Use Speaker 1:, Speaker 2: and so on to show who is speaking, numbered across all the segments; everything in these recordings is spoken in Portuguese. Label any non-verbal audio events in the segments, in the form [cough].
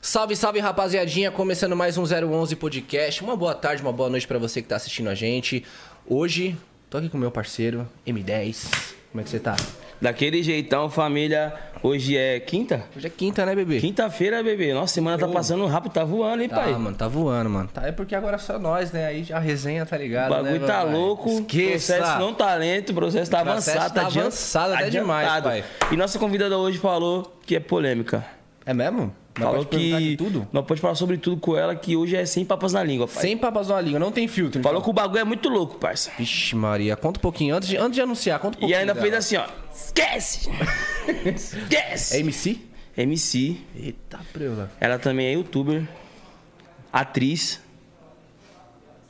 Speaker 1: Salve, salve, rapaziadinha! Começando mais um 011 Podcast. Uma boa tarde, uma boa noite pra você que tá assistindo a gente. Hoje, tô aqui com o meu parceiro, M10. Como é que você tá?
Speaker 2: Daquele jeitão, família. Hoje é quinta?
Speaker 1: Hoje é quinta, né, bebê?
Speaker 2: Quinta-feira, bebê. Nossa, semana tá passando rápido, tá voando, hein,
Speaker 1: Tá,
Speaker 2: pai?
Speaker 1: mano, tá voando, mano. Tá, é porque agora é só nós, né? Aí a resenha tá
Speaker 2: O
Speaker 1: ligado,
Speaker 2: bagulho
Speaker 1: né,
Speaker 2: tá
Speaker 1: papai?
Speaker 2: louco,
Speaker 1: Esqueça!
Speaker 2: processo não tá lento, o processo tá
Speaker 1: O processo
Speaker 2: avançado,
Speaker 1: tá
Speaker 2: adian-
Speaker 1: avançado até demais, pai.
Speaker 2: E nossa convidada hoje falou que é polêmica.
Speaker 1: É mesmo? Mas
Speaker 2: falou
Speaker 1: pode perguntar
Speaker 2: que
Speaker 1: de tudo?
Speaker 2: não pode falar sobre tudo com ela, que hoje é sem papas na língua, pai.
Speaker 1: Sem papas na língua, não tem filtro.
Speaker 2: Falou
Speaker 1: então.
Speaker 2: que o bagulho é muito louco, parça.
Speaker 1: Vixe Maria, conta um pouquinho. Antes de, antes de anunciar, conta um
Speaker 2: E
Speaker 1: pouquinho
Speaker 2: ainda
Speaker 1: dela.
Speaker 2: fez assim, ó.
Speaker 1: [laughs]
Speaker 2: Esquece! Esquece!
Speaker 1: É MC?
Speaker 2: MC,
Speaker 1: Eita, preula.
Speaker 2: ela também é youtuber, atriz.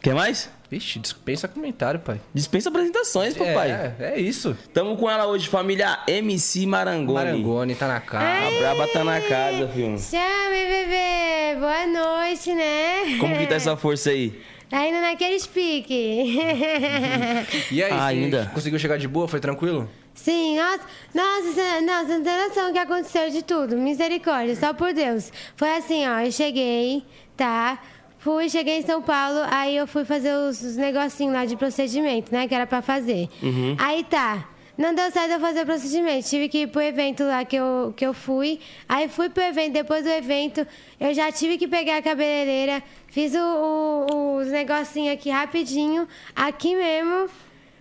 Speaker 2: Quer mais?
Speaker 1: Vixe, dispensa comentário, pai.
Speaker 2: Dispensa apresentações, papai.
Speaker 1: É, é isso.
Speaker 2: Tamo com ela hoje, família MC Marangoni.
Speaker 1: Marangoni tá na cara.
Speaker 2: A braba tá na casa, filho.
Speaker 3: Chame, bebê! Boa noite, né?
Speaker 2: Como
Speaker 3: [laughs]
Speaker 2: que tá essa força aí?
Speaker 3: Ainda
Speaker 2: [laughs]
Speaker 3: naquele speak.
Speaker 1: E aí,
Speaker 2: Ah, Ainda.
Speaker 1: você conseguiu chegar de boa? Foi tranquilo?
Speaker 3: Sim, nossa, nossa, você- não, você não tem noção que aconteceu de tudo. Misericórdia, só por Deus. Foi assim, ó, eu cheguei, tá? Fui, cheguei em São Paulo, aí eu fui fazer os, os negocinhos lá de procedimento, né? Que era pra fazer. Aí tá. Não deu certo eu fazer o procedimento. Tive que ir pro evento lá que eu, que eu fui. Aí fui pro evento, depois do evento, eu já tive que pegar a cabeleireira, fiz o- o- os negocinhos aqui rapidinho, aqui mesmo.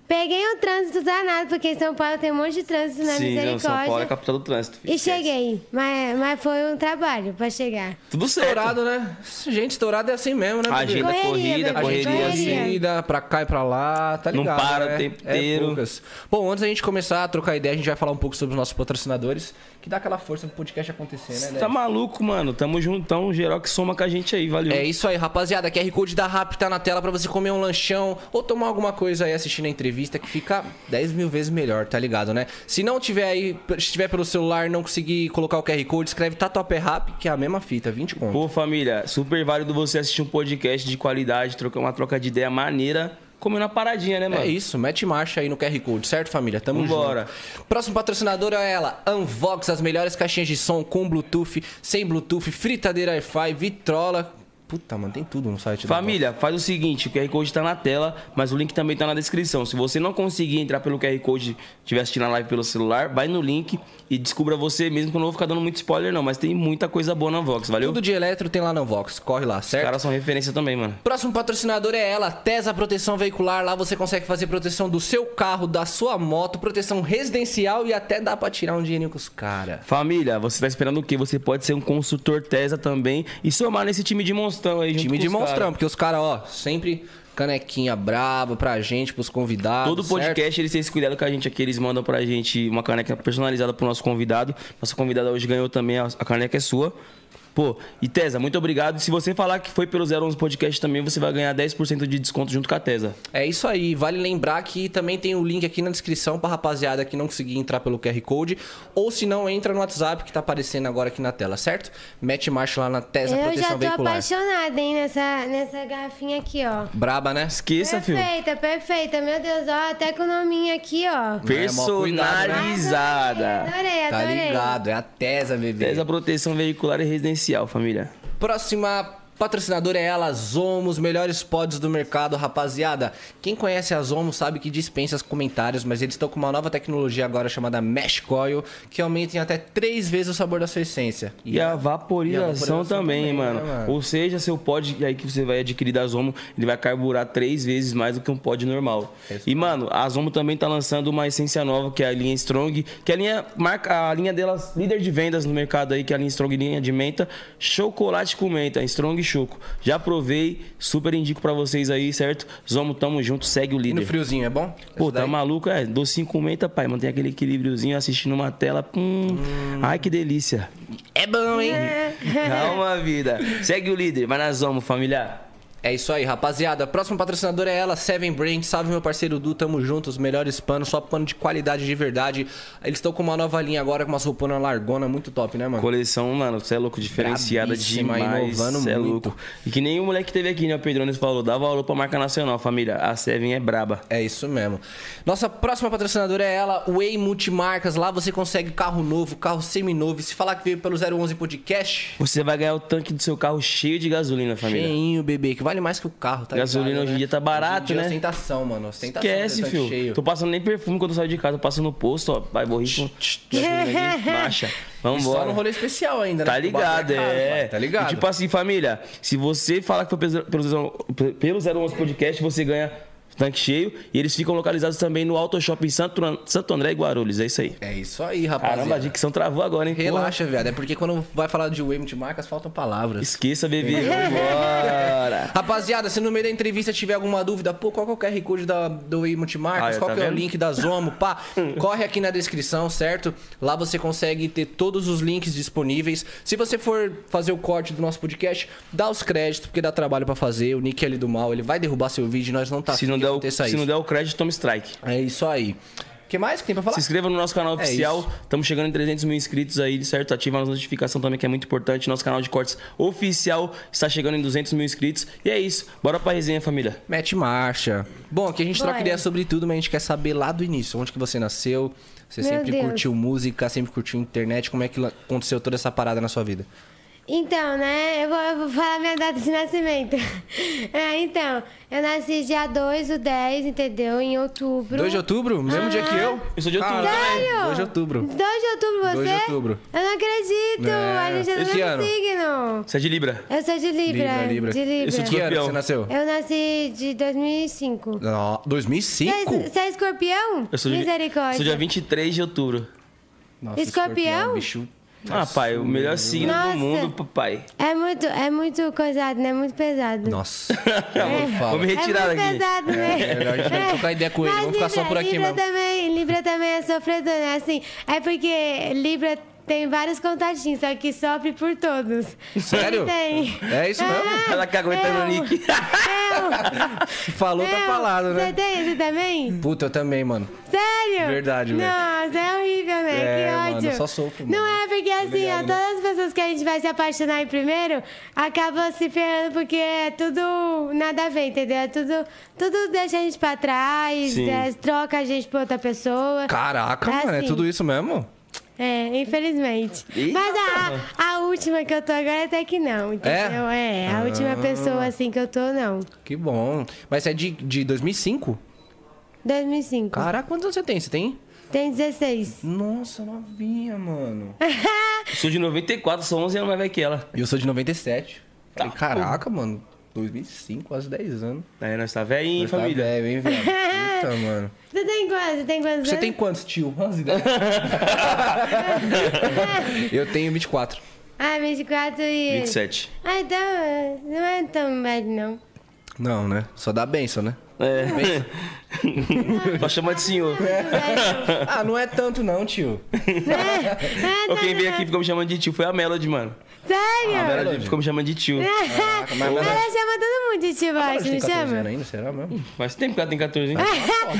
Speaker 3: Peguei o trânsito danado, porque em São Paulo tem um monte de trânsito na
Speaker 2: Sim, não,
Speaker 3: misericórdia.
Speaker 2: São Paulo é a capital do trânsito. filho.
Speaker 3: E
Speaker 2: Esquece.
Speaker 3: cheguei, mas, mas foi um trabalho pra chegar.
Speaker 2: Tudo certo.
Speaker 1: Estourado, né? Gente, estourado é assim mesmo, né? bebê?
Speaker 2: Agenda
Speaker 3: Correria,
Speaker 2: corrida,
Speaker 3: bebê,
Speaker 1: A gente
Speaker 2: correria,
Speaker 3: correria.
Speaker 2: assim.
Speaker 1: corrida, pra cá e pra lá, tá
Speaker 2: Não
Speaker 1: ligado?
Speaker 2: para o
Speaker 1: né?
Speaker 2: tempo
Speaker 1: É
Speaker 2: inteiro.
Speaker 1: poucas. Bom, antes da gente começar a trocar ideia, a gente vai falar um pouco sobre os nossos patrocinadores, que dá aquela força pro podcast acontecer, né?
Speaker 2: Cê
Speaker 1: Léo?
Speaker 2: Tá maluco, mano. Tamo juntão, geral que soma com a gente aí, valeu.
Speaker 1: É isso aí, rapaziada. QR Code da Rap tá na tela pra você comer um lanchão ou tomar alguma coisa aí assistindo a entrevista que fica 10 mil vezes melhor, tá ligado, né? Se não tiver aí, se tiver pelo celular não conseguir colocar o QR Code, escreve Tatuapé Rap, que é a mesma fita, 20 conto.
Speaker 2: Pô, família, super válido você assistir um podcast de qualidade, trocar uma troca de ideia maneira, comendo uma paradinha, né, mano?
Speaker 1: É isso, mete marcha aí no QR Code, certo, família? Tamo
Speaker 2: Vambora.
Speaker 1: junto. Próximo patrocinador é ela, Unvox, as melhores caixinhas de som com Bluetooth, sem Bluetooth, fritadeira Wi-Fi, vitrola. Puta, mano, tem tudo no site da
Speaker 2: Família, faz o seguinte, o QR Code tá na tela, mas o link também tá na descrição. Se você não conseguir entrar pelo QR Code, estiver assistindo a live pelo celular, vai no link e descubra você mesmo, que eu não vou ficar dando muito spoiler não, mas tem muita coisa boa na Vox, valeu?
Speaker 1: Tudo de eletro tem lá na Unvox, corre lá,
Speaker 2: Os
Speaker 1: certo?
Speaker 2: caras são referência também, mano.
Speaker 1: Próximo patrocinador é ela, Tesa Proteção Veicular. Lá você consegue fazer proteção do seu carro, da sua moto, proteção residencial e até dá pra tirar um dinheirinho com os caras.
Speaker 2: Família, você tá esperando o quê? Você pode ser um consultor Tesa também e somar nesse time de monstrão aí junto
Speaker 1: Time de
Speaker 2: com os
Speaker 1: monstrão,
Speaker 2: caras.
Speaker 1: porque os caras, ó, sempre canequinha braba pra gente, pros convidados.
Speaker 2: Todo
Speaker 1: certo?
Speaker 2: podcast, eles têm esse cuidado com a gente aqui. Eles mandam pra gente uma caneca personalizada pro nosso convidado. Nossa convidada hoje ganhou também, a, a caneca é sua. Pô, e Tesa, muito obrigado. Se você falar que foi pelo 011 Podcast também, você vai ganhar 10% de desconto junto com a Tesa.
Speaker 1: É isso aí. Vale lembrar que também tem o link aqui na descrição pra rapaziada que não conseguir entrar pelo QR Code. Ou se não, entra no WhatsApp que tá aparecendo agora aqui na tela, certo? Mete marcha lá na Tesa
Speaker 3: eu já
Speaker 1: Proteção
Speaker 3: tô
Speaker 1: Veicular.
Speaker 3: apaixonada, hein, nessa, nessa garrafinha aqui, ó.
Speaker 1: Braba, né?
Speaker 2: Esqueça, filho.
Speaker 3: perfeita, perfeita. Meu Deus, ó, até com o nominho aqui, ó. Ah,
Speaker 1: É, mó cuidado, né?
Speaker 2: Personalizada.
Speaker 3: Adorei,
Speaker 1: Tá
Speaker 3: adorei.
Speaker 1: ligado, é a Tesa, bebê.
Speaker 2: Tesa Proteção Veicular e Residencial, família.
Speaker 1: Próxima patrocinadora é ela, Zomo, os melhores pods do mercado, rapaziada. Quem conhece a Zomo sabe que dispensa os comentários, mas eles estão com uma nova tecnologia agora chamada Mesh Coil, que aumenta em até três vezes o sabor da sua essência.
Speaker 2: E a vaporização,
Speaker 1: E a vaporização
Speaker 2: também,
Speaker 1: também,
Speaker 2: mano.
Speaker 1: né, mano?
Speaker 2: Ou seja, seu pod aí que você vai adquirir da Zomo, ele vai carburar três vezes mais do que um pod normal.
Speaker 1: É
Speaker 2: E, mano, a Zomo também tá lançando uma essência nova, que é a linha Strong, que é a linha, marca, a linha delas, líder de vendas no mercado aí, que é a linha Strong, linha de menta, chocolate com menta, Strong Choco. Já provei, super indico pra vocês aí, certo? Zomo, tamo junto, segue
Speaker 1: E
Speaker 2: o
Speaker 1: no
Speaker 2: líder.
Speaker 1: friozinho, é bom?
Speaker 2: Pô,
Speaker 1: Essa
Speaker 2: tá
Speaker 1: daí?
Speaker 2: maluco? É, docinho com menta, pai, mantém aquele equilíbriozinho, assistindo uma tela, hum. ai que delícia.
Speaker 1: É bom, hein?
Speaker 2: Calma, vida. Segue o líder, vai na Zomo, família.
Speaker 1: É isso aí, rapaziada. Próximo patrocinador é ela, Seven Brand. Salve, meu parceiro Du, tamo junto. Os melhores panos, só pano de qualidade de verdade. Eles estão com uma nova linha agora, com uma roupona largona, muito top, né, mano?
Speaker 2: Coleção, mano, você é louco, diferenciada
Speaker 1: Brabíssima,
Speaker 2: demais.
Speaker 1: inovando
Speaker 2: Você é
Speaker 1: muito.
Speaker 2: louco. E que nem o moleque que teve aqui, né? O Pedrones falou, dá valor pra marca nacional, família. A Seven é braba.
Speaker 1: É isso mesmo. Nossa próxima patrocinadora é ela, Way Multimarcas. Lá você consegue carro novo, carro seminovo. E se falar que veio pelo 011 Podcast,
Speaker 2: Você vai ganhar o tanque do seu carro cheio de gasolina, família.
Speaker 1: cheinho, bebê, que vale mais que o carro, tá
Speaker 2: Gasolina
Speaker 1: ligado,
Speaker 2: hoje em dia tá barato,
Speaker 1: hoje em dia, é
Speaker 2: né?
Speaker 1: ostentação, mano. Ostentação.
Speaker 2: Esquece,
Speaker 1: tanque
Speaker 2: filho.
Speaker 1: tá cheio.
Speaker 2: Tô passando nem perfume quando eu saio de casa, tô passando no posto, ó. Vai,
Speaker 1: [laughs]
Speaker 2: borrico. Marcha.
Speaker 1: E só no
Speaker 2: Vambora.
Speaker 1: rolê especial ainda, né?
Speaker 2: Tá
Speaker 1: Porque o bagulho
Speaker 2: ligado,
Speaker 1: caro,
Speaker 2: é.
Speaker 1: pai, Tá
Speaker 2: E
Speaker 1: ligado?
Speaker 2: tipo assim, família, se você falar que foi pelo, pelo, pelo 011 Podcast, você ganha tanque cheio. E eles ficam localizados também no Auto Shopping Santo, An- Santo André e Guarulhos. É isso aí.
Speaker 1: É isso aí, rapaziada.
Speaker 2: Caramba, a dicção travou agora, hein? Porra.
Speaker 1: Relaxa, viado. É porque quando vai falar de Wayne de marcas, faltam palavras.
Speaker 2: Esqueça, bebê.
Speaker 1: [laughs]
Speaker 2: Vambora.
Speaker 1: Rapaziada, se no meio da entrevista tiver alguma dúvida, pô, qual que é o QR Code da, do Multimarcas,
Speaker 2: Ah,
Speaker 1: qual
Speaker 2: tá
Speaker 1: que é o
Speaker 2: vendo?
Speaker 1: link da Zomo, pá,
Speaker 2: [laughs]
Speaker 1: corre aqui na descrição, certo? Lá você consegue ter todos os links disponíveis. Se você for fazer o corte do nosso podcast, dá os créditos, porque dá trabalho pra fazer. O Nick ali do mal, ele vai derrubar seu vídeo, nós não tá
Speaker 2: Se
Speaker 1: afim
Speaker 2: não,
Speaker 1: que
Speaker 2: der o,
Speaker 1: aconteça
Speaker 2: se não
Speaker 1: isso.
Speaker 2: der o crédito, toma strike.
Speaker 1: É isso aí. O que mais que tem pra falar?
Speaker 2: Se inscreva no nosso canal
Speaker 1: É
Speaker 2: oficial. Estamos chegando em 300 mil inscritos aí, certo? Ativa a notificação também, que é muito importante. Nosso canal de cortes oficial está chegando em 200 mil inscritos. E é isso. Bora pra resenha, família.
Speaker 1: Mete marcha. Bom, aqui a gente troca
Speaker 3: Bora.
Speaker 1: ideia sobre tudo, mas a gente quer saber lá do início. Onde que você nasceu? Você
Speaker 3: Meu
Speaker 1: sempre
Speaker 3: Deus.
Speaker 1: curtiu música, sempre curtiu internet. Como é que la- aconteceu toda essa parada na sua vida?
Speaker 3: Então, né? Eu vou, eu vou falar minha data de nascimento. [laughs] É, então, eu nasci dia 2 do 10, entendeu? Em outubro.
Speaker 1: 2 de outubro? Mesmo dia
Speaker 3: Ah.
Speaker 1: que eu?
Speaker 2: Eu sou de outubro
Speaker 1: Caralho.
Speaker 3: Sério?
Speaker 1: 2 de outubro.
Speaker 3: 2 de outubro você?
Speaker 1: 2 de outubro.
Speaker 3: Eu não acredito.
Speaker 1: É,
Speaker 3: A gente é do
Speaker 1: esse
Speaker 3: mesmo
Speaker 1: ano.
Speaker 3: signo.
Speaker 2: Você é de Libra.
Speaker 3: Eu sou de Libra. De Libra.
Speaker 1: Eu sou de que ano
Speaker 2: Escorpião.
Speaker 1: você nasceu?
Speaker 3: Eu nasci de
Speaker 1: Não,
Speaker 3: 2005. Você é-
Speaker 1: 2005?
Speaker 3: Você é escorpião?
Speaker 2: Eu sou de,
Speaker 3: Misericórdia.
Speaker 2: Sou dia 23 de outubro.
Speaker 1: Nossa,
Speaker 3: é, Escorpião?
Speaker 1: bicho. tá
Speaker 2: Ah, pai, o melhor signo
Speaker 3: Nossa.
Speaker 2: do mundo, papai.
Speaker 3: É muito, é muito coisado, né? Muito pesado. [laughs]
Speaker 1: Nossa. Não
Speaker 2: Vou
Speaker 1: fala.
Speaker 2: me retirar
Speaker 3: é muito
Speaker 2: daqui.
Speaker 3: pesado, né?
Speaker 1: É, melhor a gente não trocar ideia com ele, vamos ficar só por aqui
Speaker 3: Libra
Speaker 1: mesmo.
Speaker 3: Também, Libra também é sofredor, né? Assim, é porque Libra tem vários contatinhos, só que sofre por todos.
Speaker 1: Sério?
Speaker 3: Tem.
Speaker 1: [laughs] É isso mesmo?
Speaker 2: Ela que
Speaker 3: É.
Speaker 2: aguentando o Nick.
Speaker 1: Se falou, tá
Speaker 3: Meu,
Speaker 1: falado,
Speaker 3: Você
Speaker 1: né?
Speaker 3: tem você também?
Speaker 1: Puta, eu também, mano.
Speaker 3: Sério?
Speaker 1: Verdade, velho.
Speaker 3: Nossa, é horrível, né?
Speaker 1: É,
Speaker 3: que
Speaker 1: mano,
Speaker 3: ódio.
Speaker 1: eu só sofro,
Speaker 3: Não
Speaker 1: mano.
Speaker 3: é, porque assim,
Speaker 1: Obrigado, né?
Speaker 3: ó, todas as pessoas que a gente vai se apaixonar em primeiro acabam se ferrando porque é tudo nada a ver, entendeu? É tudo, tudo deixa a gente pra trás,
Speaker 2: Sim.
Speaker 3: é, troca a gente por outra pessoa.
Speaker 1: Caraca,
Speaker 3: É
Speaker 1: mano, é
Speaker 3: assim.
Speaker 1: tudo isso mesmo?
Speaker 3: É, infelizmente.
Speaker 2: Eita,
Speaker 3: Mas a, a última que eu tô agora é até que não, entendeu? É, a
Speaker 1: Ah.
Speaker 3: última pessoa assim que eu tô, não.
Speaker 1: Que bom. Mas você é de, de 2005?
Speaker 3: 2005.
Speaker 1: Caraca, quantos anos você tem? Você tem?
Speaker 3: Tem 16.
Speaker 1: Nossa, novinha, mano.
Speaker 2: Sou de 94, sou 11 anos mais velho que ela.
Speaker 1: É. Eu sou de 97. Falei,
Speaker 2: Tá,
Speaker 1: caraca, mano. 2005, quase 10 anos.
Speaker 2: Aí nós tá velhinho,
Speaker 1: Tá
Speaker 2: família.
Speaker 1: velho, hein, [laughs] velho? Puta, mano.
Speaker 3: Você tem quantos? Você tem quantos
Speaker 1: Você
Speaker 3: anos?
Speaker 1: tem quantos, tio? Umas ideias. Eu tenho 24.
Speaker 3: Ah, 24 e...
Speaker 2: 27.
Speaker 3: Ah, então eh, não é tão velho, não.
Speaker 1: Não, né? Só dá benção, né?
Speaker 2: [laughs] É. Só chama de senhor.
Speaker 3: Muito
Speaker 1: [laughs]
Speaker 3: velho, não.
Speaker 1: Ah, não é tanto não, tio.
Speaker 3: Ah,
Speaker 2: Ou quem
Speaker 3: não,
Speaker 2: veio
Speaker 3: não.
Speaker 2: aqui Ah, e ficou me chamando de tio foi a Melody, mano. A
Speaker 3: Sério?
Speaker 2: É, Melody ficou me chamando de tio.
Speaker 3: É.
Speaker 1: Caraca, mas...
Speaker 3: [laughs] Ela chama todo mundo de tio
Speaker 1: Ela
Speaker 3: Bote,
Speaker 1: tem
Speaker 3: não
Speaker 1: 14 anos
Speaker 3: chama?
Speaker 1: ainda, será mesmo?
Speaker 2: Faz tempo que ela tem 14, hein?
Speaker 3: [laughs] É.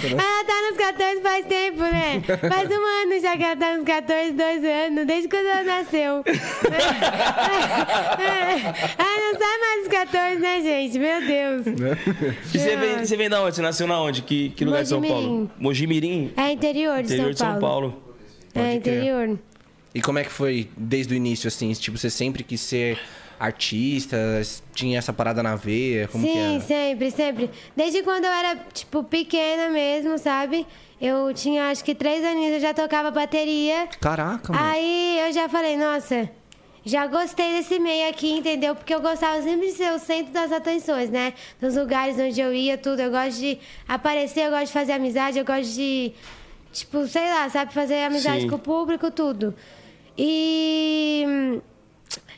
Speaker 3: Ela tá nos 14 faz tempo, né? Faz um ano já que ela tá nos 14, dois anos, desde quando ela nasceu. [laughs] ela não sai mais dos 14, né, gente? Meu Deus.
Speaker 2: E você vem, você vem da onde? Você nasceu na onde? Que, que lugar de São
Speaker 3: Mojimirim.
Speaker 2: Paulo? Mojimirim,
Speaker 3: É interior de,
Speaker 2: interior
Speaker 3: São,
Speaker 2: de São
Speaker 3: Paulo.
Speaker 2: Paulo.
Speaker 3: É interior.
Speaker 1: E como é que foi desde o início, assim? Tipo, você sempre quis ser artista? Tinha essa parada na veia? Como que
Speaker 3: Sim,
Speaker 1: era?
Speaker 3: sempre, sempre. Desde quando eu era, tipo, pequena mesmo, sabe? Eu tinha acho que três aninhos, eu já tocava bateria.
Speaker 1: Caraca, mano.
Speaker 3: Aí eu já falei, nossa, já gostei desse meio aqui, entendeu? Porque eu gostava sempre de ser o centro das atenções, né? Dos lugares onde eu ia, tudo. Eu gosto de aparecer, eu gosto de fazer amizade, eu gosto de, tipo, sei lá, sabe? Fazer amizade
Speaker 2: Sim.
Speaker 3: com o público, tudo. E. hum,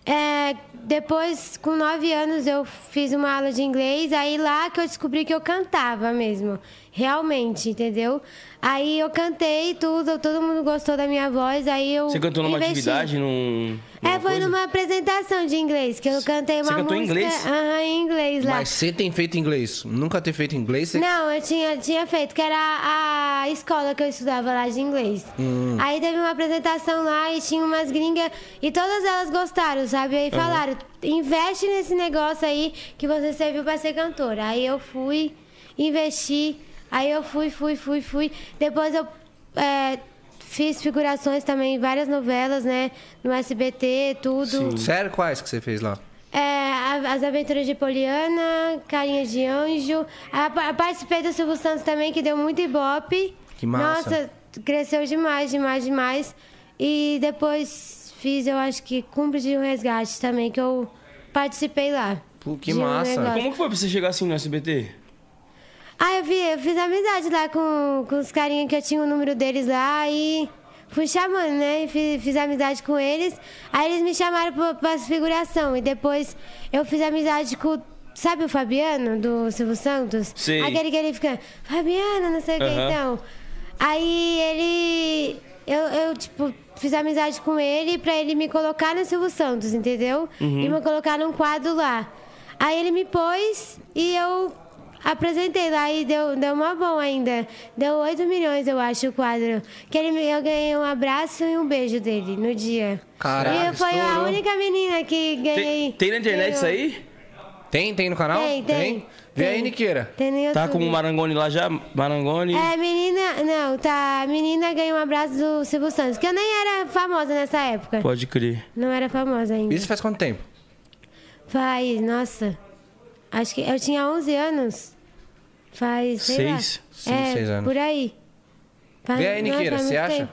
Speaker 3: é, depois, com nove anos, eu fiz uma aula de inglês. Aí lá que eu descobri que eu cantava mesmo. Realmente, entendeu? Aí eu cantei tudo, todo mundo gostou da minha voz, aí eu.
Speaker 2: Você cantou numa
Speaker 3: investi.
Speaker 2: atividade, num.
Speaker 3: É,
Speaker 2: numa
Speaker 3: foi
Speaker 2: coisa?
Speaker 3: numa apresentação de inglês, que eu cantei uma
Speaker 2: você cantou em
Speaker 3: música.
Speaker 2: inglês?
Speaker 3: Aham, em inglês lá.
Speaker 1: Mas você tem feito inglês? Nunca ter feito inglês? Você...
Speaker 3: Não, eu tinha, tinha feito, que era a a escola que eu estudava lá de inglês. Aí teve uma apresentação lá e tinha umas gringas e todas elas gostaram, sabe? Aí falaram, investe nesse negócio aí que você serviu pra ser cantora. Aí eu fui, investi, aí eu fui, fui, fui, fui. Depois eu é, fiz figurações também em várias novelas, né? No SBT, tudo.
Speaker 1: Sério, quais que você fez lá?
Speaker 3: É, a- as Aventuras de Poliana, Carinha de Anjo. A, pa- participei do Silvio Santos também, que deu muito ibope.
Speaker 1: Que massa.
Speaker 3: Nossa, cresceu demais, demais, demais. E depois fiz, eu acho que Cumpre de um Resgate também, que eu participei lá.
Speaker 1: Pô, que
Speaker 3: De um
Speaker 1: massa.
Speaker 3: negócio.
Speaker 2: Como que foi pra você chegar assim no SBT?
Speaker 3: Ah, eu, vi, eu fiz amizade lá com, com os carinhas que eu tinha o número deles lá e fui chamando, né? E fi- Fiz, amizade com eles. Aí eles me chamaram pra, pra figuração e depois eu fiz amizade com. Sabe o Fabiano do Silvio Santos?
Speaker 2: Sei.
Speaker 3: Aquele que ele fica, Fabiano, não sei o que
Speaker 2: Aham.
Speaker 3: então. Aí ele. Eu, eu, tipo, fiz amizade com ele pra ele me colocar no Silvio Santos, entendeu?
Speaker 2: Uhum.
Speaker 3: E me colocar num quadro lá. Aí ele me pôs e eu apresentei lá e deu, deu uma bom ainda. Deu 8 milhões, eu acho, o quadro. Que ele, me- eu ganhei um abraço e um beijo dele no dia.
Speaker 1: Caraca,
Speaker 3: E foi a
Speaker 1: estourou.
Speaker 3: única menina que ganhei.
Speaker 2: Tem, tem na internet isso aí?
Speaker 1: Tem? Tem no canal?
Speaker 3: Tem, tem.
Speaker 1: Vê aí,
Speaker 3: Tem.
Speaker 1: Niqueira.
Speaker 3: Tem no
Speaker 2: Tá
Speaker 3: YouTube.
Speaker 2: com o Marangoni lá já? Marangoni?
Speaker 3: É, menina, não, tá. a Menina ganhou um abraço do Silvio Santos, que eu nem era famosa nessa época.
Speaker 2: Pode crer.
Speaker 3: Não era famosa ainda.
Speaker 1: Isso faz quanto tempo?
Speaker 3: Faz, nossa. Acho que eu tinha 11 anos. Faz, sei lá.
Speaker 2: Seis?
Speaker 1: Cinco,
Speaker 3: é,
Speaker 1: seis anos.
Speaker 3: Por aí. Faz,
Speaker 1: Vê aí,
Speaker 3: nossa,
Speaker 1: Niqueira,
Speaker 3: faz
Speaker 1: você
Speaker 3: muito
Speaker 1: acha?
Speaker 3: tempo.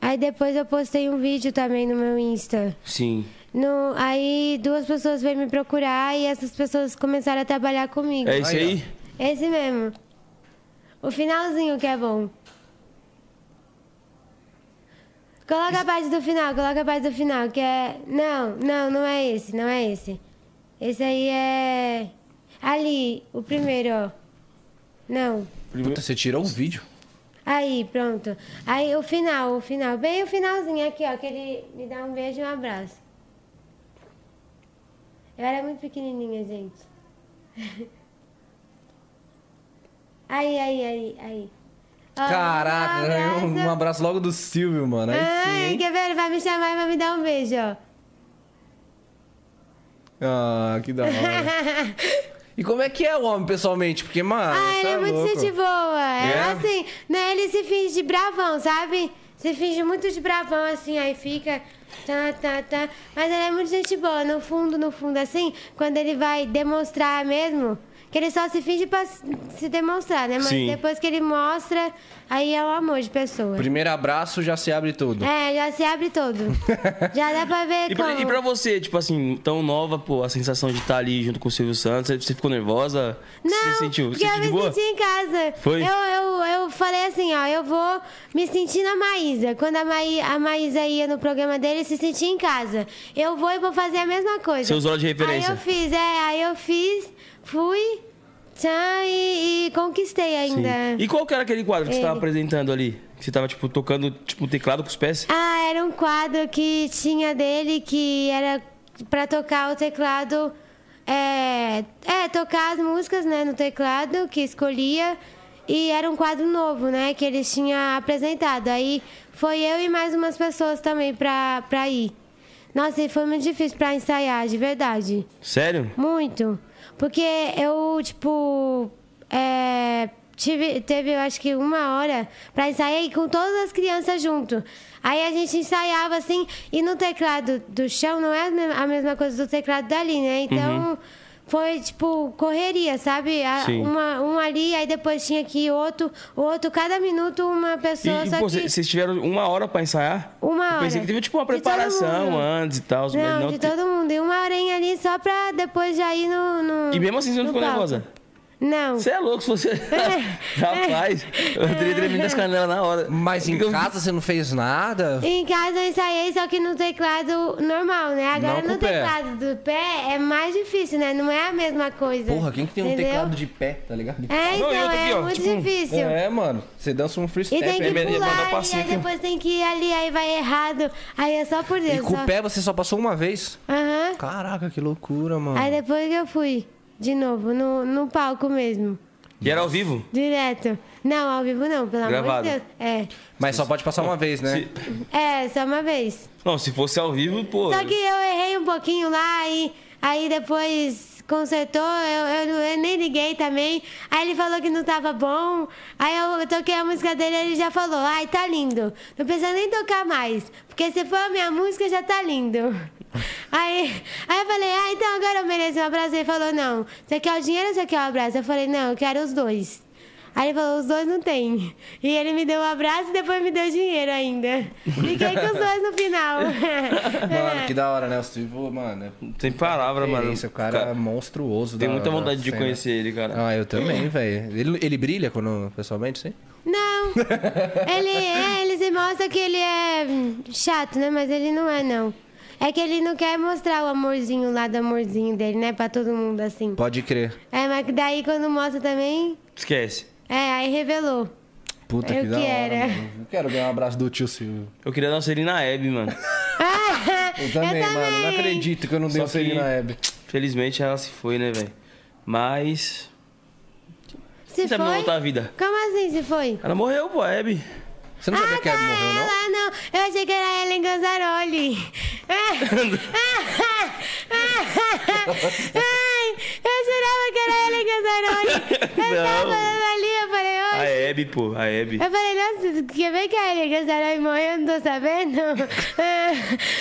Speaker 3: Aí depois eu postei um vídeo também no meu Insta.
Speaker 2: Sim.
Speaker 3: No, aí duas pessoas veio me procurar e essas pessoas começaram a trabalhar comigo.
Speaker 2: É isso
Speaker 1: Aí,
Speaker 2: aí?
Speaker 3: Esse mesmo. O finalzinho que é bom. Coloca a parte do final, coloca a parte do final, que é. Não, não, não é esse, não é esse. Esse aí é. Ali, o primeiro, ó. Não.
Speaker 1: Puta, você tirou o vídeo.
Speaker 3: Aí, pronto. Aí o final, o final. Bem o finalzinho aqui, ó. Que ele me dá um beijo e um abraço. Eu era muito pequenininha, gente. [laughs] Aí, aí, aí, aí. Ó,
Speaker 1: Caraca, ganhou um, um abraço logo do Silvio, mano. Aí sim,
Speaker 3: Ai,
Speaker 1: hein?
Speaker 3: quer ver? Ele vai me chamar e vai me dar um beijo, ó.
Speaker 1: Ah, que da
Speaker 3: [laughs]
Speaker 1: hora. E como é que é o homem pessoalmente? Porque, mano.
Speaker 3: Ah, ele
Speaker 1: tá
Speaker 3: é muito
Speaker 1: louco.
Speaker 3: gente boa. É
Speaker 1: É?
Speaker 3: assim, né? Ele se finge de bravão, sabe? Se finge muito de bravão, assim, aí fica. Tá, tá, tá. Mas ele é muito gente boa. No fundo, no fundo, assim, quando ele vai demonstrar mesmo, que ele só se finge pra s- se demonstrar, né? Mas
Speaker 2: Sim.
Speaker 3: depois que ele mostra, aí é o amor de pessoa.
Speaker 1: Primeiro abraço já se abre tudo.
Speaker 3: É, já se
Speaker 2: [laughs]
Speaker 3: abre todo. já dá pra ver
Speaker 2: E
Speaker 3: como.
Speaker 2: pra, e pra você, tipo assim, tão nova, pô, a sensação de estar ali junto com o Silvio Santos, você ficou nervosa?
Speaker 3: Não,
Speaker 2: você sentiu? Você
Speaker 3: porque
Speaker 2: sentiu de
Speaker 3: eu me
Speaker 2: boa?
Speaker 3: senti em casa.
Speaker 2: Foi?
Speaker 3: Eu, eu, eu falei assim, ó, eu vou me sentir na Maísa. Quando a, Maí, a Maísa ia no programa dele, se sentia em casa. Eu vou e vou fazer a mesma coisa.
Speaker 2: Você usou ela de referência?
Speaker 3: Aí eu fiz, é, aí eu fiz, fui, tchan, e, e conquistei
Speaker 2: Sim.
Speaker 3: ainda.
Speaker 2: E qual que era aquele quadro que você
Speaker 3: Ele.
Speaker 2: tava apresentando ali? Que você tava, tipo, tocando, tipo, um teclado com os pés?
Speaker 3: Ah, era um quadro que tinha dele que era pra tocar o teclado. É, é, tocar as músicas né, no teclado que escolhia. E era um quadro novo, né? Que eles tinham apresentado. Aí foi eu e mais umas pessoas também pra, pra ir. Nossa, e foi muito difícil pra ensaiar, de verdade.
Speaker 2: Sério?
Speaker 3: Muito. Porque eu, tipo, é, tive, teve, eu acho que uma hora pra ensaiar e com todas as crianças junto. Aí a gente ensaiava assim, e no teclado do chão não é a me- a mesma coisa do teclado dali, né? Então. Foi tipo correria, sabe? A-
Speaker 2: Uhum. Sim.
Speaker 3: Uma, um ali, aí depois tinha aqui outro, outro, cada minuto uma
Speaker 2: E,
Speaker 3: pessoa.
Speaker 2: e,
Speaker 3: só
Speaker 2: pô,
Speaker 3: que...
Speaker 2: cê- vocês tiveram uma hora pra ensaiar?
Speaker 3: Uma
Speaker 2: Eu pensei que
Speaker 3: hora.
Speaker 2: teve, tipo, uma
Speaker 3: De todo
Speaker 2: preparação
Speaker 3: mundo.
Speaker 2: antes e tal. mas
Speaker 3: Não, de
Speaker 2: te-
Speaker 3: todo mundo. E uma horinha ali só pra depois já ir no. no
Speaker 2: E mesmo assim você não
Speaker 3: no
Speaker 2: ficou
Speaker 3: palco.
Speaker 2: nervosa?
Speaker 3: Não.
Speaker 2: Você é louco se você. [laughs] Rapaz,
Speaker 3: é.
Speaker 2: eu teria tremido as canelas na hora.
Speaker 1: Mas em
Speaker 2: Que que eu-
Speaker 1: casa você não fez nada?
Speaker 3: Em casa eu ensaiei, só que no teclado normal, né?
Speaker 1: Não
Speaker 3: Agora
Speaker 1: com o
Speaker 3: no
Speaker 1: pé.
Speaker 3: teclado do pé é mais difícil, né? Não é a mesma coisa.
Speaker 1: Porra, quem que tem um
Speaker 3: entendeu?
Speaker 1: teclado de pé, tá ligado?
Speaker 2: Não,
Speaker 3: É, então,
Speaker 2: e outra
Speaker 3: é
Speaker 2: aqui, ó,
Speaker 3: muito
Speaker 2: tipo,
Speaker 3: difícil.
Speaker 1: É, mano. Você dança um
Speaker 3: E
Speaker 1: freestyle.
Speaker 3: tem que
Speaker 2: é, é, é, mandar
Speaker 3: pular, e
Speaker 2: passinho
Speaker 3: aí
Speaker 2: aqui.
Speaker 3: depois tem que ir ali, aí vai errado. Aí é só por Deus.
Speaker 1: E com
Speaker 3: só.
Speaker 1: o pé você só passou uma vez?
Speaker 3: Aham.
Speaker 1: Caraca, que loucura, mano.
Speaker 3: Aí depois que eu fui, de novo, no, no palco mesmo.
Speaker 2: E era ao vivo?
Speaker 3: Direto. Não, ao vivo não, pelo
Speaker 2: Gravado.
Speaker 3: amor de Deus.
Speaker 1: Mas só pode passar uma vez, né?
Speaker 2: Se-
Speaker 3: É. É, só uma vez.
Speaker 2: Não, se fosse ao vivo, pô.
Speaker 3: Só que eu errei um pouquinho lá e aí depois consertou, eu, eu, não- eu nem liguei também. Aí ele falou que não tava bom. Aí eu toquei a música dele e ele já falou, ai, tá lindo. Não precisa nem tocar mais. Porque se for a minha música, já tá lindo. [laughs] Aí, aí eu falei, ah, então agora eu mereço um abraço. Ele falou, não, você quer o dinheiro ou você quer o abraço? Eu falei, não, eu quero os dois. Aí ele falou, os dois não tem. E ele me deu um abraço e depois me deu dinheiro ainda. Fiquei com os dois no
Speaker 1: [laughs]
Speaker 3: final. [laughs] É,
Speaker 1: Mano, que da hora, né? O Steve, mano, é
Speaker 2: Sem palavra, mano.
Speaker 1: Esse cara é monstruoso.
Speaker 2: Tem
Speaker 1: da-
Speaker 2: muita
Speaker 1: da
Speaker 2: vontade de
Speaker 1: cena.
Speaker 2: conhecer ele, cara.
Speaker 1: Ah, eu
Speaker 3: [laughs]
Speaker 1: também, velho. Ele, ele brilha quando, pessoalmente, sim? [laughs]
Speaker 3: Não. Ele é, ele se mostra que ele é chato, né? Mas ele não é, não. É que ele não quer mostrar o amorzinho lá do amorzinho dele, né? Pra todo mundo, assim.
Speaker 1: Pode crer.
Speaker 3: É, mas que daí quando mostra também...
Speaker 2: Esquece.
Speaker 3: É, aí revelou. [laughs]
Speaker 1: Puta
Speaker 3: Eu
Speaker 1: que da
Speaker 3: que
Speaker 1: hora.
Speaker 3: era.
Speaker 1: mano. Eu quero ganhar um abraço do tio Silvio.
Speaker 2: Eu queria dar um selinho na Hebe, mano.
Speaker 3: Ah,
Speaker 1: Eu também, mano. Não acredito que eu não dei
Speaker 2: Só
Speaker 1: um selinho
Speaker 2: que-
Speaker 1: na Hebe.
Speaker 2: Felizmente ela se foi, né, velho? Mas.
Speaker 3: Se
Speaker 2: Isso é
Speaker 3: foi?
Speaker 2: minha outra vida.
Speaker 3: Como assim se foi?
Speaker 2: Ela morreu, pô, a Hebe.
Speaker 1: Você não sabia
Speaker 3: ah,
Speaker 1: que a Hebe morreu, não?
Speaker 3: ela não. Eu achei que era Ellen Ganzaroli. Ai, eu jurava que era Ellen Ganzaroli. Eu
Speaker 2: Não.
Speaker 3: tava falando ali, eu falei,
Speaker 2: A
Speaker 3: oi.
Speaker 2: Hebe, pô, a Hebe.
Speaker 3: Eu falei, nossa, quer ver que a Ellen Ganzaroli morreu? Eu não tô sabendo.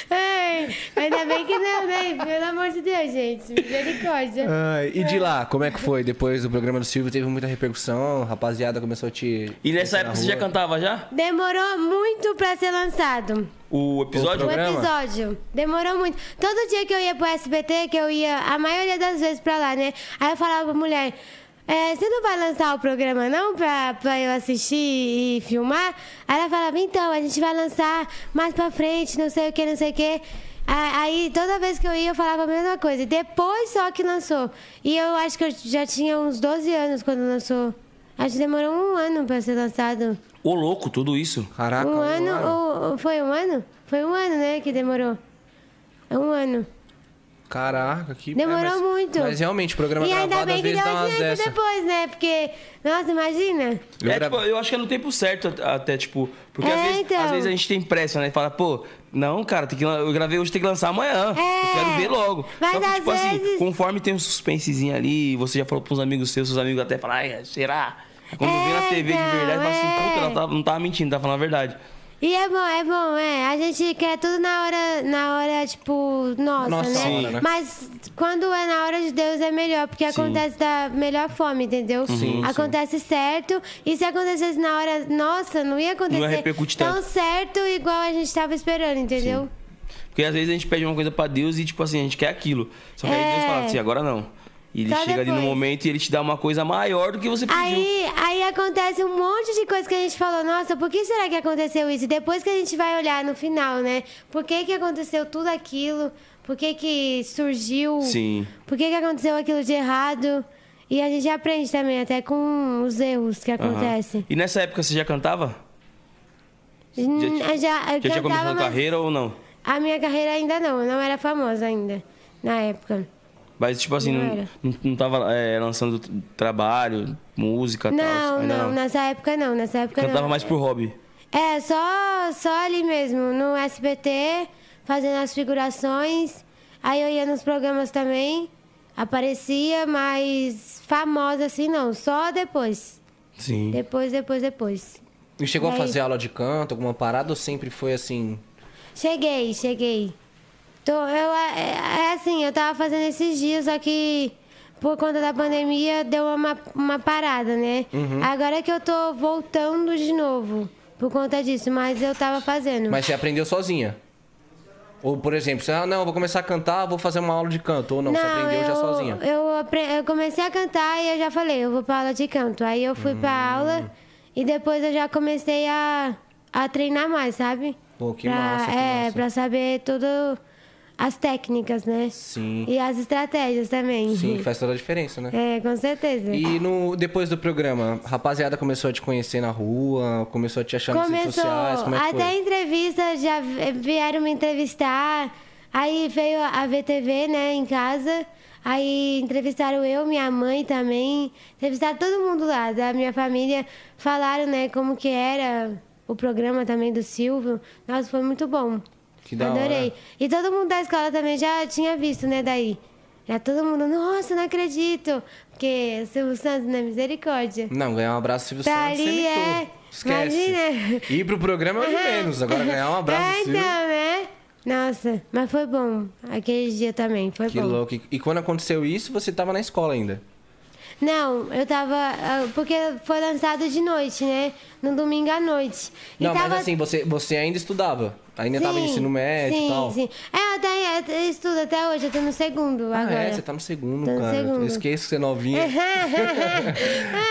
Speaker 3: Ai, ainda bem que não, né? Pelo amor de Deus, gente. Misericórdia.
Speaker 1: Ai, e de lá, como é que foi? Depois do programa do Silvio teve muita repercussão, a rapaziada começou a te.
Speaker 2: E nessa época você já
Speaker 1: cantou.
Speaker 2: cantava já?
Speaker 3: Demorou muito pra ser lançado.
Speaker 2: O
Speaker 1: O
Speaker 2: episódio?
Speaker 1: programa.
Speaker 3: O um episódio. Demorou muito. Todo dia que eu ia pro SBT, que eu ia a maioria das vezes pra lá, né? Aí eu falava pra mulher. "É, você não vai lançar o programa não pra, pra eu assistir e filmar? Aí ela falava, então, a gente vai lançar mais pra frente, não sei o que, não sei o que. Aí toda vez que eu ia eu falava a mesma coisa. E Depois só que lançou. E eu acho que eu já tinha uns 12 anos quando lançou. Acho que demorou um ano pra ser lançado.
Speaker 2: Ô, louco, tudo isso.
Speaker 1: Caraca,
Speaker 3: Um ano, ou- ou foi um ano? Foi um ano, né, que demorou. É um ano.
Speaker 1: Caraca, que é,
Speaker 3: Demorou
Speaker 1: mas-
Speaker 3: muito.
Speaker 1: Mas realmente, o programa
Speaker 3: e ainda
Speaker 1: gravado às
Speaker 3: bem que
Speaker 1: vezes
Speaker 3: deu
Speaker 1: dá umas
Speaker 3: dinheiro
Speaker 1: dessas.
Speaker 3: depois, né? Porque, nossa, imagina.
Speaker 1: Eu
Speaker 2: é,
Speaker 1: gra-
Speaker 2: tipo, eu acho que é no tempo certo, at- até, tipo. Porque às,
Speaker 3: É,
Speaker 2: vezes,
Speaker 3: então.
Speaker 2: às vezes a gente tem pressa, né? Fala, pô, não, cara, tem que, lan- eu gravei hoje, tem que lançar amanhã.
Speaker 3: É.
Speaker 2: Eu quero ver logo.
Speaker 3: Mas
Speaker 2: Só que,
Speaker 3: às
Speaker 2: tipo assim,
Speaker 3: vezes-
Speaker 2: conforme tem um suspensezinho ali, você já falou pros amigos seus, seus amigos até falam, ai, será? Aí Quando vê na
Speaker 3: É,
Speaker 2: TV de verdade, fala assim,
Speaker 3: então,
Speaker 2: puta,
Speaker 3: é.
Speaker 2: ela tava- não tava mentindo, tava falando a verdade.
Speaker 3: E é bom, é bom, é. A gente quer tudo na hora, na hora tipo, nossa,
Speaker 1: Nossa
Speaker 3: né?
Speaker 1: hora, né?
Speaker 3: Mas quando é na hora de Deus é melhor, porque acontece da melhor forma, entendeu?
Speaker 2: Sim,
Speaker 3: acontece certo. E se acontecesse na hora, nossa, não ia acontecer
Speaker 2: repercute
Speaker 3: tão
Speaker 2: tanto.
Speaker 3: certo igual a gente tava esperando, entendeu?
Speaker 2: Porque às vezes a gente pede uma coisa pra Deus e, tipo assim, a gente quer aquilo. Só que aí
Speaker 3: É.
Speaker 2: Deus fala assim, agora não. E ele
Speaker 3: Só
Speaker 2: chega ali no
Speaker 3: depois.
Speaker 2: momento e ele te dá uma coisa maior do que você pediu.
Speaker 3: Aí, aí acontece um monte de coisa que a gente falou, nossa, por que será que aconteceu isso? E depois que a gente vai olhar no final, né? Por que, que aconteceu tudo aquilo? Por que, que surgiu?
Speaker 2: Sim.
Speaker 3: Por que, que aconteceu aquilo de errado? E a gente aprende também, até com os erros que
Speaker 2: Aham.
Speaker 3: acontecem.
Speaker 2: E nessa época você já cantava?
Speaker 3: Hum,
Speaker 2: Já-
Speaker 3: eu Já,
Speaker 2: Já
Speaker 3: eu
Speaker 2: tinha
Speaker 3: cantava,
Speaker 2: começado a
Speaker 3: mas
Speaker 2: carreira ou não?
Speaker 3: A minha carreira ainda não, eu não era famosa ainda, na época.
Speaker 2: Mas, tipo assim,
Speaker 3: Não
Speaker 2: não,
Speaker 3: era.
Speaker 2: não, não tava é, lançando t- trabalho, música e tal? assim,
Speaker 3: Não,
Speaker 2: ainda
Speaker 3: não, nessa época não, nessa época não.
Speaker 2: Cantava mais pro hobby.
Speaker 3: É, só, só ali mesmo, no SBT, fazendo as figurações. Aí eu ia nos programas também, aparecia, mas famosa assim não, só depois.
Speaker 2: Sim.
Speaker 3: Depois, depois, depois.
Speaker 1: E chegou a
Speaker 3: Daí-
Speaker 1: fazer aula de canto, alguma parada, ou sempre foi assim?
Speaker 3: Cheguei, cheguei. Tô, eu, é, é assim, eu tava fazendo esses dias, só que por conta da pandemia deu uma, uma parada, né? Agora que eu tô voltando de novo por conta disso, mas eu tava fazendo.
Speaker 1: Mas você aprendeu sozinha. Ou, por exemplo, você, ah, não, vou começar a cantar, vou fazer uma aula de canto. Ou não, você aprendeu já sozinha.
Speaker 3: Eu, apre- eu comecei a cantar e eu já falei, eu vou pra aula de canto. Aí eu fui pra
Speaker 1: Hum.
Speaker 3: aula e depois eu já comecei a, a treinar mais, sabe?
Speaker 1: Pô, que
Speaker 3: pra,
Speaker 1: massa, que
Speaker 3: É,
Speaker 1: massa.
Speaker 3: pra saber tudo, as técnicas, né?
Speaker 1: Sim.
Speaker 3: E as estratégias também.
Speaker 1: Sim, que faz toda a diferença, né?
Speaker 3: [laughs] É, com certeza.
Speaker 1: E no, depois do programa, a rapaziada começou a te conhecer na rua, começou a te achar nas redes
Speaker 3: Começou,
Speaker 1: sociais, como é que
Speaker 3: até
Speaker 1: foi?
Speaker 3: entrevista, já vi- vieram me entrevistar. Aí veio a VTV, né, em casa. Aí entrevistaram eu, minha mãe também. Entrevistaram todo mundo lá, da minha família. Falaram, né, como que era o programa também do Silvio. Nossa, foi muito bom.
Speaker 1: Que da
Speaker 3: Adorei.
Speaker 1: hora.
Speaker 3: E todo mundo da escola também já tinha visto, né, daí. Já todo mundo, nossa, não acredito. Porque o Silvio Santos, né, misericórdia.
Speaker 1: Não, ganhar um abraço do Silvio
Speaker 3: Pra
Speaker 1: Santos, você
Speaker 3: ali,
Speaker 1: mitou.
Speaker 3: é.
Speaker 1: Esquece.
Speaker 3: Imagina.
Speaker 1: Ir pro programa é o de menos, agora ganhar um abraço do
Speaker 3: [laughs] É,
Speaker 1: Silvio.
Speaker 3: então, né? Nossa, mas foi bom. Aquele dia também, foi
Speaker 1: Que
Speaker 3: bom.
Speaker 1: louco. E- E quando aconteceu isso, você tava na escola ainda.
Speaker 3: Não, eu tava. ah, Porque foi lançado de noite, né? No domingo à noite. E
Speaker 1: não,
Speaker 3: tava-
Speaker 1: mas assim, você, você ainda estudava. Ainda tava em
Speaker 3: Sim,
Speaker 1: ensino médio
Speaker 3: sim,
Speaker 1: e tal.
Speaker 3: Sim, É, eu, até, eu estudo até hoje, eu tô no segundo
Speaker 1: Ah,
Speaker 3: agora.
Speaker 1: é,
Speaker 3: [laughs]
Speaker 1: você tá no segundo,
Speaker 3: Tô no
Speaker 1: cara. Eu
Speaker 3: segundo.
Speaker 1: esqueço que você é novinha.
Speaker 3: [laughs]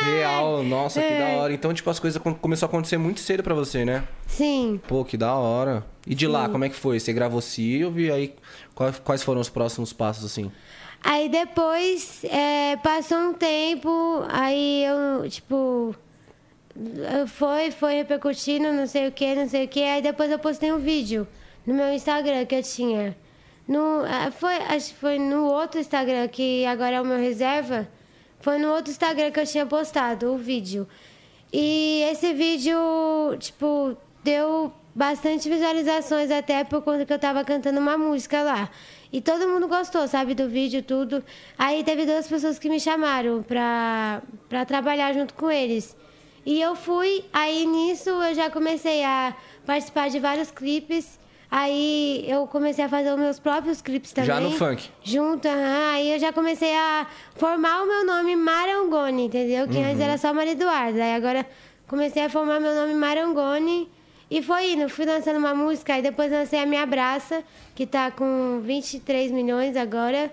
Speaker 1: Real, nossa, que
Speaker 3: É.
Speaker 1: da hora. Então, tipo, as coisas com- começaram a acontecer muito cedo pra você, né?
Speaker 3: Sim.
Speaker 1: Pô, que da hora. E de lá, como é que foi? Você gravou Silvio e aí quais, quais foram os próximos passos, assim?
Speaker 3: Aí depois é, passou um tempo, aí eu, tipo, eu- foi, foi repercutindo, não sei o que, não sei o que. Aí depois eu postei um vídeo no meu Instagram que eu tinha. No, ah, foi, acho que foi no outro Instagram, que agora é o meu reserva. Foi no outro Instagram que eu tinha postado o vídeo. E esse vídeo, tipo, deu bastante visualizações até por conta que eu tava cantando uma música lá. E todo mundo gostou, sabe, do vídeo, tudo. Aí teve duas pessoas que me chamaram pra, pra trabalhar junto com eles. E eu fui, aí nisso eu já comecei a participar de vários clipes. Aí eu comecei a fazer os meus próprios clipes também.
Speaker 1: Já no funk.
Speaker 3: Junto, aham. aí eu já comecei a formar o meu nome Marangoni, entendeu? Que
Speaker 1: Uhum.
Speaker 3: antes era só Maria Eduarda. Aí agora comecei a formar meu nome Marangoni. E foi indo, fui lançando uma música, aí depois lancei a minha Braça, que tá com 23 milhões agora.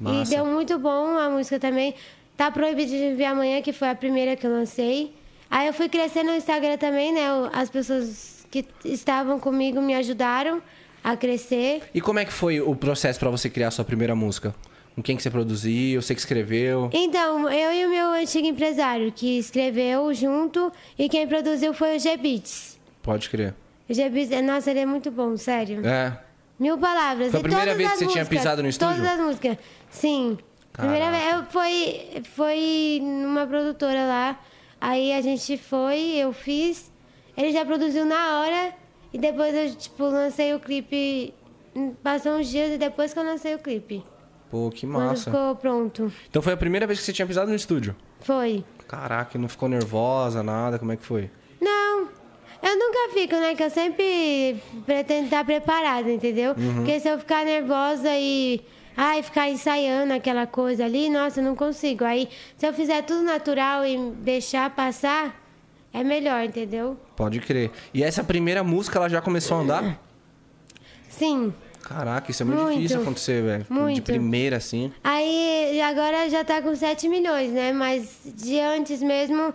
Speaker 1: Massa.
Speaker 3: E deu muito bom a música também. Tá proibido de vir amanhã, que foi a primeira que eu lancei. Aí eu fui crescendo no Instagram também, né? O- As pessoas que estavam comigo me ajudaram a crescer.
Speaker 1: E como é que foi o processo pra você criar a sua primeira música? Com quem que você produziu? Você que escreveu?
Speaker 3: Então, eu e o meu antigo empresário, que escreveu junto, e quem produziu foi o G-Beats.
Speaker 1: Pode crer.
Speaker 3: O G-Beats, é- nossa, ele é muito bom, sério.
Speaker 1: É.
Speaker 3: Mil palavras.
Speaker 1: Foi a
Speaker 3: e
Speaker 1: primeira
Speaker 3: todas
Speaker 1: vez que
Speaker 3: as
Speaker 1: você tinha
Speaker 3: músicas,
Speaker 1: pisado no estúdio?
Speaker 3: Todas as músicas, sim. Primeira vez, eu foi, foi numa produtora lá, aí a gente foi, eu fiz, ele já produziu na hora, e depois eu, tipo, lancei o clipe, passou uns dias e depois que eu lancei o clipe.
Speaker 1: Pô, que
Speaker 3: Quando
Speaker 1: massa.
Speaker 3: ficou pronto.
Speaker 1: Então foi a primeira vez que você tinha pisado no estúdio?
Speaker 3: Foi.
Speaker 1: Caraca, não ficou nervosa, nada, como é que foi?
Speaker 3: Não. Eu nunca fico, né? Que eu sempre pretendo estar preparada, entendeu? Porque se eu ficar nervosa e. Ai, ficar ensaiando aquela coisa ali, nossa, eu não consigo. Aí, se eu fizer tudo natural e deixar passar, é melhor, entendeu?
Speaker 1: Pode crer. E essa primeira música, ela já começou a andar?
Speaker 3: Sim.
Speaker 1: Caraca, isso é muito,
Speaker 3: Muito.
Speaker 1: difícil acontecer, velho. De
Speaker 3: Muito.
Speaker 1: primeira, assim.
Speaker 3: Aí, agora já tá com 7 milhões, né? Mas de antes mesmo,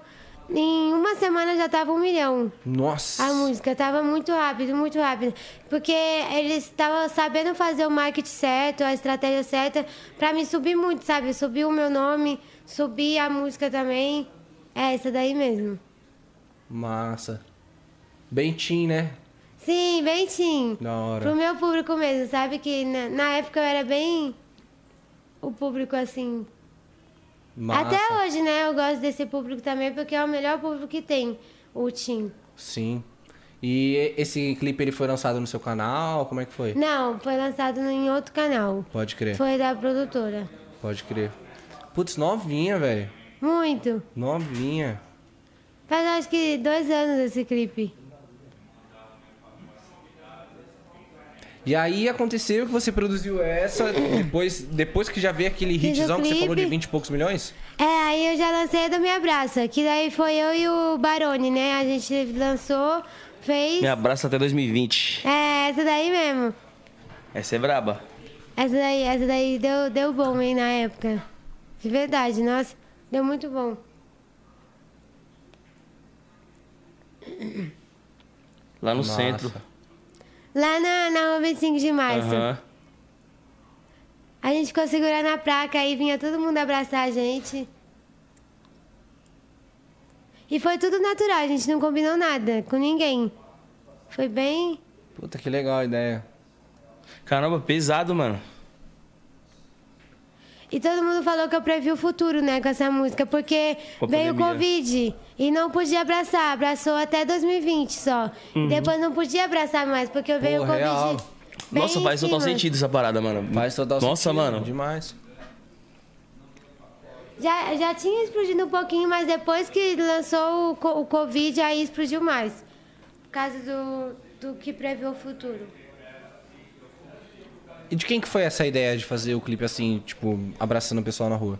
Speaker 3: em uma semana já tava um milhão.
Speaker 1: Nossa.
Speaker 3: A música tava Ah, muito rápido, muito rápido. Porque eles estavam sabendo fazer o marketing certo, a estratégia certa, pra me subir muito, sabe? Subir o meu nome, subir a música também. É essa daí mesmo.
Speaker 1: Massa. Bem teen, né?
Speaker 3: Sim, bem sim.
Speaker 1: Da
Speaker 3: Pro
Speaker 1: hora.
Speaker 3: meu público mesmo, sabe? Que na, na época eu era bem. O público assim.
Speaker 1: Massa.
Speaker 3: Até hoje, né? Eu gosto desse público também, porque é o melhor público que tem, o Tim.
Speaker 1: Sim. E e- esse clipe ele foi lançado no seu canal? Como é que foi?
Speaker 3: Não, foi lançado em outro canal.
Speaker 1: Pode crer,
Speaker 3: Foi da produtora.
Speaker 1: pode crer. Putz, novinha, velho.
Speaker 3: Muito.
Speaker 1: Novinha.
Speaker 3: Faz acho que dois anos esse clipe.
Speaker 1: E aí aconteceu que você produziu
Speaker 3: [coughs]
Speaker 1: essa depois, depois que já veio aquele
Speaker 3: Fiz o
Speaker 1: hitzão que você falou de
Speaker 3: clipe.
Speaker 1: 20 e poucos milhões?
Speaker 3: É, aí eu já lancei do Minha Braça, que daí foi eu e o Barone, né? A gente lançou, fez.
Speaker 2: Me abraça até 2020.
Speaker 3: É, essa daí mesmo.
Speaker 2: Essa é braba.
Speaker 3: Essa daí, essa daí deu, deu bom, hein, na época. De verdade, nossa, deu muito bom.
Speaker 2: Lá no
Speaker 1: Nossa.
Speaker 2: centro.
Speaker 3: Lá na, na Rua 25 de março.
Speaker 2: Aham.
Speaker 3: A gente ficou segurando a placa aí vinha todo mundo abraçar a gente. E foi tudo natural, a gente não combinou nada com ninguém. Foi bem.
Speaker 1: Puta, que legal a ideia.
Speaker 2: Caramba, pesado, mano.
Speaker 3: E todo mundo falou que eu previ o futuro, né, com essa música, porque
Speaker 2: Com a
Speaker 3: veio o
Speaker 2: pandemia.
Speaker 3: Covid e não podia abraçar, abraçou até 2020 só. E depois não podia abraçar mais, porque veio o Covid.
Speaker 1: Uhum. real.
Speaker 3: bem
Speaker 2: Nossa,
Speaker 3: em
Speaker 2: faz total
Speaker 3: cima.
Speaker 2: sentido essa parada, mano.
Speaker 1: Faz total
Speaker 2: Nossa,
Speaker 1: sentido,
Speaker 2: mano.
Speaker 1: Demais.
Speaker 3: Já, já tinha explodido um pouquinho, mas depois que lançou o, co- o Covid, aí explodiu mais. Por causa do, do que prevê o futuro.
Speaker 1: E de quem que foi essa ideia de fazer o clipe assim, tipo, abraçando o pessoal na rua?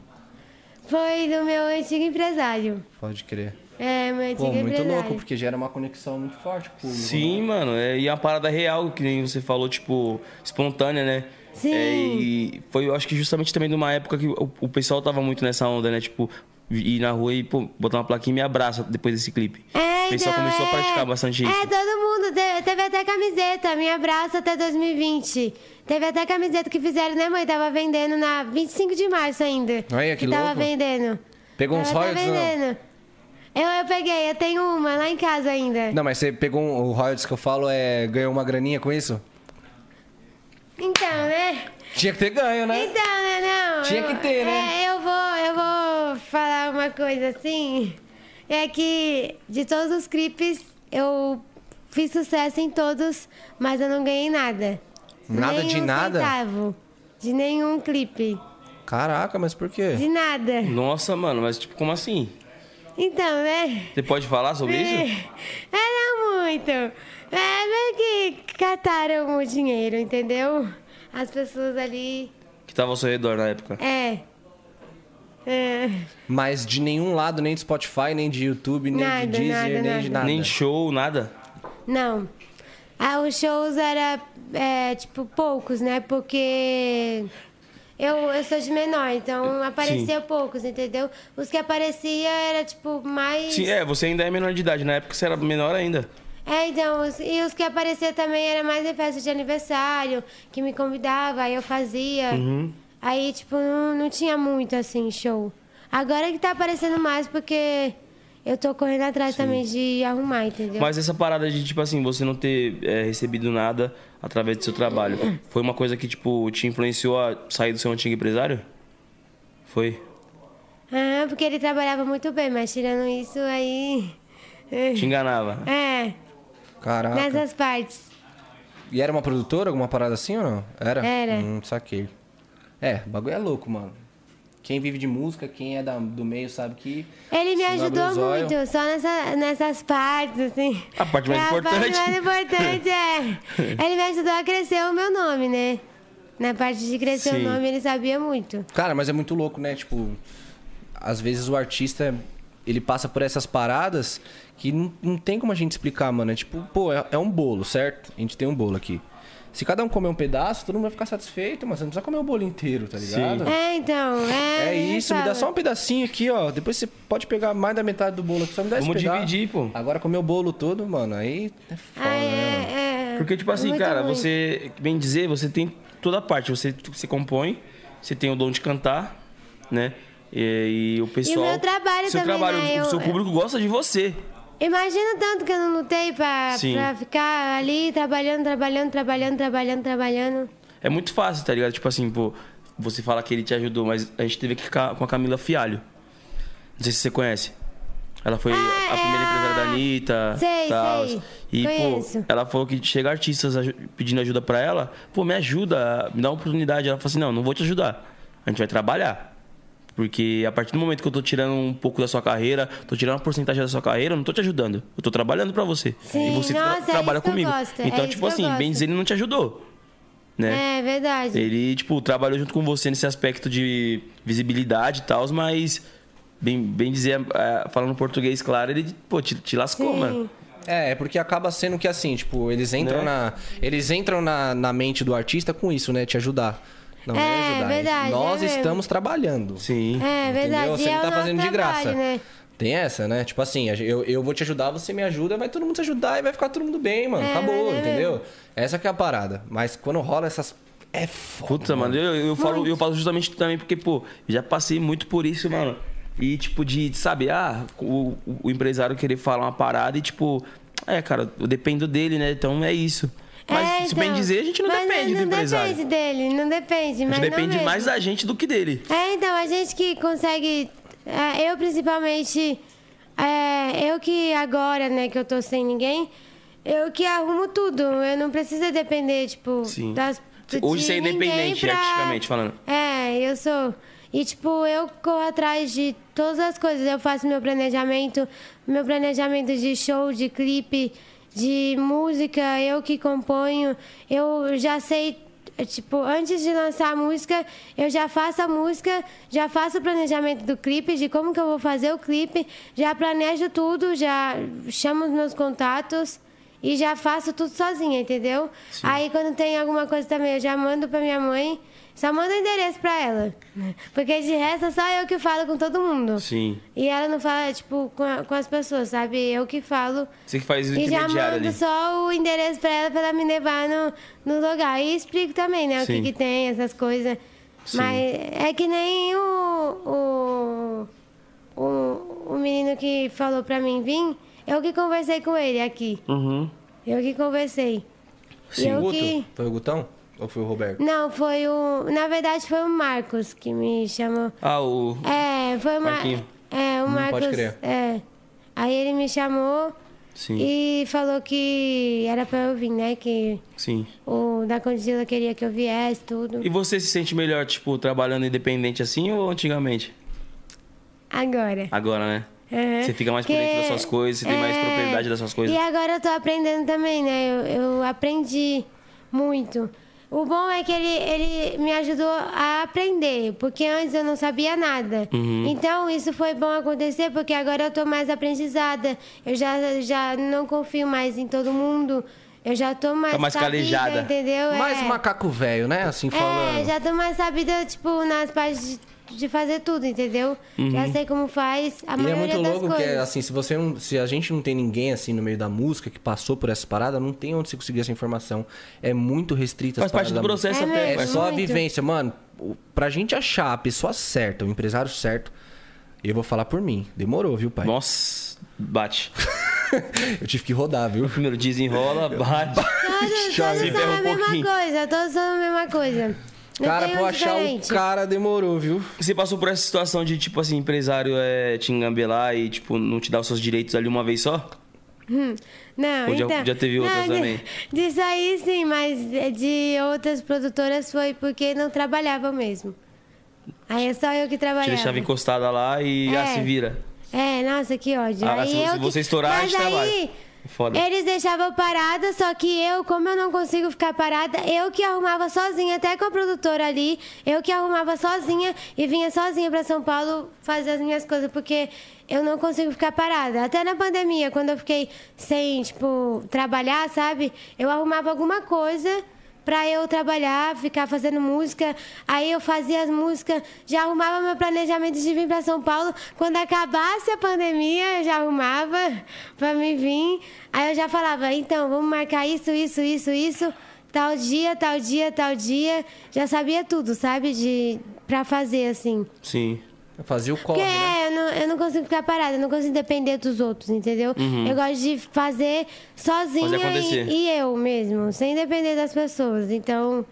Speaker 3: Foi do meu antigo empresário.
Speaker 1: Pode crer.
Speaker 3: É, meu antigo
Speaker 1: Pô, muito
Speaker 3: empresário.
Speaker 1: louco, porque gera uma conexão muito forte com o público.
Speaker 2: Sim, mano. É, e é uma parada real, que nem você falou, tipo, espontânea, né?
Speaker 3: Sim.
Speaker 2: É, e foi, eu acho que justamente também de uma época que o, o pessoal tava muito nessa onda, né? Tipo, ir na rua e, pô, botar uma plaquinha e me abraça depois desse clipe.
Speaker 3: É,
Speaker 2: o pessoal
Speaker 3: então,
Speaker 2: começou
Speaker 3: é,
Speaker 2: a praticar bastante isso.
Speaker 3: É, todo mundo. Te- Teve até camiseta, me abraça até 2020. Teve até camiseta que fizeram, né, mãe? Tava vendendo na 25 de março ainda.
Speaker 1: Olha, que
Speaker 3: Tava
Speaker 1: louco.
Speaker 3: vendendo.
Speaker 1: Pegou uns
Speaker 3: Tava até
Speaker 1: royalties ou não?
Speaker 3: vendendo. Eu, eu peguei, eu tenho uma lá em casa ainda.
Speaker 1: Não, mas você pegou um, o royalties que eu falo, é, ganhou uma graninha com isso?
Speaker 3: Então, né?
Speaker 1: Tinha que ter ganho, né?
Speaker 3: Então, né, não.
Speaker 1: Tinha
Speaker 3: eu-
Speaker 1: que ter, né?
Speaker 3: É, eu vou, eu vou falar uma coisa assim. É que de todos os clipes, eu fiz sucesso em todos, mas eu não ganhei nada.
Speaker 1: Nada
Speaker 3: Nem
Speaker 1: de
Speaker 3: um
Speaker 1: nada?
Speaker 3: Centavo, de nenhum clipe.
Speaker 1: Caraca, mas por quê?
Speaker 3: De nada.
Speaker 2: Nossa, mano, mas tipo, como assim?
Speaker 3: Então, né?
Speaker 2: Você pode falar sobre
Speaker 3: É,
Speaker 2: isso?
Speaker 3: não muito. É meio que cataram o dinheiro, entendeu? As pessoas ali.
Speaker 2: Que tava ao seu redor na época.
Speaker 3: É. É.
Speaker 1: Mas de nenhum lado, nem de Spotify, nem de YouTube, nem
Speaker 3: Nada,
Speaker 1: de Deezer,
Speaker 3: nada,
Speaker 1: nem de
Speaker 3: nada.
Speaker 1: nada.
Speaker 2: Nem show, nada.
Speaker 3: Não. Ah, os shows era é, tipo poucos, né? Porque eu, eu sou de menor,
Speaker 2: É,
Speaker 3: então aparecia poucos, entendeu? Os que aparecia era tipo mais.
Speaker 2: Sim, é, você ainda é menor de idade. Na época você era menor ainda.
Speaker 3: É, então, os- e os que aparecia também era mais em festa de aniversário, que me convidava, aí eu fazia.
Speaker 2: Uhum.
Speaker 3: Aí, tipo, não, não tinha muito assim, show. Agora que tá aparecendo mais, porque eu tô correndo atrás também de arrumar, entendeu?
Speaker 2: Mas essa parada de, tipo assim, você não ter é, recebido nada através do seu trabalho, foi uma coisa que, tipo, te influenciou a sair do seu antigo empresário? Foi?
Speaker 3: Ah, porque ele trabalhava muito bem, mas tirando isso aí. [laughs]
Speaker 2: Te enganava.
Speaker 3: É,
Speaker 1: Caraca.
Speaker 3: nessas partes.
Speaker 1: E era uma produtora, alguma parada assim ou não? Era?
Speaker 3: Era.
Speaker 1: Hum, saquei. É, o bagulho é louco, mano. Quem vive de música, quem é da- do meio sabe que.
Speaker 3: Ele me
Speaker 1: se não abrir
Speaker 3: ajudou
Speaker 1: os olhos-
Speaker 3: muito, só nessa- nessas partes, assim.
Speaker 2: A parte mais
Speaker 3: É,
Speaker 2: importante.
Speaker 3: A parte mais importante é. Ele me ajudou a crescer o meu nome, né? Na parte de crescer
Speaker 2: Sim.
Speaker 3: o nome, ele sabia muito.
Speaker 1: Cara, mas é muito louco, né? Tipo, às vezes o artista, ele passa por essas paradas que não, não tem como a gente explicar, mano. É tipo, pô, é, é um bolo, certo? A gente tem um bolo aqui. Se cada um comer um pedaço, todo mundo vai ficar satisfeito, mas você não precisa comer o bolo inteiro, tá ligado?
Speaker 3: É, então. É,
Speaker 1: É
Speaker 3: ele
Speaker 1: isso, me dá
Speaker 3: fala.
Speaker 1: só um pedacinho aqui, ó. Depois você pode pegar mais da metade do bolo aqui, só me dá
Speaker 2: Vamos
Speaker 1: esse pedaço.
Speaker 2: dividir, pô.
Speaker 1: Agora comer o bolo todo, mano, aí é foda,
Speaker 3: Ah,
Speaker 1: né? mano?
Speaker 3: é, é.
Speaker 2: Porque, tipo assim,
Speaker 3: Muito
Speaker 2: cara,
Speaker 3: ruim.
Speaker 2: você, bem dizer, você tem toda a parte. Você se compõe, você tem o dom de cantar, né? E, e o pessoal.
Speaker 3: meu trabalho
Speaker 2: seu
Speaker 3: também,
Speaker 2: trabalho,
Speaker 3: né?
Speaker 2: O seu
Speaker 3: Eu-
Speaker 2: público gosta de você.
Speaker 3: Imagina o tanto que eu não lutei pra,
Speaker 2: Sim.
Speaker 3: pra ficar ali trabalhando, trabalhando, trabalhando, trabalhando, trabalhando.
Speaker 2: É muito fácil, tá ligado? Tipo assim, pô, você fala que ele te ajudou, mas a gente teve aqui ca- com a Camila Fialho. Não sei se você conhece. Ela foi
Speaker 3: Ah,
Speaker 2: a primeira
Speaker 3: é
Speaker 2: empresária da
Speaker 3: a-
Speaker 2: Anitta.
Speaker 3: Sei,
Speaker 2: tal.
Speaker 3: sei.
Speaker 2: E, pô,
Speaker 3: Conheço.
Speaker 2: ela falou que chega artistas aju- pedindo ajuda pra ela. Pô, me ajuda, me dá uma oportunidade. Ela falou assim: não, não vou te ajudar. A gente vai trabalhar. Porque a partir do momento que eu tô tirando um pouco da sua carreira, tô tirando uma porcentagem da sua carreira, eu não tô te ajudando. Eu tô trabalhando pra você.
Speaker 3: Sim,
Speaker 2: e você tra-
Speaker 3: nossa, é isso
Speaker 2: trabalha
Speaker 3: que eu
Speaker 2: comigo.
Speaker 3: gosto, é
Speaker 2: Então,
Speaker 3: isso
Speaker 2: tipo
Speaker 3: que eu
Speaker 2: assim, bem
Speaker 3: gosto.
Speaker 2: dizer, ele não te ajudou. Né?
Speaker 3: É, verdade.
Speaker 2: Ele, tipo, trabalhou junto com você nesse aspecto de visibilidade e tal, é, mas, bem, bem dizer, ah, falando português, claro, ele, pô, te, te lascou,
Speaker 3: Sim.
Speaker 2: mano.
Speaker 1: É, é porque acaba sendo que assim, tipo, eles entram,
Speaker 2: Né?
Speaker 1: na, eles entram na, na mente do artista com isso, né? Te ajudar. Não, não
Speaker 3: É,
Speaker 1: ajudar.
Speaker 3: verdade,
Speaker 1: Nós
Speaker 3: é mesmo.
Speaker 1: estamos trabalhando.
Speaker 2: Sim.
Speaker 3: É verdade.
Speaker 1: Entendeu?
Speaker 3: e
Speaker 1: Você
Speaker 3: é
Speaker 1: não
Speaker 3: o
Speaker 1: tá
Speaker 3: nosso
Speaker 1: fazendo de
Speaker 3: trabalho,
Speaker 1: graça.
Speaker 3: Né?
Speaker 1: Tem essa, né? Tipo assim, a gen- eu, eu vou te ajudar, você me ajuda, vai todo mundo se ajudar e vai ficar todo mundo bem, mano.
Speaker 3: É,
Speaker 1: Acabou,
Speaker 3: mas é
Speaker 1: entendeu? Essa que é a parada. Mas quando rola essas. É foda.
Speaker 2: Puta, mano, eu, eu, falo, eu falo justamente também porque, pô, já passei muito por isso, mano. E, tipo, de, de saber, ah, o, o empresário querer falar uma parada e, tipo, é, cara, eu dependo dele, né? Então é isso. Mas,
Speaker 3: É,
Speaker 2: se
Speaker 3: então.
Speaker 2: bem dizer, a gente não
Speaker 3: Mas
Speaker 2: depende
Speaker 3: não
Speaker 2: do empresário.
Speaker 3: depende dele, não depende.
Speaker 2: a
Speaker 3: mas
Speaker 2: gente
Speaker 3: não
Speaker 2: depende
Speaker 3: mesmo.
Speaker 2: mais da gente do que dele.
Speaker 3: É, então, a gente que consegue. é, eu principalmente. é, eu que agora, né, que eu tô sem ninguém, eu que arrumo tudo. Eu não preciso depender, tipo,
Speaker 2: Sim.
Speaker 3: das. de
Speaker 2: Hoje você é
Speaker 3: ninguém
Speaker 2: independente,
Speaker 3: pra-
Speaker 2: artisticamente falando.
Speaker 3: É, eu sou. E, tipo, eu corro atrás de todas as coisas. Eu faço meu planejamento, meu planejamento de show, de clipe, de música, eu que componho. Eu já sei, eh, tipo, antes de lançar a música, eu já faço a música, já faço o planejamento do clipe, de como que eu vou fazer o clipe, já planejo tudo, já chamo os meus contatos. E já faço tudo sozinha, entendeu? Aí quando tem alguma coisa também, eu já mando pra minha mãe. Só mando o endereço pra ela. Porque de resto é só eu que falo com todo mundo.
Speaker 2: Sim.
Speaker 3: E ela não fala, tipo, com, a- com as pessoas, sabe? Eu que falo.
Speaker 2: Você que faz o
Speaker 3: E já
Speaker 2: intermediário
Speaker 3: mando
Speaker 2: ali.
Speaker 3: só o endereço pra ela, pra ela me levar no, no lugar. E explico também, né? O que,
Speaker 2: Sim.
Speaker 3: que tem, essas coisas. Mas é que nem o, o, o, o menino que falou pra mim vir, eu que conversei com ele aqui.
Speaker 2: Uhum.
Speaker 3: Eu que conversei. E
Speaker 1: Sim,
Speaker 3: eu
Speaker 1: Guto?
Speaker 3: que...
Speaker 1: Foi o Gutão? Ou foi o Roberto?
Speaker 3: Não, foi o... Na verdade, foi o Marcos que me chamou.
Speaker 2: Ah, o.
Speaker 3: É, foi o Marcos.
Speaker 2: Marquinho. Hum,
Speaker 3: É, o Marcos...
Speaker 1: crer.
Speaker 3: É. Aí ele me chamou
Speaker 2: Sim.
Speaker 3: e falou que era pra eu vir, né? Que
Speaker 2: Sim.
Speaker 3: o da Condizila queria que eu viesse, tudo.
Speaker 2: E você se sente melhor, tipo, trabalhando independente assim ou antigamente?
Speaker 3: Agora.
Speaker 2: Agora, né?
Speaker 3: Aham.
Speaker 2: Você fica mais por dentro das suas coisas, você tem mais propriedade das suas coisas.
Speaker 3: É. E agora eu tô aprendendo também, né? Eu, eu aprendi muito. O bom é que ele, ele me ajudou a aprender, porque antes eu não sabia nada.
Speaker 2: Uhum.
Speaker 3: Então isso foi bom acontecer, porque agora eu tô mais aprendizada. Eu já, já não confio mais em todo mundo. Eu já tô mais,
Speaker 2: Tá mais
Speaker 3: sabida,
Speaker 2: calejada.
Speaker 3: entendeu?
Speaker 1: Mais
Speaker 3: É.
Speaker 1: macaco velho, né? Assim falando.
Speaker 3: É, já tô mais sabida, tipo, nas partes de, de fazer tudo, entendeu? Já
Speaker 2: Uhum.
Speaker 3: sei como faz a
Speaker 1: E é
Speaker 3: maioria
Speaker 1: muito
Speaker 3: das
Speaker 1: louco que,
Speaker 3: coisas.
Speaker 1: é, assim, se você não, se a gente não tem ninguém assim no meio da música que passou por essa parada, não tem onde você conseguir essa informação. É muito restrita
Speaker 2: Faz
Speaker 1: essa
Speaker 2: parte do
Speaker 1: parada da música.
Speaker 2: processo
Speaker 3: É
Speaker 2: até.
Speaker 3: mesmo.
Speaker 1: É
Speaker 2: parça.
Speaker 1: só a
Speaker 3: Muito.
Speaker 1: vivência, mano. o- Pra gente achar a pessoa certa, o empresário certo, eu vou falar por mim. Demorou, viu, pai?
Speaker 2: Nossa, bate. [laughs]
Speaker 1: Eu tive que rodar, viu?
Speaker 2: Primeiro desenrola, bate.
Speaker 3: Ah, Todos,
Speaker 1: Chave,
Speaker 3: todos
Speaker 2: ferra
Speaker 3: são
Speaker 2: um
Speaker 3: a mesma
Speaker 2: pouquinho.
Speaker 3: coisa, todos são a mesma coisa. Não
Speaker 1: cara,
Speaker 3: tem
Speaker 1: pra eu
Speaker 3: um
Speaker 1: achar o
Speaker 3: diferente.
Speaker 1: cara demorou, viu?
Speaker 2: Você passou por essa situação de, tipo assim, empresário é, te engambelar e, tipo, não te dar os seus direitos ali uma vez só?
Speaker 3: Hum, Não,
Speaker 2: Ou já-
Speaker 3: então,
Speaker 2: já teve outras
Speaker 3: de-
Speaker 2: também?
Speaker 3: Disso aí sim, mas de outras produtoras foi porque não trabalhavam mesmo. Aí é só eu que
Speaker 2: Te
Speaker 3: trabalhava.
Speaker 2: deixava encostada lá e ah,
Speaker 3: É.
Speaker 2: se vira.
Speaker 3: É, nossa, que ódio.
Speaker 2: Ah,
Speaker 3: aí
Speaker 2: se você-
Speaker 3: eu que-
Speaker 2: você estourar, a
Speaker 3: mas
Speaker 2: gente
Speaker 3: aí,
Speaker 2: trabalha. Foda.
Speaker 3: Eles deixavam parada, só que eu, como eu não consigo ficar parada, eu que arrumava sozinha, até com a produtora ali, eu que arrumava sozinha e vinha sozinha pra São Paulo fazer as minhas coisas, porque eu não consigo ficar parada. Até na pandemia, quando eu fiquei sem, tipo, trabalhar, sabe? Eu arrumava alguma coisa pra eu trabalhar, ficar fazendo música. Aí eu fazia as músicas, já arrumava meu planejamento de vir pra São Paulo. Quando acabasse a pandemia, eu já arrumava pra mim vir. Aí eu já falava, então, vamos marcar isso, isso, isso, isso. Tal dia, tal dia, tal dia. Já sabia tudo, sabe? De, pra fazer, assim.
Speaker 2: Sim.
Speaker 1: Fazia o corre,
Speaker 3: Porque
Speaker 1: né?
Speaker 3: é, eu, não, eu não consigo ficar parada, eu não consigo depender dos outros, entendeu?
Speaker 1: Uhum.
Speaker 3: Eu gosto de fazer sozinha
Speaker 2: Fazer acontecer.
Speaker 3: e, e eu mesmo, sem depender das pessoas. Então,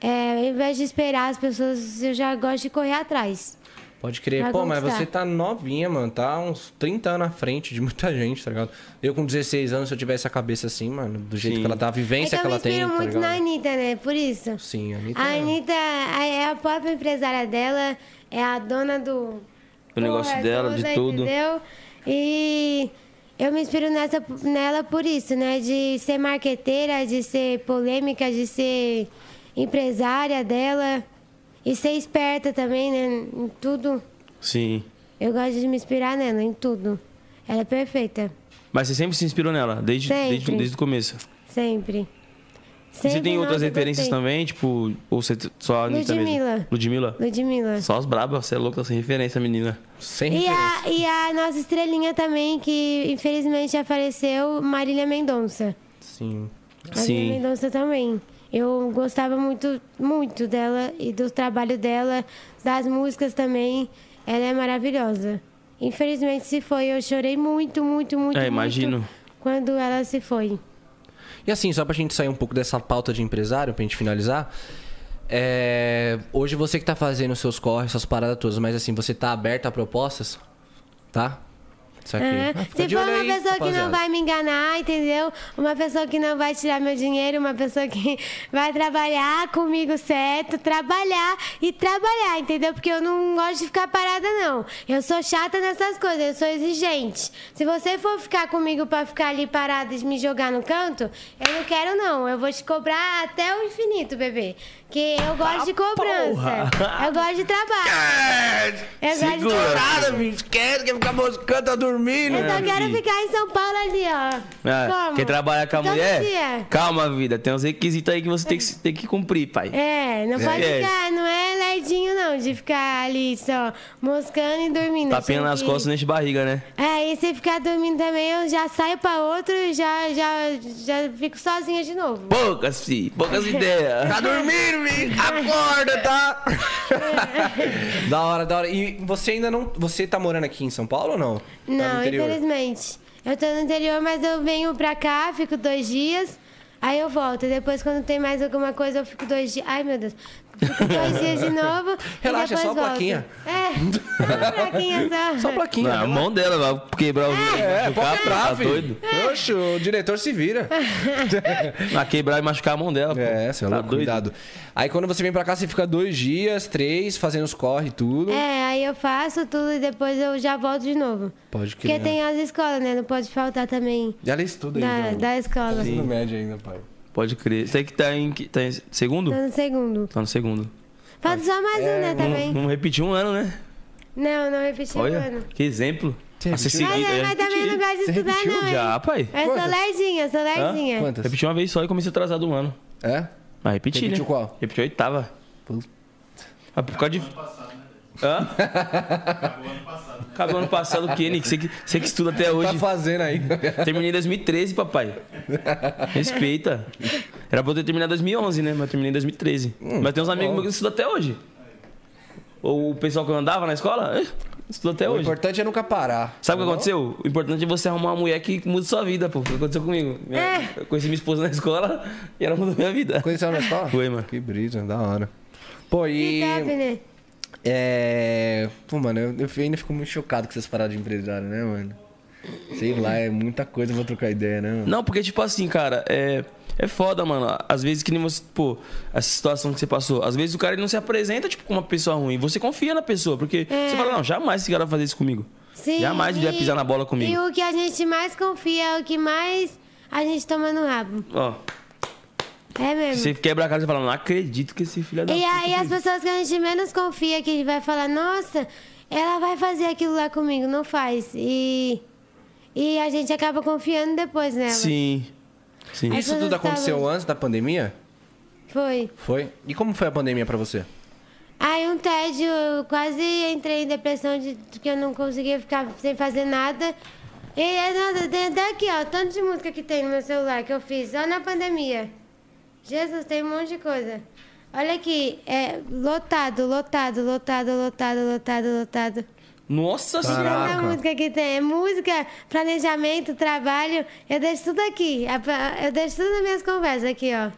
Speaker 3: é, ao invés de esperar as pessoas, eu já gosto de correr atrás.
Speaker 1: Pode crer.
Speaker 3: Vai
Speaker 1: Pô, mas
Speaker 3: conquistar.
Speaker 1: você tá novinha, mano. Tá uns 30 anos à frente de muita [laughs] gente, tá ligado? Eu com 16 anos, se eu tivesse a cabeça assim, mano, do jeito
Speaker 2: Sim.
Speaker 1: que ela tá, a vivência
Speaker 3: é que
Speaker 1: que
Speaker 3: eu me
Speaker 1: ela tem,
Speaker 3: inspiro
Speaker 1: tá
Speaker 3: muito na
Speaker 1: ligado?
Speaker 3: Anitta, né? Por isso.
Speaker 1: Sim, tá a Anitta.
Speaker 3: A Anitta a- é a própria empresária dela, é a dona do.
Speaker 2: Do negócio dela, de tudo.
Speaker 3: então Entendeu? E eu me inspiro nessa, nela por isso, né? De ser marqueteira, de ser polêmica, de ser empresária dela. E ser esperta também, né? Em tudo.
Speaker 2: Sim.
Speaker 3: Eu gosto de me inspirar nela, em tudo. Ela é perfeita.
Speaker 2: Mas você sempre se inspirou nela, desde, desde,
Speaker 3: Sempre.
Speaker 2: desde o começo.
Speaker 3: Sempre.
Speaker 2: E
Speaker 3: sempre
Speaker 2: você tem outras
Speaker 3: nossa,
Speaker 2: referências
Speaker 3: gostei.
Speaker 2: também, tipo, ou você só a Anitta mesmo?
Speaker 3: Ludmilla.
Speaker 2: Ludmilla.
Speaker 3: Ludmilla.
Speaker 2: Só as brabas, você é louca sem referência, menina.
Speaker 1: Sem
Speaker 3: E
Speaker 1: referência.
Speaker 3: a, e a nossa estrelinha também, que infelizmente já faleceu, Marília Mendonça.
Speaker 1: Sim.
Speaker 3: Marília
Speaker 2: Sim.
Speaker 3: Mendonça também. Eu gostava muito, muito dela e do trabalho dela, das músicas também. Ela é maravilhosa. Infelizmente se foi, eu chorei muito, muito, muito.
Speaker 2: É,
Speaker 3: muito
Speaker 2: imagino.
Speaker 3: Quando ela se foi.
Speaker 1: E assim, só pra gente sair um pouco dessa pauta de empresário, pra gente finalizar. é, Hoje você que tá fazendo os seus corres, suas paradas todas, mas assim, você tá aberto a propostas? Tá? Isso aqui.
Speaker 3: Aham.
Speaker 1: Ah, fica
Speaker 3: É, Se
Speaker 1: de
Speaker 3: for
Speaker 1: olho
Speaker 3: uma
Speaker 1: aí,
Speaker 3: pessoa que
Speaker 1: rapaziada.
Speaker 3: não vai me enganar, entendeu? Uma pessoa que não vai tirar meu dinheiro, uma pessoa que [laughs] vai trabalhar comigo certo, trabalhar e trabalhar, entendeu? Porque eu não gosto de ficar parada, não. Eu sou chata nessas coisas, eu sou exigente. Se você for ficar comigo pra ficar ali parada e me jogar no canto, eu não quero, não. Eu vou te cobrar até o infinito, bebê. Que eu gosto
Speaker 1: Tá
Speaker 3: de cobrança. Eu gosto de trabalho.
Speaker 1: [laughs]
Speaker 3: Eu gosto de um
Speaker 2: Segura.
Speaker 3: trabalho.
Speaker 1: Nada, me esquece, quer ficar moscando, tá dormindo.
Speaker 3: Eu só
Speaker 2: É,
Speaker 3: quero
Speaker 2: Vi.
Speaker 3: ficar em São Paulo ali, ó.
Speaker 2: Ah,
Speaker 3: Como? Então,
Speaker 2: quer trabalhar com a
Speaker 3: Todo
Speaker 2: mulher?
Speaker 3: dia.
Speaker 2: Calma, vida. Tem uns requisitos aí que você tem que, tem que cumprir, pai. Tá
Speaker 3: É, não pode
Speaker 2: É.
Speaker 3: ficar, não é ledinho não, de ficar ali só moscando e dormindo.
Speaker 2: Tapinha
Speaker 3: Tem
Speaker 2: nas
Speaker 3: que-
Speaker 2: costas e enche barriga, né?
Speaker 3: É, e se ficar dormindo também, eu já saio pra outro e já, já, já fico sozinha de novo.
Speaker 2: Poucas, fi.
Speaker 3: [laughs]
Speaker 2: Poucas ideias.
Speaker 1: Tá dormindo, Vi? Acorda, tá? da hora, da hora. E você ainda não. Você tá morando aqui em São Paulo ou não? Tá no
Speaker 3: Não,
Speaker 1: interior?
Speaker 3: infelizmente. Eu tô no interior, mas eu venho pra cá, fico dois dias, aí eu volto. E Depois, quando tem mais alguma coisa, eu fico dois dias. Ai, meu Deus. Fico dois dias
Speaker 1: [laughs]
Speaker 3: de novo.
Speaker 1: Relaxa,
Speaker 3: e
Speaker 1: é só a
Speaker 3: depois volto.
Speaker 1: plaquinha. [laughs]
Speaker 3: É, só uma plaquinha só.
Speaker 1: Só plaquinha.
Speaker 2: Não, a
Speaker 1: relaxa.
Speaker 2: mão dela vai quebrar o
Speaker 1: É, pode
Speaker 2: machucar, tá
Speaker 1: quebrar, filho.
Speaker 2: doido?
Speaker 1: Oxe, o diretor se
Speaker 3: [laughs]
Speaker 1: vira.
Speaker 2: Vai quebrar e machucar a mão dela. pô.
Speaker 1: É, você é
Speaker 2: Tá
Speaker 1: louco,
Speaker 2: doido?
Speaker 1: cuidado. Aí quando você vem pra cá, você fica dois dias, três, fazendo os corre e tudo.
Speaker 3: É, aí eu faço tudo e depois eu já volto de novo.
Speaker 1: Pode
Speaker 3: Porque
Speaker 1: crer.
Speaker 3: tem as escolas, né? Não pode faltar também
Speaker 1: E ela estuda
Speaker 3: da,
Speaker 1: ainda.
Speaker 3: da escola.
Speaker 1: Ensino médio ainda, pai.
Speaker 2: Pode crer. Você que tá em, que- tá em segundo?
Speaker 3: Tô no segundo.
Speaker 2: Tá no segundo.
Speaker 3: Falta só mais um,
Speaker 1: É.
Speaker 3: né,
Speaker 2: Não,
Speaker 1: Hum.
Speaker 3: também?
Speaker 2: não repetiu um ano, né?
Speaker 3: Não, não repeti o
Speaker 2: Olha,
Speaker 3: ano.
Speaker 2: que exemplo.
Speaker 1: Você
Speaker 2: Ah, você
Speaker 1: repetiu?
Speaker 2: se-
Speaker 3: Mas,
Speaker 2: eu
Speaker 3: é, mas também não
Speaker 2: repeti.
Speaker 3: gosto de
Speaker 1: Você
Speaker 3: estudar,
Speaker 1: repetiu
Speaker 3: não, é. hein?
Speaker 2: Já, pai.
Speaker 3: Eu sou
Speaker 1: Quantas?
Speaker 3: lerdinha, sou lerdinha.
Speaker 1: Quantas?
Speaker 2: Repeti uma vez só e comecei atrasado um ano.
Speaker 1: É?
Speaker 2: Mas repeti,
Speaker 1: Repetiu
Speaker 2: né?
Speaker 1: qual?
Speaker 2: Repeti a oitava.
Speaker 1: Puta.
Speaker 2: Ah, por causa de... Hã? Acabou ano passado né? o quê, Nick? Você que, você que estuda até
Speaker 1: Tá
Speaker 2: hoje.
Speaker 1: fazendo ainda.
Speaker 2: Terminei em 2013, papai. Respeita. Era pra eu ter terminado em 2011, né? Mas eu terminei em 2013.
Speaker 1: Hum,
Speaker 2: Mas
Speaker 1: tá
Speaker 2: tem uns amigos meus que estudam até hoje. Ou o pessoal que eu andava na escola, eh, estuda até
Speaker 1: O
Speaker 2: hoje.
Speaker 1: importante é nunca parar.
Speaker 2: Sabe o que
Speaker 1: Não?
Speaker 2: aconteceu? O importante é você arrumar uma mulher que muda sua vida, pô. Foi o que aconteceu comigo. Minha-
Speaker 3: É.
Speaker 2: Eu conheci minha esposa na escola [laughs] e ela mudou minha vida.
Speaker 1: Conheceu ela na escola?
Speaker 2: Foi, mano.
Speaker 1: Que brisa, da hora. Pô, e.
Speaker 3: Que top, né?
Speaker 1: É. Pô, mano, eu, eu ainda fico muito chocado com essas paradas de empresário, né, mano? Sei lá, é muita coisa pra trocar ideia, né, mano?
Speaker 2: Não, porque, tipo assim, cara, é. É foda, mano. Às vezes que nem você, pô, essa situação que você passou. Às vezes o cara ele não se apresenta, tipo, como uma pessoa ruim. Você confia na pessoa, porque você fala, não, jamais esse cara vai fazer isso comigo.
Speaker 3: É. Sim.
Speaker 2: jamais ele vai
Speaker 3: e-
Speaker 2: pisar na bola
Speaker 3: E
Speaker 2: comigo.
Speaker 3: o que a gente mais confia é o que mais a gente toma no rabo.
Speaker 2: Ó,
Speaker 3: É mesmo.
Speaker 2: você quebra a cara e fala, não acredito que esse filho é da
Speaker 3: E
Speaker 2: puta
Speaker 3: aí as
Speaker 2: fez
Speaker 3: pessoas que a gente menos confia que vai falar, nossa, ela vai fazer aquilo lá comigo, não faz. E, e a gente acaba confiando depois nela.
Speaker 2: isso." Sim. Sim.
Speaker 3: Aí-
Speaker 1: Isso tudo aconteceu antes da pandemia?
Speaker 3: Foi.
Speaker 1: Foi? E como foi a pandemia pra você?
Speaker 3: Aí um tédio, eu quase entrei em depressão de, de que eu não conseguia ficar sem fazer nada. E é, nossa, tem até aqui, ó, tanto de música que tem no meu celular que eu fiz só na pandemia. Jesus, tem um monte de coisa. Olha aqui, é lotado, lotado, lotado, lotado, lotado, lotado.
Speaker 2: Nossa senhora.
Speaker 3: Tanta música que tem. É música, planejamento, trabalho. Eu deixo tudo aqui. A pa- Eu deixo tudo nas minhas conversas aqui, ó.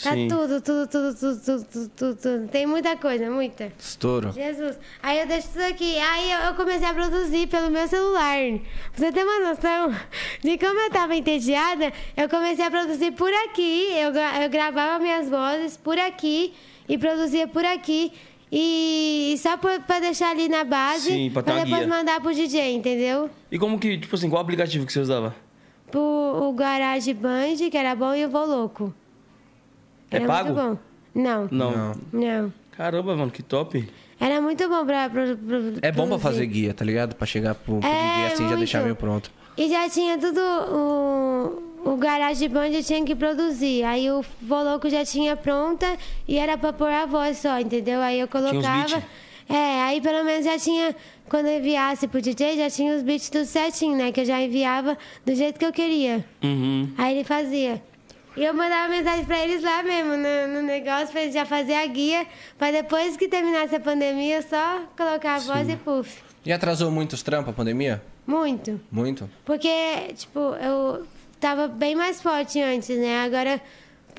Speaker 3: Tá
Speaker 2: Sim.
Speaker 3: tudo, tudo, tudo, tudo, tudo, tudo, tudo, tudo. Tem muita coisa, muita.
Speaker 1: Estouro.
Speaker 3: Jesus. Aí eu deixo tudo aqui. Aí eu, eu comecei a produzir pelo meu celular. Pra você ter uma noção de como eu tava entediada, eu comecei a produzir por aqui. Eu, gra- eu gravava minhas vozes por aqui e produzia por aqui. E só pra, pra deixar ali na base,
Speaker 2: Sim, pra ter uma
Speaker 3: depois
Speaker 2: guia.
Speaker 3: mandar pro DJ, entendeu?
Speaker 2: E como que, tipo assim, qual aplicativo que você usava?
Speaker 3: Pro o Garage Band, que era bom, e o Vou Louco.
Speaker 2: É
Speaker 3: Era
Speaker 2: pago?
Speaker 3: muito bom. Não.
Speaker 2: Não.
Speaker 3: Não.
Speaker 2: Caramba, mano, que top.
Speaker 3: Era muito bom pra, pra, pra
Speaker 1: É bom pra
Speaker 3: produzir.
Speaker 1: fazer guia, tá ligado? Pra chegar pro, pro
Speaker 3: É,
Speaker 1: DJ assim, já deixar
Speaker 3: muito.
Speaker 1: meio pronto.
Speaker 3: E já tinha tudo. O, o garage band eu tinha que produzir. Aí o Voloco já tinha pronta e era pra pôr a voz só, entendeu? Aí eu
Speaker 2: uns
Speaker 3: colocava.
Speaker 2: beat?
Speaker 3: É, aí pelo menos já tinha. Quando eu enviasse pro DJ, já tinha os beats tudo certinho, né? Que eu já enviava do jeito que eu queria.
Speaker 2: Uhum.
Speaker 3: Aí ele fazia. E eu mandava mensagem pra eles lá mesmo, no, no negócio, pra eles já fazer a guia, pra depois que terminasse a pandemia, só colocar a voz e puff.
Speaker 1: E atrasou muito os trampos a pandemia?
Speaker 3: Muito.
Speaker 1: Muito.
Speaker 3: Porque, tipo, eu tava bem mais forte antes, né? Agora,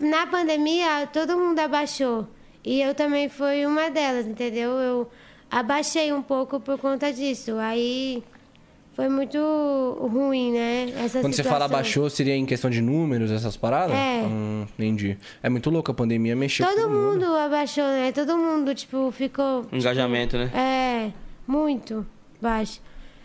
Speaker 3: na pandemia, todo mundo abaixou. E eu também fui uma delas, entendeu? Eu abaixei um pouco por conta disso. Aí foi muito ruim, né? Essa
Speaker 1: Quando você fala
Speaker 3: situação.
Speaker 1: baixou, seria em questão de números, essas paradas?
Speaker 3: É.
Speaker 1: Hum, entendi. É muito louco, a pandemia mexeu
Speaker 4: tipo,
Speaker 1: com
Speaker 3: Todo
Speaker 1: todo mundo.
Speaker 3: mundo abaixou, né? Todo mundo, tipo, ficou.
Speaker 2: Engajamento, né?
Speaker 3: É, muito baixo.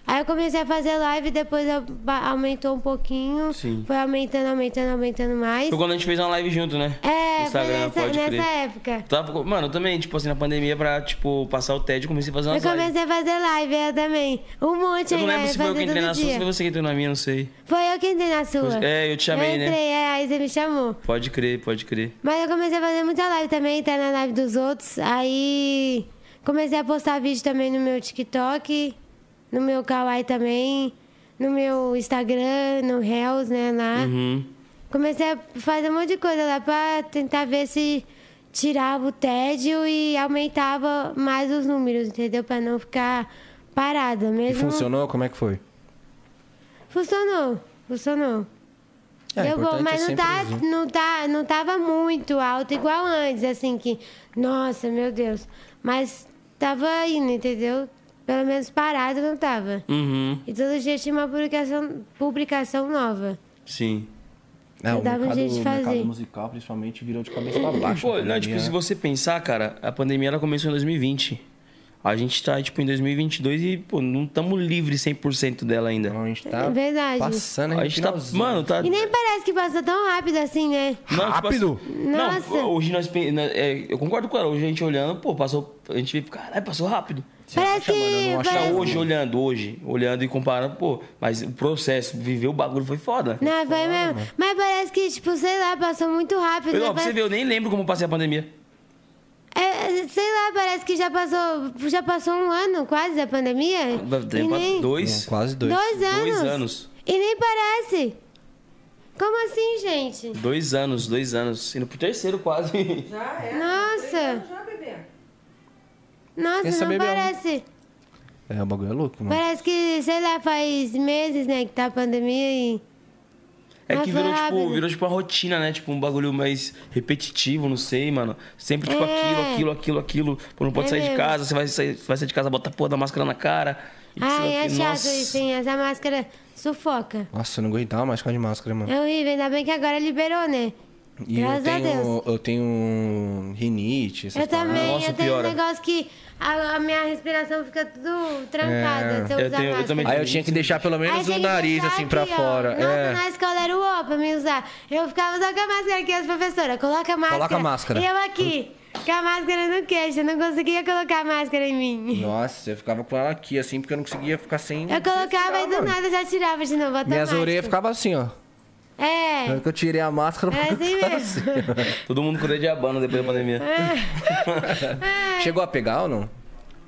Speaker 3: Aí eu comecei a fazer live, depois eu ba- aumentou um pouquinho.
Speaker 2: Sim.
Speaker 3: Foi aumentando, aumentando, aumentando mais.
Speaker 2: Foi quando a gente fez uma live junto, né?
Speaker 3: É,
Speaker 2: No
Speaker 3: foi
Speaker 2: Instagram,
Speaker 3: nessa,
Speaker 2: pode crer.
Speaker 3: nessa época.
Speaker 2: Tava, mano, eu também, tipo assim, na pandemia, pra, tipo, passar o tédio, comecei a fazer
Speaker 3: Eu
Speaker 2: umas lives.
Speaker 3: comecei a fazer live, eu também. Um monte
Speaker 2: Eu
Speaker 3: aí,
Speaker 2: não lembro se foi eu que entrei na sua, se foi
Speaker 3: dia.
Speaker 2: você que entrou na minha, não sei.
Speaker 3: Foi eu que entrei na sua.
Speaker 2: É, eu te chamei,
Speaker 3: eu
Speaker 2: né?
Speaker 3: entrei, é, aí você me chamou.
Speaker 2: Pode crer, pode crer.
Speaker 3: Mas eu comecei a fazer muita live também, tá na live dos outros. Aí comecei a postar vídeo também no meu TikTok, no meu Kawaii também, no meu Instagram, no Reels, né, lá.
Speaker 2: Uhum.
Speaker 3: Comecei a fazer um monte de coisa lá pra tentar ver se tirava o tédio e aumentava mais os números, entendeu? Pra não ficar parada
Speaker 1: E
Speaker 3: mesmo.
Speaker 1: funcionou? Como é que foi?
Speaker 3: Funcionou, funcionou.
Speaker 1: É,
Speaker 3: Deu bom,
Speaker 1: importante é
Speaker 3: mas não,
Speaker 1: sempre
Speaker 3: tá,
Speaker 1: ouvir.
Speaker 3: não, tá, não tava muito alto igual antes, assim, que. Nossa, meu Deus. Mas tava indo, entendeu? Pelo menos parado não tava.
Speaker 2: Uhum.
Speaker 3: E todo dia tinha uma publicação, publicação nova.
Speaker 2: Sim.
Speaker 1: Não,
Speaker 3: Eu dava um jeito de fazer.
Speaker 1: musical, principalmente, virou de cabeça pra baixo.
Speaker 2: Pô,
Speaker 1: na
Speaker 2: não, tipo,
Speaker 1: pandemia,
Speaker 2: se
Speaker 1: né?
Speaker 2: você pensar, cara, a pandemia ela começou em 2020. A gente tá, tipo, em 2022 e, pô, não estamos livres 100% dela ainda.
Speaker 1: Não, a gente tá
Speaker 3: É verdade.
Speaker 1: passando aí
Speaker 2: A
Speaker 1: no
Speaker 2: gente tá.
Speaker 1: finalzinho.
Speaker 2: Mano, tá.
Speaker 3: E nem parece que passou tão rápido assim, né?
Speaker 2: Não, tipo assim-
Speaker 1: Rápido?
Speaker 3: Nossa.
Speaker 2: Não, hoje nós. pe- na- é, eu concordo com ela. Hoje a gente olhando, pô, passou. A gente fica, caralho, passou rápido.
Speaker 3: parece
Speaker 1: acha, mano? Eu não
Speaker 3: que.
Speaker 1: acho
Speaker 3: parece-
Speaker 2: Não, é hoje olhando, hoje, olhando e comparando, pô, mas o processo, viver o bagulho foi foda.
Speaker 3: Não, é, foi mesmo. Mas parece que, tipo, sei lá, passou muito rápido.
Speaker 2: Eu,
Speaker 3: né?
Speaker 2: não, pra você ver, eu nem lembro como passei a pandemia.
Speaker 3: É, sei lá, parece que já passou, já passou um ano quase da pandemia. E nem-
Speaker 2: Dois.
Speaker 1: É, Quase dois.
Speaker 3: Dois anos.
Speaker 2: Dois anos.
Speaker 3: E nem parece. Como assim, gente?
Speaker 2: Dois anos, dois anos. Indo pro terceiro quase.
Speaker 5: Já é.
Speaker 3: Nossa.
Speaker 5: Três anos Já, bebê.
Speaker 3: Nossa,
Speaker 1: Essa
Speaker 3: não
Speaker 1: bebê é um-
Speaker 3: parece.
Speaker 1: É, o bagulho é louco, mano.
Speaker 3: Parece que, sei lá, faz meses, né, que tá a pandemia e...
Speaker 2: É
Speaker 3: Mas
Speaker 2: que
Speaker 3: foi
Speaker 2: virou tipo,
Speaker 3: rápido.
Speaker 2: virou tipo uma rotina, né? Tipo um bagulho mais repetitivo, não sei, mano. Sempre tipo
Speaker 3: É.
Speaker 2: aquilo, aquilo, aquilo, aquilo. Pô, não pode
Speaker 3: É
Speaker 2: sair de
Speaker 3: mesmo.
Speaker 2: casa, você vai sair, vai sair de casa, bota a porra da máscara na cara. e que
Speaker 3: Ai,
Speaker 2: sei lá
Speaker 3: é
Speaker 2: que-
Speaker 3: chato
Speaker 2: Nossa.
Speaker 3: isso, hein? Essa máscara sufoca.
Speaker 1: Nossa, eu não aguentava mais ficar de máscara, mano.
Speaker 3: É horrível, ainda bem que agora liberou, né?
Speaker 1: E eu
Speaker 3: Graças a
Speaker 1: tenho,
Speaker 3: Deus.
Speaker 1: eu tenho rinite, essas
Speaker 3: Eu também,
Speaker 2: Nossa,
Speaker 3: eu tenho
Speaker 2: piora.
Speaker 3: um negócio que a, a minha respiração fica tudo
Speaker 1: É.
Speaker 3: trancada se eu
Speaker 2: Eu
Speaker 3: usar
Speaker 2: tenho- eu
Speaker 3: máscara.
Speaker 2: também
Speaker 1: Aí eu tinha que deixar pelo
Speaker 3: Aí
Speaker 1: menos
Speaker 3: tem
Speaker 1: o
Speaker 3: que
Speaker 1: nariz
Speaker 3: botar
Speaker 1: assim pra
Speaker 3: aqui, ó.
Speaker 1: fora.
Speaker 3: Nossa,
Speaker 1: é.
Speaker 3: na escola era o ó pra me usar. Eu ficava só com a máscara aqui, as professoras, coloca a máscara.
Speaker 1: a máscara.
Speaker 3: E eu aqui, com a máscara no queixo, eu não conseguia colocar a máscara em mim.
Speaker 1: Nossa, eu ficava com ela aqui assim, porque eu não conseguia ficar sem.
Speaker 3: É Eu colocava e do nada já tirava de novo. automático.
Speaker 1: Minhas orelhas ficavam assim, ó. Na hora
Speaker 3: É,
Speaker 1: que eu tirei a máscara,
Speaker 3: era
Speaker 1: [laughs]
Speaker 3: assim
Speaker 1: ficava
Speaker 3: mesmo.
Speaker 2: [laughs] Todo mundo com o dedo de abano depois da pandemia.
Speaker 3: É.
Speaker 1: Chegou a pegar ou não?
Speaker 3: Ah,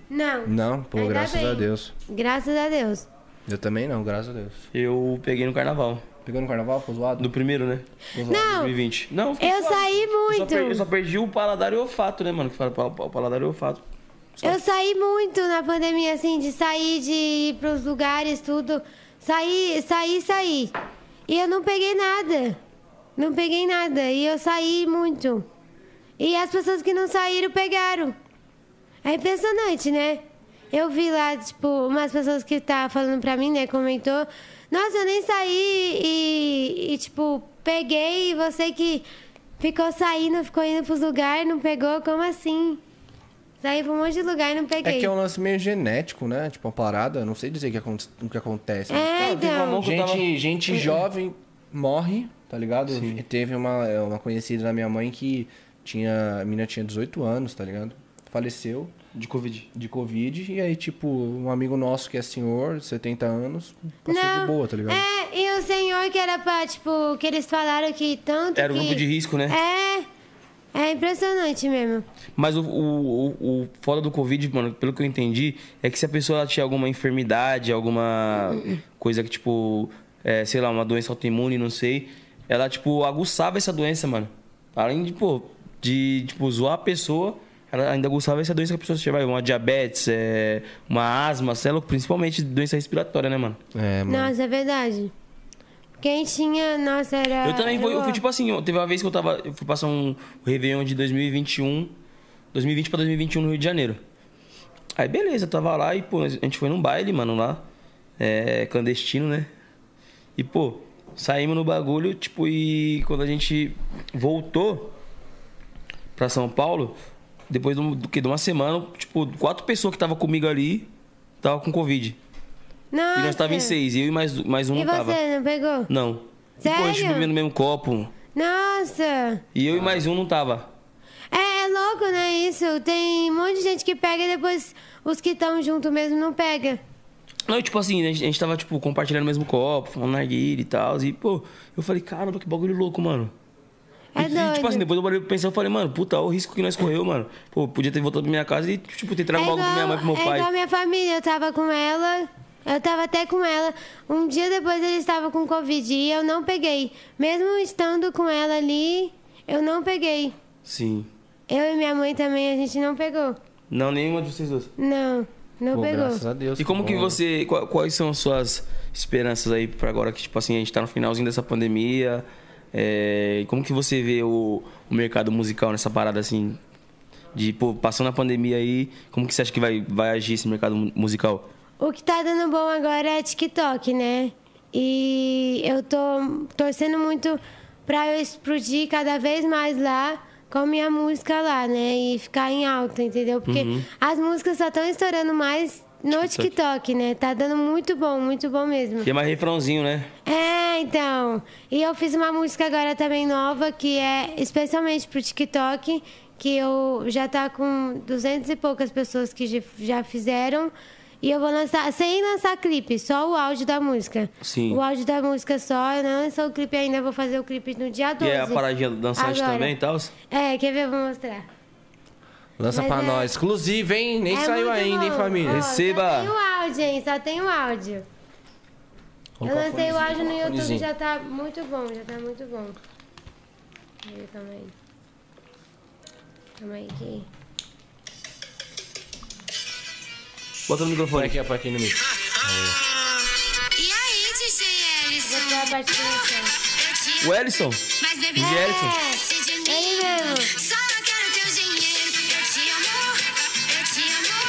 Speaker 3: Não.
Speaker 1: Não, pô,
Speaker 3: Ainda
Speaker 1: graças
Speaker 3: bem.
Speaker 1: a Deus.
Speaker 3: Graças a Deus.
Speaker 1: Eu também não, graças a Deus.
Speaker 2: Eu peguei no carnaval.
Speaker 1: Pegou no carnaval, foi zoado?
Speaker 2: No primeiro, né?
Speaker 3: Não,
Speaker 2: 2020. Não, ficou
Speaker 3: eu
Speaker 2: suave.
Speaker 3: saí
Speaker 2: Eu só,
Speaker 3: muito.
Speaker 2: perdi, eu só perdi o paladar e o olfato, né, mano? Que fala pal- pal- paladar e olfato.
Speaker 3: Eu saí muito na pandemia, assim, de sair, de ir pros lugares, tudo. Saí, saí, saí. E eu não peguei nada. Não peguei nada. E eu saí muito. E as pessoas que não saíram pegaram. É impressionante, né? Eu vi lá, tipo, umas pessoas que tá falando pra mim, né? Comentou. Nossa, eu nem saí e, e, tipo, peguei e você que ficou saindo, ficou indo pros lugares, não pegou, como assim? Saí pra um monte de lugar e não peguei.
Speaker 1: É que é um lance meio genético, né? Tipo, uma parada, eu não sei dizer o que, acon- o que acontece.
Speaker 3: É,
Speaker 2: Ah, teve uma
Speaker 3: então.
Speaker 2: mão que eu
Speaker 1: Gente,
Speaker 2: tava-
Speaker 1: gente jovem morre, tá ligado? E é, Teve uma, uma conhecida da minha mãe que tinha. A menina tinha 18 anos, tá ligado? faleceu
Speaker 2: De Covid.
Speaker 1: de Covid. E aí, tipo, um amigo nosso que é senhor, 70 anos, passou de boa, tá ligado?
Speaker 3: É, e o senhor que era pra, tipo, que eles falaram que tanto.
Speaker 2: Era o
Speaker 3: que-
Speaker 2: grupo de risco, né?
Speaker 3: É. É impressionante mesmo.
Speaker 2: Mas o, o, o, o foda do Covid, mano, pelo que eu entendi, é que se a pessoa tinha alguma enfermidade, alguma coisa que, tipo, é, sei lá, uma doença autoimune, não sei, ela, tipo, aguçava essa doença, mano. Além de, pô, de, tipo, zoar a pessoa, ela ainda aguçava essa doença que a pessoa tinha, vai, uma diabetes, é, uma asma, sei lá, principalmente doença respiratória, né, mano?
Speaker 1: É, mano.
Speaker 3: Nossa, é verdade. Quem tinha, nossa, era.
Speaker 2: Eu também
Speaker 3: era
Speaker 2: fui, eu
Speaker 3: o-
Speaker 2: fui tipo assim, ó, teve uma vez que eu tava. Eu fui passar um Réveillon de 2021. 2020 pra 2021 no Rio de Janeiro. Aí beleza, eu tava lá e, pô, a gente foi num baile, mano, lá. É, clandestino, né? E, pô, saímos no bagulho, tipo, e quando a gente voltou pra São Paulo, depois de um- do que de uma semana, tipo, quatro pessoas que tava comigo ali tava com Covid.
Speaker 3: Nossa.
Speaker 2: E nós tava em seis, e eu e mais, mais um
Speaker 3: E
Speaker 2: não tava.
Speaker 3: você, não pegou?
Speaker 2: Não. E, pô, a gente
Speaker 3: Sério?
Speaker 2: bebendo no mesmo copo.
Speaker 3: Nossa.
Speaker 2: E eu e mais um não tava.
Speaker 3: É, é louco, né? Isso. Tem um monte de gente que pega e depois os que estão junto mesmo não pega.
Speaker 2: Não, e, tipo assim, a gente, a gente tava, tipo, compartilhando o mesmo copo, fumando narguilha e tal. E, pô, eu falei, caramba, que bagulho louco, mano.
Speaker 3: É
Speaker 2: e,
Speaker 3: doido.
Speaker 2: e, tipo assim, depois eu parei pra pensar, eu falei, mano, puta, olha o risco que nós correu, mano. Pô, eu podia ter voltado pra minha casa e, tipo, ter trago o bagulho pra minha mãe e pro meu
Speaker 3: é
Speaker 2: pai.
Speaker 3: igual minha família, eu tava com ela, eu tava até com ela. Um dia depois eles estavam com Covid e eu não peguei. Mesmo estando com ela ali, eu não peguei.
Speaker 2: Sim.
Speaker 3: Eu e minha mãe também, a gente não pegou.
Speaker 2: Não, nenhuma de vocês duas.
Speaker 3: Não, não
Speaker 1: Pô,
Speaker 3: pegou.
Speaker 1: graças a Deus.
Speaker 2: E como que
Speaker 1: bom.
Speaker 2: você. qua- Quais são as suas esperanças aí pra agora que, tipo assim, a gente tá no finalzinho dessa pandemia? É, e como que você vê o, o mercado musical nessa parada assim? De, pô, passando a pandemia aí, como que você acha que vai, vai agir esse mercado mu- musical?
Speaker 3: O que tá dando bom agora é TikTok, né? E eu tô torcendo muito pra eu explodir cada vez mais lá com minha música lá, né? E ficar em alta, entendeu? Porque
Speaker 1: Uhum.
Speaker 3: as músicas só estão estourando mais no TikTok. né? Tá dando muito bom, muito bom mesmo.
Speaker 2: E é mais refrãozinho, né?
Speaker 3: É, então. E eu fiz uma música agora também nova, que é especialmente pro TikTok, que eu já tá com 200 e poucas pessoas que já- já fizeram. E eu vou lançar, sem lançar clipe, só o áudio da música.
Speaker 2: Sim.
Speaker 3: O áudio da música só, eu não lancei o clipe ainda, eu vou fazer o clipe no dia 12.
Speaker 2: E é a paradinha dançante
Speaker 3: Agora.
Speaker 2: também e tal.
Speaker 3: É, quer ver? Eu vou mostrar.
Speaker 1: Lança
Speaker 3: Mas
Speaker 1: pra
Speaker 3: é-
Speaker 1: nós. Exclusivo, hein? Nem
Speaker 3: É
Speaker 1: saiu
Speaker 3: muito
Speaker 1: ainda, hein,
Speaker 3: bom.
Speaker 1: família?
Speaker 3: Ó,
Speaker 2: Receba.
Speaker 3: Só tem o áudio, hein? Só tem o áudio.
Speaker 1: Vou
Speaker 3: eu
Speaker 1: colocar
Speaker 3: lancei o
Speaker 1: fonezinho,
Speaker 3: áudio no
Speaker 1: colocar
Speaker 3: YouTube,
Speaker 1: fonezinho.
Speaker 3: já tá muito bom, já tá muito bom. Deixa eu ver, Calma aí. Calma aí que...
Speaker 2: Bota no
Speaker 1: Põe
Speaker 2: microfone.
Speaker 1: aqui, é ó, põe aqui no micro.
Speaker 5: E aí, DJ
Speaker 3: Vou
Speaker 5: Ellison?
Speaker 3: pôr tá a parte do som.
Speaker 5: Eu te
Speaker 2: O Ellison,
Speaker 5: mas bebê,
Speaker 2: DJ Ellison.
Speaker 5: esquece de mim.
Speaker 3: Ele mesmo.
Speaker 5: Só eu quero teu dinheiro. Eu te amo, eu te amo,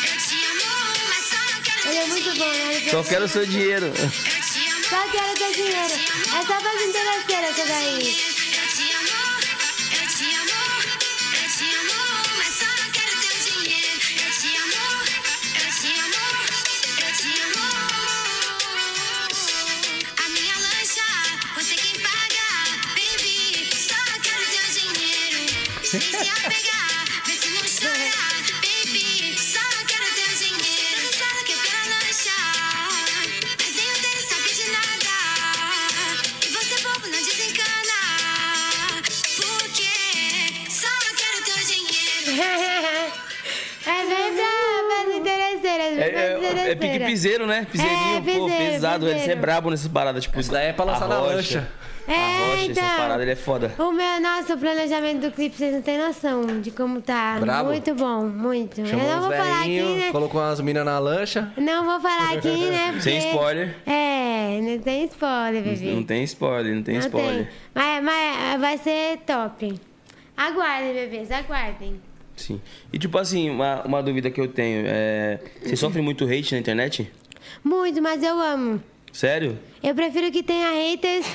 Speaker 5: eu te amo. Mas só eu quero
Speaker 3: Ele é
Speaker 5: teu
Speaker 3: muito bom, né? Ele
Speaker 2: só
Speaker 3: fez-
Speaker 2: quero o seu dinheiro.
Speaker 5: Eu te amo,
Speaker 3: Só quero ter dinheiro. É só pra gente ter essa daí. [laughs]
Speaker 5: eu te amo, eu te amo, eu te amo. Mas só eu quero teu dinheiro. Eu te amo, eu te amo, eu te amo. A minha lancha, você quem paga, baby. Só eu quero teu dinheiro. Sem se apegar, vê se não chora, baby. Só eu quero teu dinheiro. Não fala que é pela lancha, mas nem o dele sabe de nada. E você bobo não desencana, porque só eu quero teu dinheiro.
Speaker 3: É verdade, as interesseiras,
Speaker 2: É,
Speaker 3: verdade,
Speaker 2: é, é pique
Speaker 3: interesseira.
Speaker 2: piseiro, né? Piseirinho,
Speaker 3: É,
Speaker 2: pô,
Speaker 3: piseiro,
Speaker 2: pesado. O Ellison é
Speaker 3: piseiro.
Speaker 2: brabo nessa parada. Tipo,
Speaker 1: Isso daí é pra lançar
Speaker 2: a
Speaker 1: na
Speaker 2: rocha.
Speaker 1: lancha.
Speaker 2: A rocha,
Speaker 3: então.
Speaker 2: essa parada, ele é foda.
Speaker 3: O meu, nossa, o planejamento do clipe, vocês não têm noção de como tá.
Speaker 1: Brabo.
Speaker 3: Muito bom, muito.
Speaker 1: Chamou
Speaker 3: eu não
Speaker 1: os
Speaker 3: vou falar aqui,
Speaker 1: velhinhos,
Speaker 3: né?
Speaker 1: colocou as minas na lancha.
Speaker 3: Não vou falar
Speaker 2: [laughs]
Speaker 3: aqui, né?
Speaker 2: Sem
Speaker 3: porque-
Speaker 2: spoiler.
Speaker 3: É, não tem spoiler, bebê.
Speaker 2: Não tem spoiler, não tem
Speaker 3: Não
Speaker 2: spoiler.
Speaker 3: Ah, tem. Mas, mas vai ser top. Aguardem, bebês, aguardem.
Speaker 2: Sim. E tipo assim, uma, uma dúvida que eu tenho é. Você sofre muito hate na internet?
Speaker 3: Muito, mas eu amo.
Speaker 2: Sério?
Speaker 3: Eu prefiro que tenha haters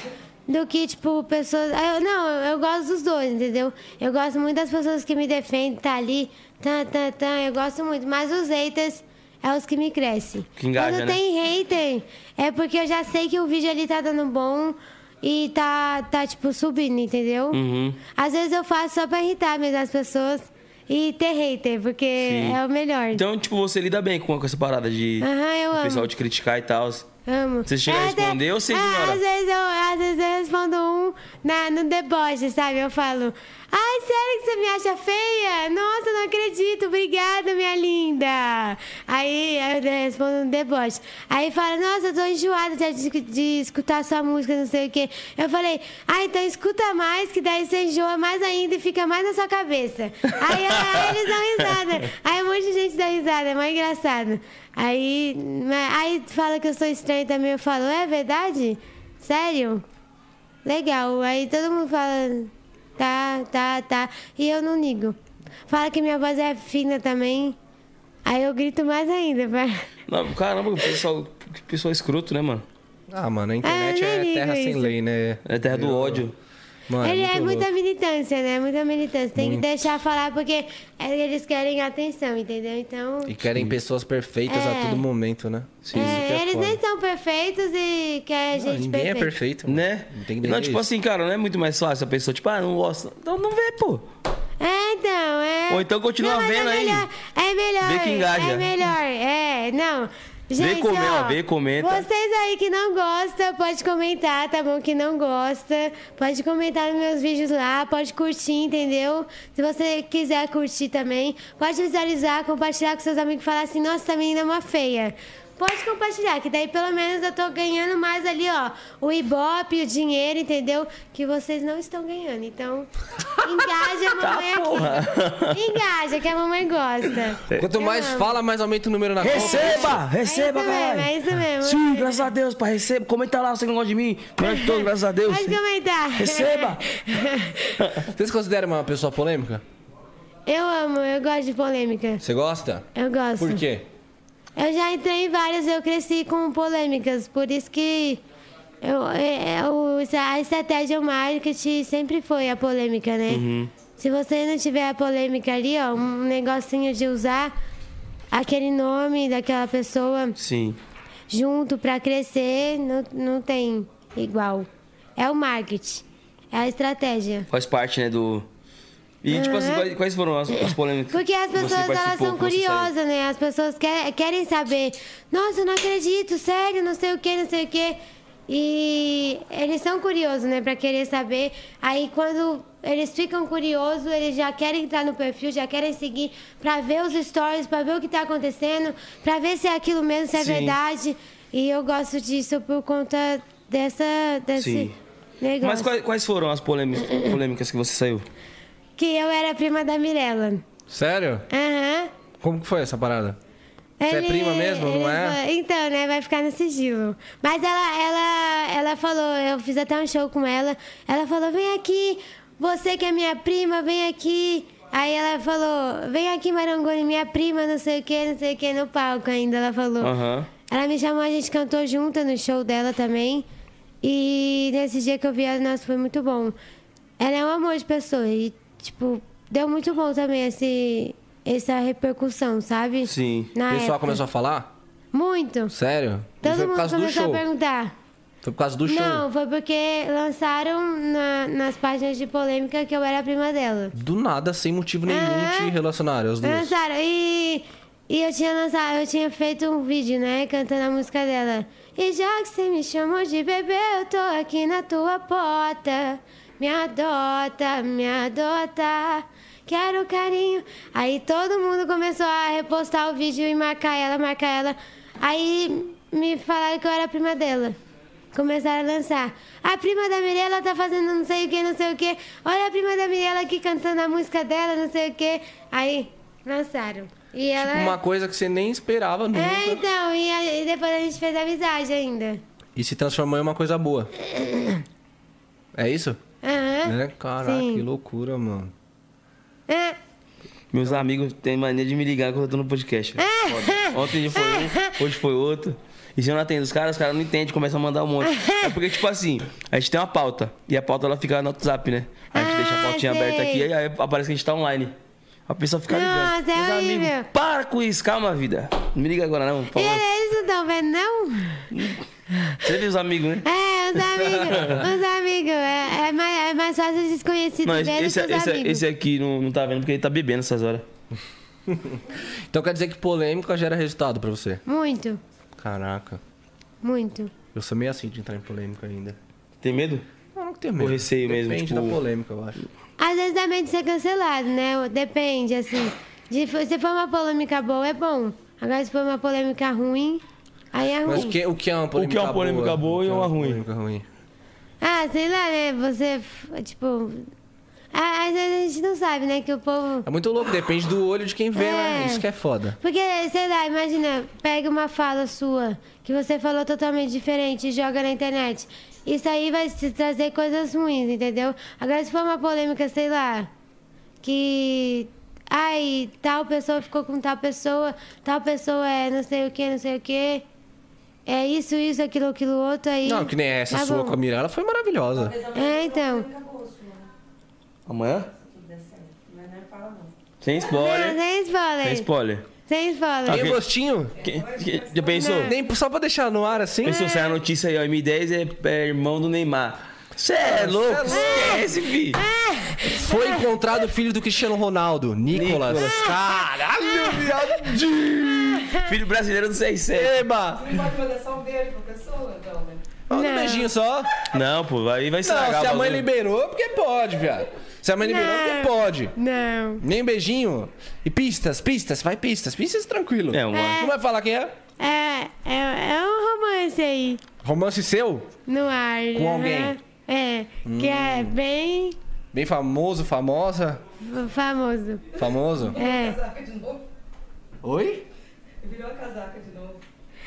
Speaker 3: do que, tipo, pessoas. Ah, Eu, não, eu, eu gosto dos dois, entendeu? Eu gosto muito das pessoas que me defendem, tá ali, tan, tan, tan. Eu gosto muito, mas os haters. É os que me crescem.
Speaker 2: Que engaja,
Speaker 3: Quando
Speaker 2: né?
Speaker 3: tem hater, é porque eu já sei que o vídeo ali tá dando bom e tá, tá tipo, subindo, entendeu?
Speaker 2: Uhum.
Speaker 3: Às vezes eu faço só pra irritar mesmo as pessoas. e ter hater, porque
Speaker 2: Sim.
Speaker 3: é o melhor.
Speaker 2: Então, tipo, você lida bem com com essa parada de
Speaker 3: Aham, eu
Speaker 2: o pessoal
Speaker 3: amo.
Speaker 2: te criticar e tal.
Speaker 3: Amo.
Speaker 2: Você chega a
Speaker 3: É, até-
Speaker 2: responder ou você
Speaker 3: Ah,
Speaker 2: ignora?
Speaker 3: Às vezes eu, às vezes eu respondo um na, no deboche, sabe? Eu falo, ai, sério que você me acha feia? Nossa, não acredito, obrigada, minha linda. Aí eu respondo no deboche. Aí fala, nossa, eu tô enjoada já de, de escutar sua música, não sei o quê. Eu falei, ah, então escuta mais, que daí você enjoa mais ainda e fica mais na sua cabeça. Aí, aí eles dão risada. Aí um monte de gente dá risada, é mais engraçado. Aí, mas- aí fala que eu sou estranho também, eu falo, é verdade? Sério? Legal. Aí todo mundo fala, tá, tá, tá. E eu não ligo. Fala que minha voz é fina também. Aí eu grito mais ainda. [laughs] pra-
Speaker 2: Não, caramba, o pessoal, que pessoal escroto, né, mano?
Speaker 1: Ah, mano, a internet
Speaker 3: Ah, eu não
Speaker 1: é
Speaker 3: ligo
Speaker 1: terra sem
Speaker 3: isso.
Speaker 1: lei, né?
Speaker 2: É terra do
Speaker 1: Eu-
Speaker 2: ódio.
Speaker 1: Mano,
Speaker 3: Ele é
Speaker 1: muito
Speaker 3: muita
Speaker 1: louco.
Speaker 3: militância, né? Muita militância. Tem
Speaker 1: Muito.
Speaker 3: que deixar falar porque eles querem atenção, entendeu? Então.
Speaker 1: E querem pessoas perfeitas a
Speaker 3: É.
Speaker 1: todo momento, né?
Speaker 2: Sim,
Speaker 3: é,
Speaker 2: isso que é
Speaker 3: eles
Speaker 2: foda.
Speaker 3: nem são perfeitos e quer
Speaker 1: Não,
Speaker 3: gente
Speaker 1: ninguém é
Speaker 3: perfeita.
Speaker 1: perfeito. mano.
Speaker 2: Né?
Speaker 1: Não tem que
Speaker 2: não,
Speaker 1: entender
Speaker 2: tipo
Speaker 1: isso.
Speaker 2: assim, cara, não é muito mais fácil a pessoa, tipo, ah, não gosta. Então não vê, pô.
Speaker 3: É, então, é.
Speaker 2: Ou então continua
Speaker 3: mas
Speaker 2: vendo
Speaker 3: é
Speaker 2: aí.
Speaker 3: melhor, É melhor.
Speaker 2: Vê que engaja.
Speaker 3: É melhor, é. Não. Gente,
Speaker 2: comer, tá?
Speaker 3: ó,
Speaker 2: ó, vê, comenta.
Speaker 3: Vocês aí que não gostam, pode comentar, tá bom? Que não gosta, pode comentar nos meus vídeos lá, pode curtir, entendeu? Se você quiser curtir também, pode visualizar, compartilhar com seus amigos e falar assim, nossa, essa menina é uma feia. Pode compartilhar, que daí pelo menos eu tô ganhando mais ali, ó, o Ibope, o dinheiro, entendeu? Que vocês não estão ganhando.
Speaker 2: [laughs]
Speaker 3: Então, engaja
Speaker 2: Tá,
Speaker 3: a mamãe aqui. Engaja, que a mamãe gosta.
Speaker 1: Quanto
Speaker 3: Eu
Speaker 1: mais
Speaker 3: amo.
Speaker 1: fala, mais aumenta o número na
Speaker 2: Receba! Receba,
Speaker 3: é isso
Speaker 2: caralho!
Speaker 3: mesmo, é isso mesmo.
Speaker 2: Sim, graças a Deus, pai, receba. Comenta lá, você que não gosta de mim. Me ajuda todo, graças a Deus.
Speaker 3: Pode comentar. [laughs]
Speaker 2: Receba!
Speaker 1: conta. Vocês consideram uma pessoa polêmica?
Speaker 3: Eu amo, eu gosto de polêmica.
Speaker 1: Você gosta?
Speaker 3: Eu gosto.
Speaker 1: Por quê?
Speaker 3: Eu já entrei em várias, eu cresci com polêmicas, por isso que eu, é, eu- a estratégia marketing sempre foi a polêmica, né?
Speaker 1: Uhum.
Speaker 3: Se você não tiver a polêmica ali, ó, um negocinho de usar aquele nome daquela pessoa
Speaker 2: Sim.
Speaker 3: junto pra crescer, não, não tem igual. É o marketing, é a estratégia.
Speaker 2: Faz parte, né, do. E, tipo assim,
Speaker 3: Aham.
Speaker 2: quais, quais foram as, as polêmicas?
Speaker 3: Porque as
Speaker 2: que [laughs] você
Speaker 3: pessoas elas
Speaker 2: participou,
Speaker 3: são
Speaker 2: que você saiu?
Speaker 3: curiosas, né? As pessoas que- querem saber. Nossa, eu não acredito, sério, não sei o que, não sei o que. E eles são curiosos, né? Pra querer saber. Aí quando eles ficam curiosos, eles já querem entrar no perfil, já querem seguir pra ver os stories, pra ver o que tá acontecendo, pra ver se é aquilo mesmo, se é
Speaker 2: Sim.
Speaker 3: verdade. E eu gosto disso por conta dessa, desse
Speaker 2: Sim.
Speaker 3: negócio.
Speaker 2: Mas quais, quais foram as polêmicas, polêmicas que você saiu?
Speaker 3: Que eu era prima da Mirella.
Speaker 1: Sério?
Speaker 3: Aham.
Speaker 1: Como que foi essa parada? Você é
Speaker 3: Ele-
Speaker 1: prima mesmo, não
Speaker 3: ele
Speaker 1: é?
Speaker 3: falou- Então, né? Vai ficar no sigilo. Mas ela, ela, ela falou, eu fiz até um show com ela. Ela falou, vem aqui, você que é minha prima, vem aqui. Aí ela falou, vem aqui, Marangoni, minha prima, não sei o que, não sei o que, no palco ainda, ela falou.
Speaker 2: Aham.
Speaker 3: Ela me chamou, a gente cantou junto no show dela também. E nesse dia que eu vi ela, nossa, foi muito bom. Ela é um amor de pessoa e, tipo, deu muito bom também esse, essa repercussão, sabe?
Speaker 2: Sim.
Speaker 1: o
Speaker 3: Na
Speaker 1: pessoal
Speaker 3: época.
Speaker 1: começou a falar?
Speaker 3: Muito.
Speaker 1: Sério?
Speaker 3: Todo
Speaker 1: foi por
Speaker 3: mundo
Speaker 1: causa do
Speaker 3: começou
Speaker 1: show.
Speaker 3: a perguntar.
Speaker 1: Foi por causa do show.
Speaker 3: Não, foi porque lançaram na- nas páginas de polêmica que eu era a prima dela.
Speaker 1: Do nada, sem motivo nenhum,
Speaker 3: Aham.
Speaker 1: te relacionaram, as duas.
Speaker 3: Lançaram e, e eu tinha lançado, eu tinha feito um vídeo, né, cantando a música dela. E já que você me chamou de bebê, eu tô aqui na tua porta. Me adota, me adota. Quero carinho. Aí todo mundo começou a repostar o vídeo e marcar ela, marcar ela. Aí me falaram que eu era prima dela. Começaram a lançar. A prima da Mirella tá fazendo não sei o que, não sei o que. Olha a prima da Mirella aqui cantando a música dela, não sei o que. Aí, lançaram. E
Speaker 2: Tipo
Speaker 3: ela.
Speaker 1: Uma coisa que você nem esperava nunca.
Speaker 3: Ah. É, então, e, a- e depois a gente fez amizade ainda.
Speaker 1: E se transformou em uma coisa boa. É isso?
Speaker 3: Aham.
Speaker 2: Né?
Speaker 1: É, caraca,
Speaker 3: Sim.
Speaker 1: que loucura, mano.
Speaker 3: É.
Speaker 2: Meus amigos têm mania de me ligar quando eu tô no
Speaker 3: [laughs]
Speaker 2: podcast. velho. Foda. Ontem foi um, hoje foi outro. E se eu não atendo os caras, os caras não entendem, começam a mandar um monte. É porque, tipo assim, a gente tem uma pauta. E a pauta ela fica no WhatsApp, né? A gente
Speaker 3: Ah,
Speaker 2: deixa a pautinha
Speaker 3: sei.
Speaker 2: aberta aqui e aí aparece que a gente tá online. A pessoa fica
Speaker 3: Nossa,
Speaker 2: ligando.
Speaker 3: é
Speaker 2: Meus
Speaker 3: horrível. É,
Speaker 2: amigos, para com isso, calma, vida. Não me liga agora, não, por
Speaker 3: E
Speaker 2: favor.
Speaker 3: eles não estão vendo, não?
Speaker 2: Você viu os amigos, né?
Speaker 3: É, os amigos, os amigos, é, é, mais, é mais fácil os desconhecidos
Speaker 2: Não,
Speaker 3: ver
Speaker 2: esse,
Speaker 3: do que
Speaker 2: esse,
Speaker 3: os
Speaker 2: esse- é,
Speaker 3: amigos.
Speaker 2: esse aqui não, não tá vendo porque ele tá bebendo essas horas.
Speaker 4: Então quer dizer que polêmica gera resultado pra você.
Speaker 2: é-
Speaker 3: Muito,
Speaker 4: Caraca.
Speaker 3: muito.
Speaker 4: Eu sou meio assim de entrar em polêmica ainda.
Speaker 2: Tem medo?
Speaker 4: Eu não tenho medo.
Speaker 2: O receio mesmo,
Speaker 4: Depende
Speaker 2: tipo-
Speaker 4: da polêmica, eu acho.
Speaker 3: Às vezes dá medo de ser cancelado, né? Depende, assim. De, se for uma polêmica boa, é bom. Agora, se for uma polêmica ruim, aí é
Speaker 4: Mas o
Speaker 3: ruim.
Speaker 4: que, o que é uma
Speaker 2: que é uma
Speaker 4: polêmica boa?
Speaker 2: polêmica boa e
Speaker 4: O que é
Speaker 2: uma ruim?
Speaker 4: polêmica ruim.
Speaker 3: Ah, sei lá, né? Você, f- tipo. a- Às vezes a gente não sabe, né? Que o povo.
Speaker 4: É muito louco, depende do olho de quem vê, né?
Speaker 3: É.
Speaker 4: Isso que é foda.
Speaker 3: Porque, sei lá, imagina, pega uma fala sua que você falou totalmente diferente e joga na internet. Isso aí vai te trazer coisas ruins, entendeu? Agora, se for uma polêmica, sei lá, que. Ai, tal pessoa ficou com tal pessoa, tal pessoa é não sei o que, não sei o que. É isso, isso, aquilo, aquilo, outro aí.
Speaker 4: Não, que nem essa
Speaker 3: tá
Speaker 4: sua
Speaker 3: bom.
Speaker 4: com a Mirella ela foi maravilhosa.
Speaker 3: É, então.
Speaker 2: Amanhã? Sem spoiler.
Speaker 3: Não, sem spoiler.
Speaker 2: Sem spoiler.
Speaker 3: Sem spoiler.
Speaker 4: Nem o gostinho?
Speaker 2: Que- que- já pensou?
Speaker 4: Nem só pra deixar no ar assim?
Speaker 3: É.
Speaker 2: Pensou, sai a notícia aí, ó. M10 é, é irmão do Neymar. Você é louco? Esquece, fi.
Speaker 4: Foi encontrado o filho do Cristiano Ronaldo, Nicolas.
Speaker 2: Nicolas. [laughs]
Speaker 4: Caralho, viadinho!
Speaker 2: Filho brasileiro do 67.
Speaker 4: Eba!
Speaker 6: Não pode mandar só um beijo pra pessoa, não, né?
Speaker 4: Manda um
Speaker 3: Não.
Speaker 4: beijinho só. Não,
Speaker 2: Não, pô, aí vai estragar
Speaker 4: se
Speaker 2: o
Speaker 4: a mãe
Speaker 2: bagulho.
Speaker 4: liberou, é porque pode, viado. Se a mãe liberou, é porque
Speaker 3: Não.
Speaker 4: pode.
Speaker 3: Não.
Speaker 4: Nem beijinho. E pistas, pistas, vai pistas. Pistas tranquilo.
Speaker 2: É, mano.
Speaker 4: Não vai falar quem é?
Speaker 3: É, é, é um romance aí.
Speaker 4: Romance seu?
Speaker 3: No ar.
Speaker 4: Com
Speaker 3: aham.
Speaker 4: alguém? Hum.
Speaker 3: É, que é bem
Speaker 4: Bem famoso, famosa.
Speaker 3: f- famoso.
Speaker 4: Famoso.
Speaker 3: É.
Speaker 6: Casaca de novo.
Speaker 4: Oi?
Speaker 6: Virou a casaca de novo.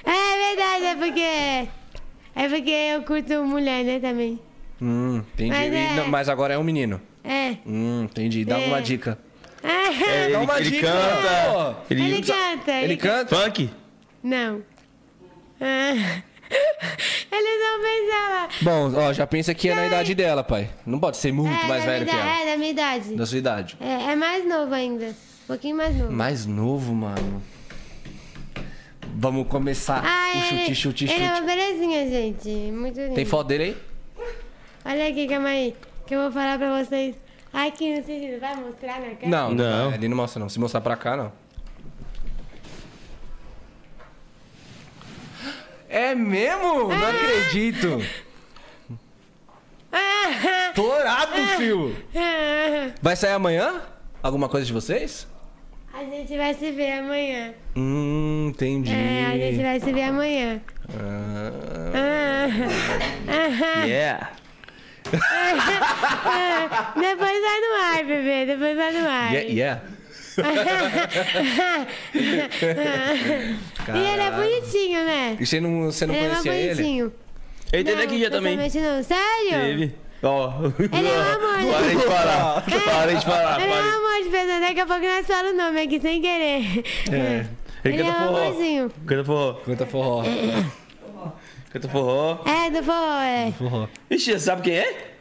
Speaker 3: é verdade, é porque. É porque eu curto mulher, né, também.
Speaker 4: Hum, entendi.
Speaker 3: Mas
Speaker 4: E
Speaker 3: é-
Speaker 4: não- mas agora é um menino.
Speaker 3: É.
Speaker 4: Hum, entendi. Dá
Speaker 3: É.
Speaker 4: uma dica.
Speaker 2: É,
Speaker 4: Dá
Speaker 2: ele,
Speaker 4: uma
Speaker 2: ele
Speaker 4: dica,
Speaker 2: canta.
Speaker 4: pô.
Speaker 2: Ele,
Speaker 3: [laughs] é, Ele canta.
Speaker 4: Ele canta?
Speaker 2: Funk?
Speaker 3: Não. Ah. [laughs] Eles vão pensar lá.
Speaker 4: Bom, ó, já pensa que é na idade dela, pai. Não pode ser muito
Speaker 3: é,
Speaker 4: mais
Speaker 3: da
Speaker 4: velho que
Speaker 3: minha,
Speaker 4: ela.
Speaker 3: É, da minha idade.
Speaker 4: Da sua idade.
Speaker 3: É, é mais novo ainda. Um pouquinho mais novo.
Speaker 4: Mais novo, mano. Vamos começar
Speaker 3: Ah,
Speaker 4: o
Speaker 3: ele,
Speaker 4: chute, chute,
Speaker 3: ele é uma
Speaker 4: chute.
Speaker 3: belezinha, gente. Muito lindo.
Speaker 4: Tem foto dele aí?
Speaker 3: Olha aqui, calma aí, que eu vou falar pra vocês. Aqui no sentido, vai mostrar na cara?
Speaker 4: Não,
Speaker 2: Não.
Speaker 4: vai, Ele não mostra, não. Se mostrar pra cá, não. É mesmo? Não acredito.
Speaker 3: Ah,
Speaker 4: Torado, fio.
Speaker 3: ah,
Speaker 4: É. Vai sair amanhã? Alguma coisa de vocês?
Speaker 3: ah. [laughs] a gente vai se ver amanhã.
Speaker 4: Hum, entendi.
Speaker 3: É, a gente vai se ver amanhã.
Speaker 4: Ah,
Speaker 3: Ah, [laughs] ah,
Speaker 2: Yeah.
Speaker 3: ah. depois vai no ar, bebê. Depois vai no ar.
Speaker 4: yeah, yeah.
Speaker 3: [laughs] E ele é bonitinho, né?
Speaker 4: E você não, você não
Speaker 3: Ele é mais
Speaker 4: conhecia ele?
Speaker 3: bonitinho.
Speaker 2: Ele teve aqui já também.
Speaker 3: pessoalmente Não. Sério?
Speaker 2: Teve. Ó. [laughs]
Speaker 3: Ele é um amor, né?
Speaker 2: Para de falar. Para de
Speaker 4: Ah,
Speaker 2: falar.
Speaker 3: Ele é
Speaker 2: Para
Speaker 3: um amor de pessoa. Daqui a pouco nós falamos o nome aqui sem querer.
Speaker 2: Ele
Speaker 3: Ele é
Speaker 2: canta
Speaker 3: um
Speaker 2: forró.
Speaker 3: amorzinho.
Speaker 2: de... Canta forró.
Speaker 4: Canta forró.
Speaker 2: Canta forró.
Speaker 3: É, do forró, é.
Speaker 4: forró.
Speaker 2: Ixi, você sabe quem é?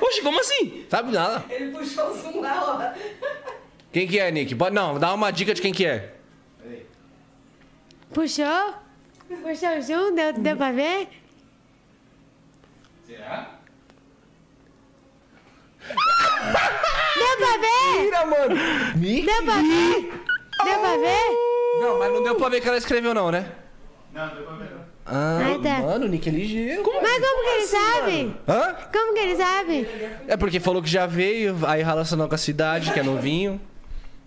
Speaker 2: Oxe, como assim?
Speaker 4: Sabe nada?
Speaker 6: Ele puxou o zoom lá, ó.
Speaker 4: Quem que é, Nick? Bo- Não, dá uma dica de quem que é.
Speaker 3: Puxou? Puxou junto? Deu, deu pra ver? Será? Deu pra ver?
Speaker 4: Tira, mano! Nick?
Speaker 3: Deu pra ver? Deu pra ver?
Speaker 4: Não, mas não deu pra ver que ela escreveu, não, né? Não, deu
Speaker 3: Ah,
Speaker 4: pra ver, não. Ah,
Speaker 3: tá.
Speaker 4: mano, o Nick é ligeiro.
Speaker 3: Mas como que ele sabe?
Speaker 4: Hã?
Speaker 3: Como que ele sabe?
Speaker 4: É porque falou que já veio, aí relacionou com a cidade, que é novinho.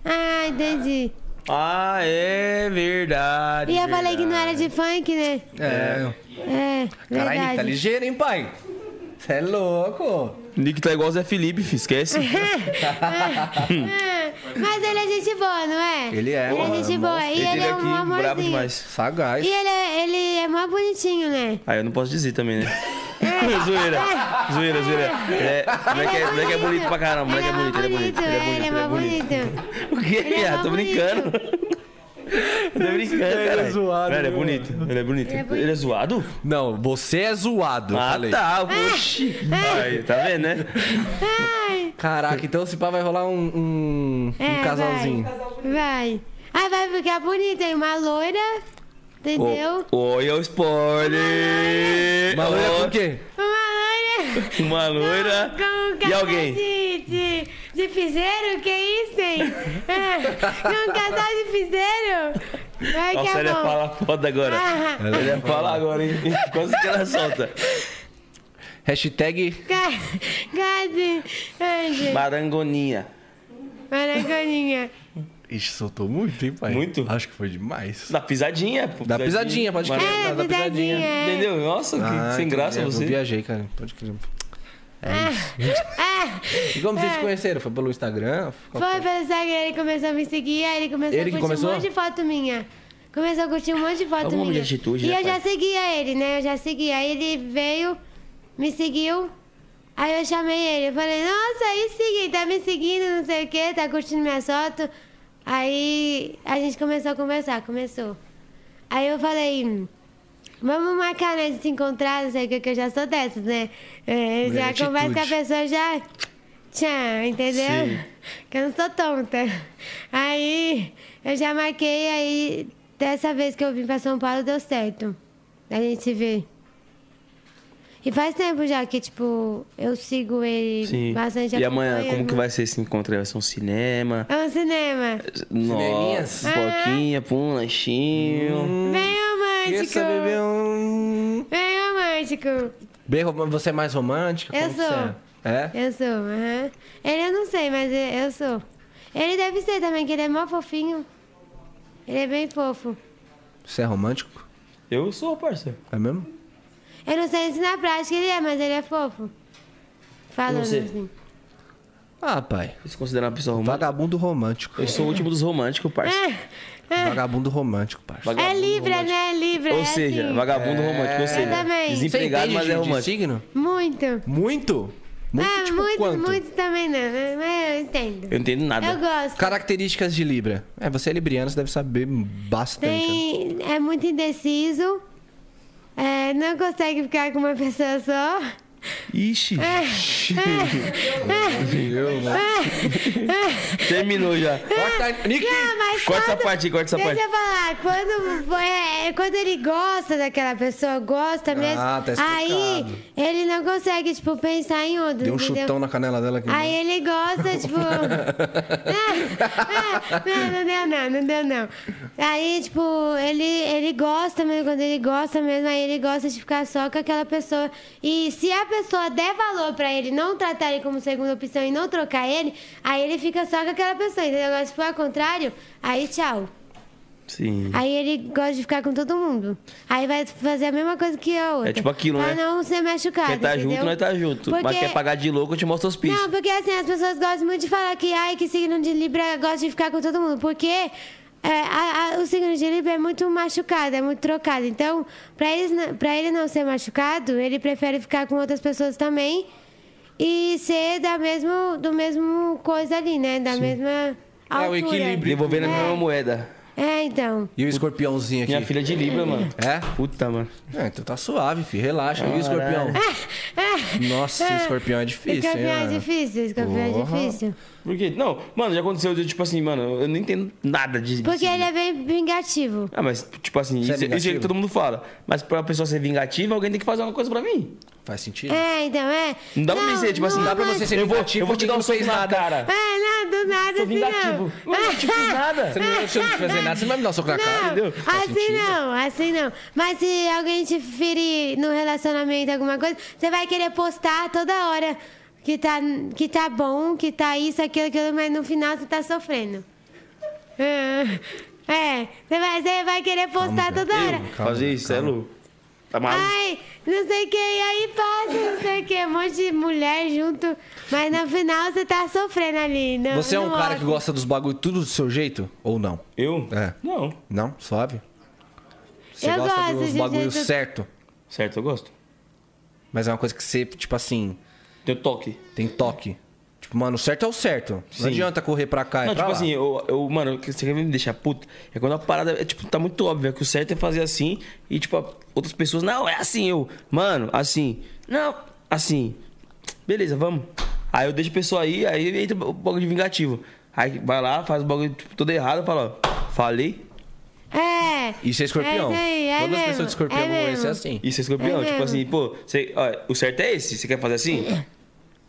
Speaker 3: Ah, entendi.
Speaker 2: Ah, é verdade.
Speaker 3: E eu
Speaker 2: verdade.
Speaker 3: falei que não era de funk, né?
Speaker 4: É.
Speaker 3: É,
Speaker 4: Caralho, Nick, tá
Speaker 3: verdade.
Speaker 4: ligeiro, hein, pai? Você é louco.
Speaker 2: Nick tá igual o Zé Felipe, fi, esquece.
Speaker 3: [laughs] Ah, Mas ele é gente boa, não é?
Speaker 4: Ele é,
Speaker 3: Ele
Speaker 4: mano,
Speaker 3: é gente boa. E
Speaker 2: Ele
Speaker 3: ele,
Speaker 2: teve
Speaker 3: é um
Speaker 2: aqui, brabo
Speaker 3: amorzinho.
Speaker 2: demais.
Speaker 4: Sagaz.
Speaker 3: E ele é, ele é mó bonitinho, né?
Speaker 2: Ah, eu não posso dizer [laughs] também, né? zoeira, zoeira, zoeira. É, moleque, é, moleque é bonito pra caramba, moleque é bonito, ele é bonito, ele é bonito, ele é
Speaker 3: mó
Speaker 2: bonito.
Speaker 3: bonito.
Speaker 2: [laughs] O quê?
Speaker 3: Ele é
Speaker 2: Ah,
Speaker 3: mó
Speaker 2: tô brincando.
Speaker 3: bonito.
Speaker 2: Eu [laughs] tô brincando, cara.
Speaker 4: zoado,
Speaker 2: ele é
Speaker 4: viu,
Speaker 2: bonito, ele é bonito.
Speaker 3: é bonito.
Speaker 2: Ele é zoado?
Speaker 4: Não, você é zoado, eu
Speaker 2: Ah,
Speaker 4: falei.
Speaker 2: tá, oxi. Aí, tá vendo, né?
Speaker 3: Ai,
Speaker 4: Caraca, então esse pá vai rolar um, um, um
Speaker 3: É,
Speaker 4: casalzinho.
Speaker 3: vai. Ah, vai ficar bonito, hein? Uma loira, entendeu?
Speaker 2: Olha o spoiler.
Speaker 4: Mas olha
Speaker 2: Ó,
Speaker 4: por quê?
Speaker 3: Uma loira. quê?
Speaker 2: Uma loira
Speaker 3: Com, com
Speaker 2: e
Speaker 3: cara
Speaker 2: alguém.
Speaker 3: De, de, de piseiro? Que isso, hein? É, com um casal de piseiro? Ai, que
Speaker 2: Nossa,
Speaker 3: é
Speaker 2: ele É. ia
Speaker 3: bom.
Speaker 2: falar foda agora.
Speaker 3: Ah.
Speaker 2: Ele ia falar agora, hein? [laughs] Quase que ela solta.
Speaker 1: Hashtag.
Speaker 3: Cara, cara de... Ai, gente.
Speaker 2: Marangoninha.
Speaker 3: Maraconinha.
Speaker 1: Ixi, soltou muito, hein, pai?
Speaker 2: Muito?
Speaker 1: Acho que foi demais.
Speaker 2: Da pisadinha, pô.
Speaker 1: Da pisadinha, pode crer.
Speaker 2: Maran-
Speaker 3: É,
Speaker 1: da
Speaker 3: pisadinha.
Speaker 2: Entendeu? Nossa, que
Speaker 1: Ah,
Speaker 2: sem
Speaker 1: entendi.
Speaker 2: graça
Speaker 1: É, Eu
Speaker 2: você.
Speaker 1: viajei, cara. Pode crer.
Speaker 3: Ah,
Speaker 1: E como vocês se conheceram? Foi pelo Instagram?
Speaker 3: foi pelo Instagram, ele começou a me seguir, aí ele começou
Speaker 1: Ele
Speaker 3: a
Speaker 1: que
Speaker 3: curtir
Speaker 1: começou?
Speaker 3: um monte de foto minha. Começou a curtir um monte de foto
Speaker 2: Alguma
Speaker 3: minha.
Speaker 2: mulher de atitude,
Speaker 3: e
Speaker 2: né,
Speaker 3: eu já
Speaker 2: pai?
Speaker 3: seguia ele, né? Eu já seguia. Aí ele veio, me seguiu. Aí eu chamei ele, eu falei, nossa, aí segui, tá me seguindo, não sei o que, tá curtindo minha foto. Aí a gente começou a conversar, começou. Aí eu falei, "Hum, vamos marcar, né, de se encontrar, não sei o que, que eu já sou dessas, né? É, eu
Speaker 1: Mulher
Speaker 3: já
Speaker 1: de
Speaker 3: converso com a
Speaker 1: atitude.
Speaker 3: pessoa, já... Tchan, entendeu?
Speaker 2: Sim.
Speaker 3: Que eu não sou tonta. Aí eu já marquei, aí dessa vez que eu vim pra São Paulo deu certo. A gente se vê. E faz tempo já que, tipo, eu sigo ele
Speaker 2: Sim.
Speaker 3: bastante.
Speaker 2: E amanhã,
Speaker 3: acompanho.
Speaker 2: como que vai ser esse encontro? aí? Vai ser um cinema?
Speaker 3: É um cinema.
Speaker 1: Cineminhas? Hum.
Speaker 2: Nossa, pipoquinha, pum, um lanchinho.
Speaker 3: Bem romântico.
Speaker 1: Essa bebê um.
Speaker 3: Bem romântico.
Speaker 1: Bem, rom- você é mais romântica?
Speaker 3: Eu
Speaker 1: Como que
Speaker 3: sou.
Speaker 1: você É? É?
Speaker 3: Eu sou, aham. Ele eu não sei, mas eu eu sou. Ele deve ser também, que ele é mó fofinho. Ele é bem fofo.
Speaker 1: Você é romântico?
Speaker 2: Eu sou, parceiro.
Speaker 1: É mesmo?
Speaker 3: Eu não sei se na prática ele é, mas ele é fofo. Falando
Speaker 2: você?
Speaker 3: assim.
Speaker 1: Ah, pai.
Speaker 2: Você considera uma pessoa romântica?
Speaker 1: Vagabundo romântico.
Speaker 2: Eu sou o último dos românticos, parceiro.
Speaker 1: Vagabundo romântico, parça.
Speaker 3: Ah, É Libra, né? Libra. é
Speaker 2: Ou seja,
Speaker 3: assim.
Speaker 2: vagabundo romântico. Ou seja,
Speaker 3: também.
Speaker 2: desempregado, mas é
Speaker 1: de
Speaker 2: romântico.
Speaker 1: signo?
Speaker 3: Muito.
Speaker 1: Muito? Muito,
Speaker 3: ah,
Speaker 1: tipo,
Speaker 3: muito,
Speaker 1: quanto?
Speaker 3: muito também não. né? Mas eu entendo.
Speaker 2: Eu não entendo nada.
Speaker 3: Eu gosto.
Speaker 1: Características de Libra. É, você é libriano, você deve saber bastante. né?
Speaker 3: Tem, é muito indeciso. É, não consegue ficar com uma pessoa só.
Speaker 2: Ixi,
Speaker 3: É.
Speaker 1: Eu, né?
Speaker 2: terminou já.
Speaker 1: Corta, Nick!
Speaker 3: Ah, Não, [laughs] mas
Speaker 2: Corta essa
Speaker 3: quando-
Speaker 2: parte, aí, corta essa
Speaker 3: Deixa
Speaker 2: parte.
Speaker 3: eu falar, quando, é, quando ele gosta daquela pessoa, gosta mesmo,
Speaker 1: Ah, tá explicado.
Speaker 3: aí ele não consegue, tipo, pensar em outro,
Speaker 1: Deu um
Speaker 3: entendeu? é.
Speaker 1: chutão na canela dela aqui. né?
Speaker 3: Aí ele gosta, tipo.
Speaker 1: [laughs]
Speaker 3: Ah, ah, não, não deu, não, não deu, não. Aí, tipo, ele, ele gosta mesmo, quando ele gosta mesmo, aí ele gosta de ficar só com aquela pessoa. E se a pessoa der valor pra ele, não tratar ele como segunda opção e não trocar ele, aí ele fica só com aquela pessoa, entendeu? Agora, se for ao contrário, aí tchau.
Speaker 2: Sim.
Speaker 3: Aí ele gosta de ficar com todo mundo. Aí vai fazer a mesma coisa que eu.
Speaker 2: É tipo aquilo,
Speaker 3: pra
Speaker 2: né?
Speaker 3: não ser machucado.
Speaker 2: Quer tá
Speaker 3: entendeu?
Speaker 2: junto, nós tá junto. Mas
Speaker 3: um- Porque-
Speaker 2: quer pagar de louco, eu te mostro os pisos.
Speaker 3: Não, porque assim, as pessoas gostam muito de falar que, ai, que signo de Libra gosta de ficar com todo mundo. Porque é, a- a- o signo de Libra é muito machucado, é muito trocado. Então, pra, eles, n- pra ele não ser machucado, ele prefere ficar com outras pessoas também e ser da mesmo, do mesmo coisa ali, né? Da mesma altura.
Speaker 1: É o equilíbrio.
Speaker 2: Devolvendo a
Speaker 3: É.
Speaker 2: mesma moeda.
Speaker 3: É, então.
Speaker 1: E o escorpiãozinho aqui?
Speaker 2: Minha filha é de Libra, mano.
Speaker 1: É?
Speaker 2: Puta, mano.
Speaker 1: É, então tá suave, filho. Relaxa, viu, escorpião? [laughs] Nossa,
Speaker 3: Ah,
Speaker 1: escorpião é difícil, hein?
Speaker 3: Escorpião é
Speaker 1: mano?
Speaker 3: difícil, escorpião
Speaker 1: Porra.
Speaker 3: é difícil.
Speaker 2: Por quê? Não, mano, já aconteceu, de, tipo assim, mano, eu não entendo nada de. de
Speaker 3: Porque
Speaker 2: signo.
Speaker 3: ele é bem vingativo.
Speaker 2: Ah, mas, tipo assim,
Speaker 1: Você é
Speaker 2: isso, isso é que
Speaker 1: vingativo?
Speaker 2: todo mundo fala. Mas pra pessoa ser vingativa, alguém tem que fazer uma coisa pra mim.
Speaker 1: Faz sentido?
Speaker 3: É, então, é.
Speaker 2: Não dá pra mim ser, tipo assim,
Speaker 1: Não dá pra
Speaker 3: mas-
Speaker 1: você ser
Speaker 2: eu vou,
Speaker 1: vingativo,
Speaker 2: eu vou te dar um
Speaker 1: porque
Speaker 2: soco
Speaker 1: não
Speaker 2: na
Speaker 1: fez nada.
Speaker 2: cara.
Speaker 3: É, não, do nada,
Speaker 2: Sou
Speaker 3: assim não.
Speaker 2: vingativo. Mano, eu não te fiz
Speaker 3: [laughs]
Speaker 2: nada.
Speaker 1: Você não você não fazer nada, você não vai me dar um soco na cara,
Speaker 3: Não,
Speaker 1: entendeu? Faz
Speaker 3: assim
Speaker 1: sentido.
Speaker 3: não, assim não. Mas se alguém te ferir no relacionamento, alguma coisa, você vai querer postar toda hora que tá, que tá bom, que tá isso, aquilo, aquilo, mas no final você tá sofrendo. É, É, você vai, você vai querer postar toda hora.
Speaker 1: Calma,
Speaker 2: fazer isso, é louco. Tá maluco?
Speaker 1: Ah.
Speaker 3: Ai, não sei o que, e aí passa, não sei o que, um monte de mulher junto, mas no final você tá sofrendo ali. Não,
Speaker 1: Você é um
Speaker 3: não
Speaker 1: cara
Speaker 3: gosto.
Speaker 1: que gosta dos bagulho tudo do seu jeito? Ou não?
Speaker 2: Eu?
Speaker 1: É.
Speaker 2: Não.
Speaker 1: Não? Suave? Você
Speaker 3: Eu
Speaker 1: gosta
Speaker 3: gosto
Speaker 1: dos
Speaker 3: de
Speaker 1: bagulho
Speaker 3: jeito-
Speaker 1: certo,
Speaker 2: Certo, eu gosto.
Speaker 1: mas é uma coisa que você, tipo assim,
Speaker 2: Teu toque.
Speaker 1: tem toque. Tipo, mano, o certo é o certo.
Speaker 2: Sim.
Speaker 1: Não adianta correr pra cá
Speaker 2: não,
Speaker 1: e pra
Speaker 2: tipo
Speaker 1: lá.
Speaker 2: assim, eu, eu, mano, que você quer me deixar puto? É quando a parada, é, tipo, tá muito óbvia que o certo é fazer assim e, tipo, a- outras pessoas, não, é assim, eu, mano, assim, não, assim, beleza, vamos. Aí eu deixo a pessoa aí, aí entra o bagulho de vingativo. Aí vai lá, faz o bagulho tipo, todo errado, fala, ó, falei,
Speaker 3: É.
Speaker 4: Isso é escorpião.
Speaker 3: É isso aí, é
Speaker 4: Todas as
Speaker 3: mesmo,
Speaker 4: pessoas de escorpião
Speaker 3: é
Speaker 4: vão
Speaker 3: mesmo.
Speaker 4: ser assim.
Speaker 2: Isso é escorpião.
Speaker 3: É
Speaker 2: tipo
Speaker 3: mesmo.
Speaker 2: assim, pô, você, ó, o certo é esse? Você quer fazer assim?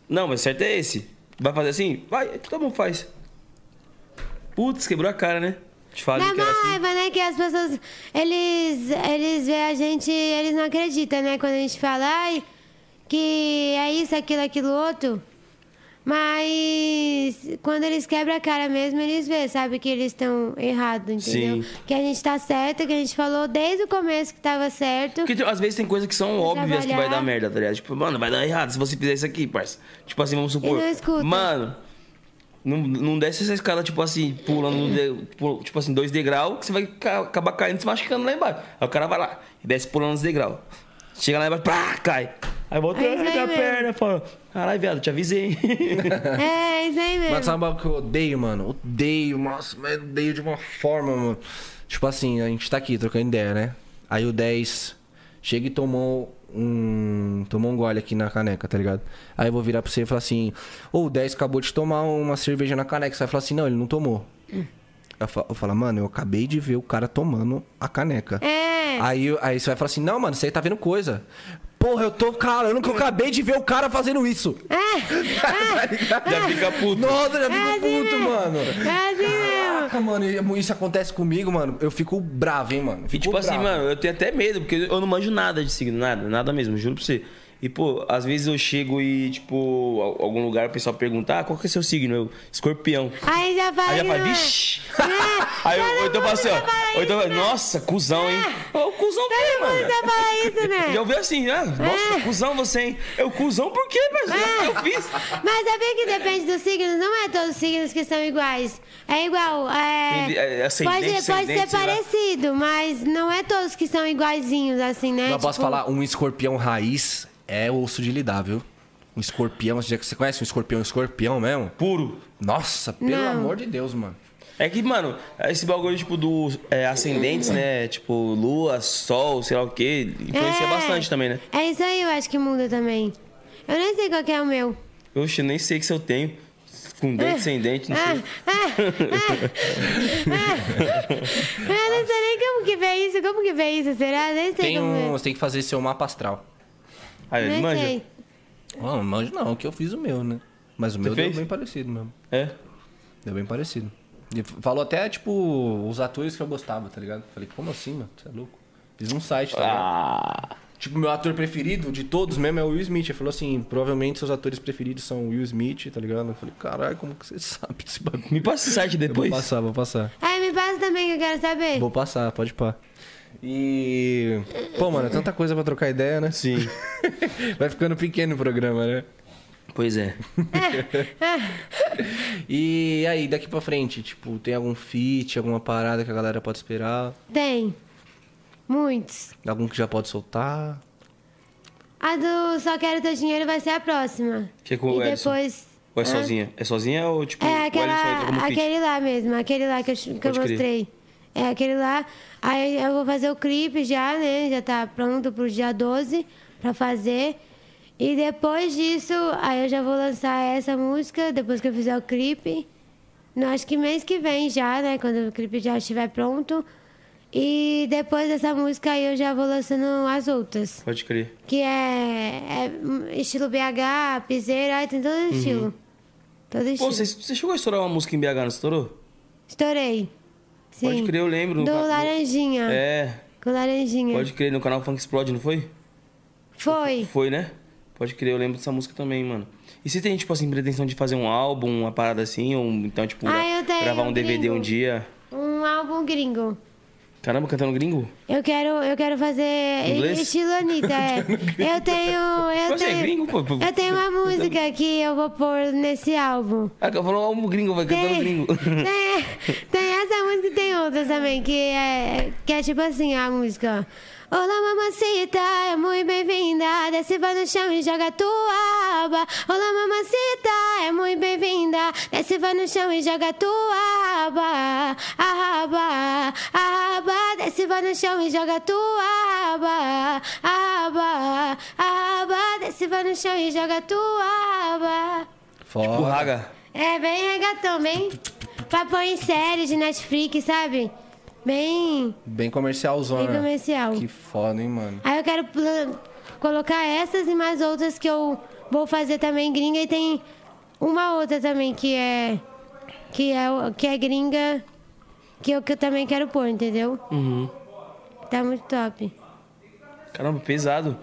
Speaker 2: Não, mas o certo é esse. Vai fazer assim? Vai, tá bom, faz. Putz, quebrou a cara, né? Te falei
Speaker 3: Dá
Speaker 2: que era assim.
Speaker 3: raiva, né? Que as pessoas, eles, eles veem a gente, eles não acreditam, né? Quando a gente fala, ai, que é isso, aquilo, aquilo, outro. Mas quando eles quebram a cara mesmo, eles veem, sabe? Que eles estão errados, entendeu?
Speaker 2: Sim.
Speaker 3: Que a gente tá certo, que a gente falou desde o começo que tava certo.
Speaker 2: Porque tipo, às vezes tem coisas que são óbvias que vai
Speaker 3: trabalhar.
Speaker 2: dar merda, tá ligado? Tipo, mano, vai dar errado se você fizer isso aqui, parça. Tipo assim, vamos supor.
Speaker 3: Eu não escuto.
Speaker 2: Mano, não, não desce essa escada, tipo assim, pulando, no de- pul- tipo assim, dois degraus, que você vai ca- acabar caindo, se machucando lá embaixo. Aí o cara vai lá e desce pulando os degraus. Chega lá embaixo, pá, cai. Aí volta,
Speaker 3: É isso
Speaker 2: ai,
Speaker 3: aí
Speaker 2: minha
Speaker 3: mesmo.
Speaker 2: perna, fala. Caralho, viado, te avisei. [laughs]
Speaker 3: É, isso aí mesmo.
Speaker 4: Mas sabe o que eu odeio, mano? Odeio, nossa, mas odeio de uma forma, mano. Tipo assim, a gente tá aqui trocando ideia, né? Aí o 10 chega e tomou um. Tomou um gole aqui na caneca, tá ligado? Aí eu vou virar pra você e falar assim: Ô, o 10 acabou de tomar uma cerveja na caneca. Você vai falar assim: Não, ele não tomou.
Speaker 3: Hum.
Speaker 4: Eu fa- eu falo, mano, eu acabei de ver o cara tomando a caneca.
Speaker 3: É.
Speaker 4: Aí, eu- aí você vai falar assim: Não, mano, você tá vendo coisa. Porra, eu tô calando que eu acabei de ver o cara fazendo isso.
Speaker 2: Já fica puto.
Speaker 4: Nossa, eu já fico
Speaker 3: É assim
Speaker 4: puto,
Speaker 3: mesmo.
Speaker 4: mano.
Speaker 3: É assim mesmo.
Speaker 4: Caraca, mano, e- isso acontece comigo, mano. Eu fico bravo, hein, mano.
Speaker 2: E
Speaker 4: Fico
Speaker 2: tipo assim,
Speaker 4: bravo.
Speaker 2: mano, eu tenho até medo, porque eu não manjo nada de signo, nada, nada mesmo, juro pra você. E, pô, às vezes eu chego e, tipo, al- algum lugar o pessoal pergunta, ah, qual que é seu signo? Eu, escorpião.
Speaker 3: Aí já fala
Speaker 2: Aí já
Speaker 3: que
Speaker 2: fala,
Speaker 3: não é. [laughs]
Speaker 2: vixi.
Speaker 3: É,
Speaker 2: Aí eu,
Speaker 3: todo
Speaker 2: ou então eu falo
Speaker 3: mundo
Speaker 2: assim,
Speaker 3: já fala
Speaker 2: ó. Ou então eu
Speaker 3: isso,
Speaker 2: falo, nossa, cuzão, hein?
Speaker 3: É.
Speaker 2: Ô, cuzão por quê,
Speaker 3: Todo mundo
Speaker 2: mano?
Speaker 3: já fala isso, né?
Speaker 2: Já ouviu assim, ah, nossa,
Speaker 3: É.
Speaker 2: cuzão você, hein? Eu, cuzão por quê, parceiro? Eu fiz.
Speaker 3: Mas sabia que depende dos signos? Não é todos os signos que são iguais. É igual.
Speaker 2: Tem de- é
Speaker 3: É,
Speaker 2: ascendente,
Speaker 3: pode, pode
Speaker 2: ascendente, né?
Speaker 3: ser
Speaker 2: sei lá.
Speaker 3: parecido, mas não é todos que são iguaizinhos, assim, né?
Speaker 4: Eu posso
Speaker 3: Tipo,
Speaker 4: falar, um escorpião raiz é osso de lidar, viu? Um escorpião, você já- você conhece um escorpião, um escorpião mesmo?
Speaker 2: Puro.
Speaker 4: Nossa, pelo
Speaker 3: Não.
Speaker 4: amor de Deus, mano.
Speaker 2: É que, mano, esse bagulho, tipo, do é, ascendentes, né? Tipo, lua, sol, sei lá o quê, influencia bastante também, né?
Speaker 3: É isso aí, eu acho que muda também. Eu nem sei qual que é o meu.
Speaker 2: Oxe, eu nem sei que se eu tenho. Com dente, sem dente, É não
Speaker 3: Ah,
Speaker 2: sei.
Speaker 3: ah, ah, ah. Eu não sei nem como que vê isso, como que vê isso, será? Nem sei
Speaker 4: Tem
Speaker 3: como
Speaker 4: um,
Speaker 3: é.
Speaker 4: você tem que fazer seu mapa astral.
Speaker 2: Aí, ele
Speaker 3: Nem
Speaker 2: manja.
Speaker 3: sei.
Speaker 4: Não, não manjo não, que eu fiz o meu, né? Mas o meu deu
Speaker 2: fez?
Speaker 4: bem parecido mesmo.
Speaker 2: É.
Speaker 4: Deu bem parecido. E f- falou até, tipo, os atores que eu gostava, tá ligado? Falei, como assim, mano? Você é louco? Fiz um site, tá ligado?
Speaker 2: Ah.
Speaker 4: Tipo, meu ator preferido de todos mesmo é o Will Smith. Ele falou assim, provavelmente seus atores preferidos são Will Smith, tá ligado? Eu falei, caralho, como que você [laughs] sabe desse bagulho?
Speaker 2: Me passa o site
Speaker 4: Eu vou
Speaker 2: depois.
Speaker 4: passar, vou passar.
Speaker 3: Ai, Ah, me passa também que eu quero saber.
Speaker 4: Vou passar, pode pá. E... Pô, mano, é tanta coisa pra trocar ideia, né?
Speaker 2: Sim.
Speaker 4: [laughs] Vai ficando pequeno o programa, né?
Speaker 2: Pois é.
Speaker 3: Ah,
Speaker 4: E aí, daqui pra frente, tipo, tem algum feat, alguma parada que a galera pode esperar?
Speaker 3: Tem. Muitos.
Speaker 4: Algum que já pode soltar?
Speaker 3: A do Só Quero Teu Dinheiro vai ser a próxima.
Speaker 2: Que é com o
Speaker 3: e
Speaker 2: Edson.
Speaker 3: depois.
Speaker 2: Ou é
Speaker 3: Ah,
Speaker 2: sozinha? É sozinha ou tipo.
Speaker 3: É
Speaker 2: o Ellison entra como
Speaker 3: aquela,
Speaker 2: feat?
Speaker 3: aquele lá mesmo, aquele lá que eu, ch- que eu
Speaker 2: Pode crer.
Speaker 3: mostrei. É aquele lá. Aí eu vou fazer o clipe já, né? Já tá pronto pro dia 12 pra fazer. E depois disso, aí eu já vou lançar essa música, depois que eu fizer o clipe. Não, acho que mês que vem já, né? Quando o clipe já estiver pronto. E depois dessa música aí eu já vou lançando as outras.
Speaker 2: Pode crer.
Speaker 3: Que é, é hum, estilo BH, piseira, aí tem todo estilo. Todo
Speaker 2: Uhum. Pô,
Speaker 3: estilo.
Speaker 2: você, você chegou a estourar uma música em BH, não estourou?
Speaker 3: Estourei. Sim.
Speaker 2: Pode crer, eu lembro.
Speaker 3: Do
Speaker 2: No- no-
Speaker 3: Laranjinha.
Speaker 2: É.
Speaker 3: Com Laranjinha.
Speaker 2: Pode crer, no canal Funk Explode, não foi?
Speaker 3: Foi.
Speaker 2: Foi, né? Pode crer, eu lembro dessa música também, mano. E você tem, tipo assim, pretensão de fazer um álbum, uma parada assim, ou então, tipo,
Speaker 3: Ah, eu tenho,
Speaker 2: gravar um DVD um
Speaker 3: gringo.
Speaker 2: dia?
Speaker 3: Um álbum gringo.
Speaker 2: Caramba, cantando gringo?
Speaker 3: Eu quero, eu quero fazer
Speaker 2: Inglês?
Speaker 3: estilo
Speaker 2: [laughs]
Speaker 3: Anitta, é. Eu tenho. Eu
Speaker 2: Você é
Speaker 3: tenho,
Speaker 2: gringo, pô? tá
Speaker 3: eu tenho uma música que eu vou pôr nesse álbum.
Speaker 2: Ah, falou um gringo, vai cantando
Speaker 3: Tem, [laughs]
Speaker 2: gringo.
Speaker 3: tem, tem essa música e tem outras também, que é, que é tipo assim, a música. Olá, mamacita, é muito bem-vinda. Desce, vai no chão e joga tua aba. Olá, mamacita, é muito bem-vinda. Desce, vai no chão e joga tua aba. Aba, aba. Desce, vai no chão e joga tua aba. Aba, aba. Desce, vai no chão e joga tua aba.
Speaker 4: Foda.
Speaker 2: Tipo, raga.
Speaker 3: É, bem regatão, bem. Papo em série de Netflix, sabe? Bem,
Speaker 1: Bem comercialzona.
Speaker 3: bem comercial.
Speaker 1: Que foda, hein, mano.
Speaker 3: Aí eu quero pla- colocar essas e mais outras que eu vou fazer também gringa e tem uma outra também que é que é o- que é gringa que eu, que eu também quero pôr, entendeu?
Speaker 2: Uhum.
Speaker 3: Tá muito top.
Speaker 2: Caramba, pesado.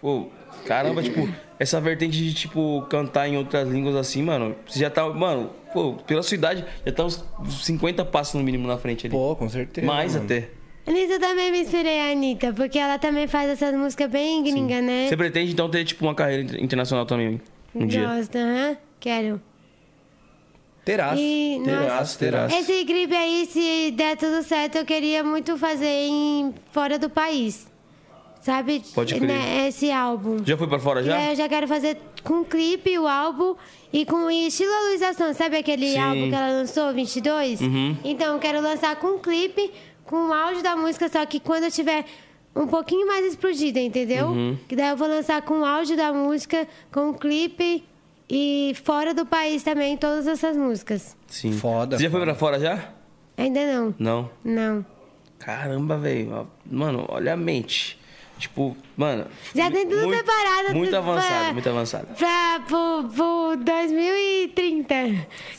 Speaker 2: Pô, caramba, tipo, essa vertente de, tipo, cantar em outras línguas assim, mano, você já tá, mano, pô, pela sua idade, já tá uns 50 passos no mínimo na frente ali.
Speaker 1: Pô, com certeza.
Speaker 2: Mais
Speaker 1: mano.
Speaker 2: até. né,
Speaker 3: Nisso eu também me inspirei a Anitta, porque ela também faz essas músicas bem gringa, né?
Speaker 2: Você pretende, então, ter, tipo, uma carreira inter- internacional também um dia?
Speaker 3: Gosto, aham. Quero.
Speaker 1: Terás.
Speaker 3: E,
Speaker 1: Terás,
Speaker 3: nossa. É
Speaker 1: terás.
Speaker 3: Esse clipe aí, se der tudo certo, eu queria muito fazer em fora do país. Sabe?
Speaker 2: Pode crer.
Speaker 3: Né, Esse álbum.
Speaker 2: Já foi pra fora, já?
Speaker 3: É, eu já quero fazer com clipe o álbum e com estilo Luiz Assunção. Sabe aquele
Speaker 2: Sim. Uhum.
Speaker 3: álbum que ela lançou, 22? Então, eu quero lançar com clipe, com o áudio da música, só que quando eu tiver um pouquinho mais explodida, entendeu?
Speaker 2: Uhum.
Speaker 3: Que daí eu vou lançar com o áudio da música, com o clipe e fora do país também, todas essas músicas.
Speaker 2: Sim.
Speaker 1: Foda,
Speaker 2: Você já foi
Speaker 1: foda.
Speaker 2: pra fora, já?
Speaker 3: Ainda não.
Speaker 2: Não.
Speaker 3: Não.
Speaker 2: Caramba, velho. ó, Mano, olha a mente. Tipo, mano...
Speaker 3: Já tem tipo, tudo
Speaker 2: muito-
Speaker 3: preparado.
Speaker 2: Muito
Speaker 3: tudo
Speaker 2: avançado,
Speaker 3: pra-
Speaker 2: muito avançado.
Speaker 3: Pra, pro, pro 2030.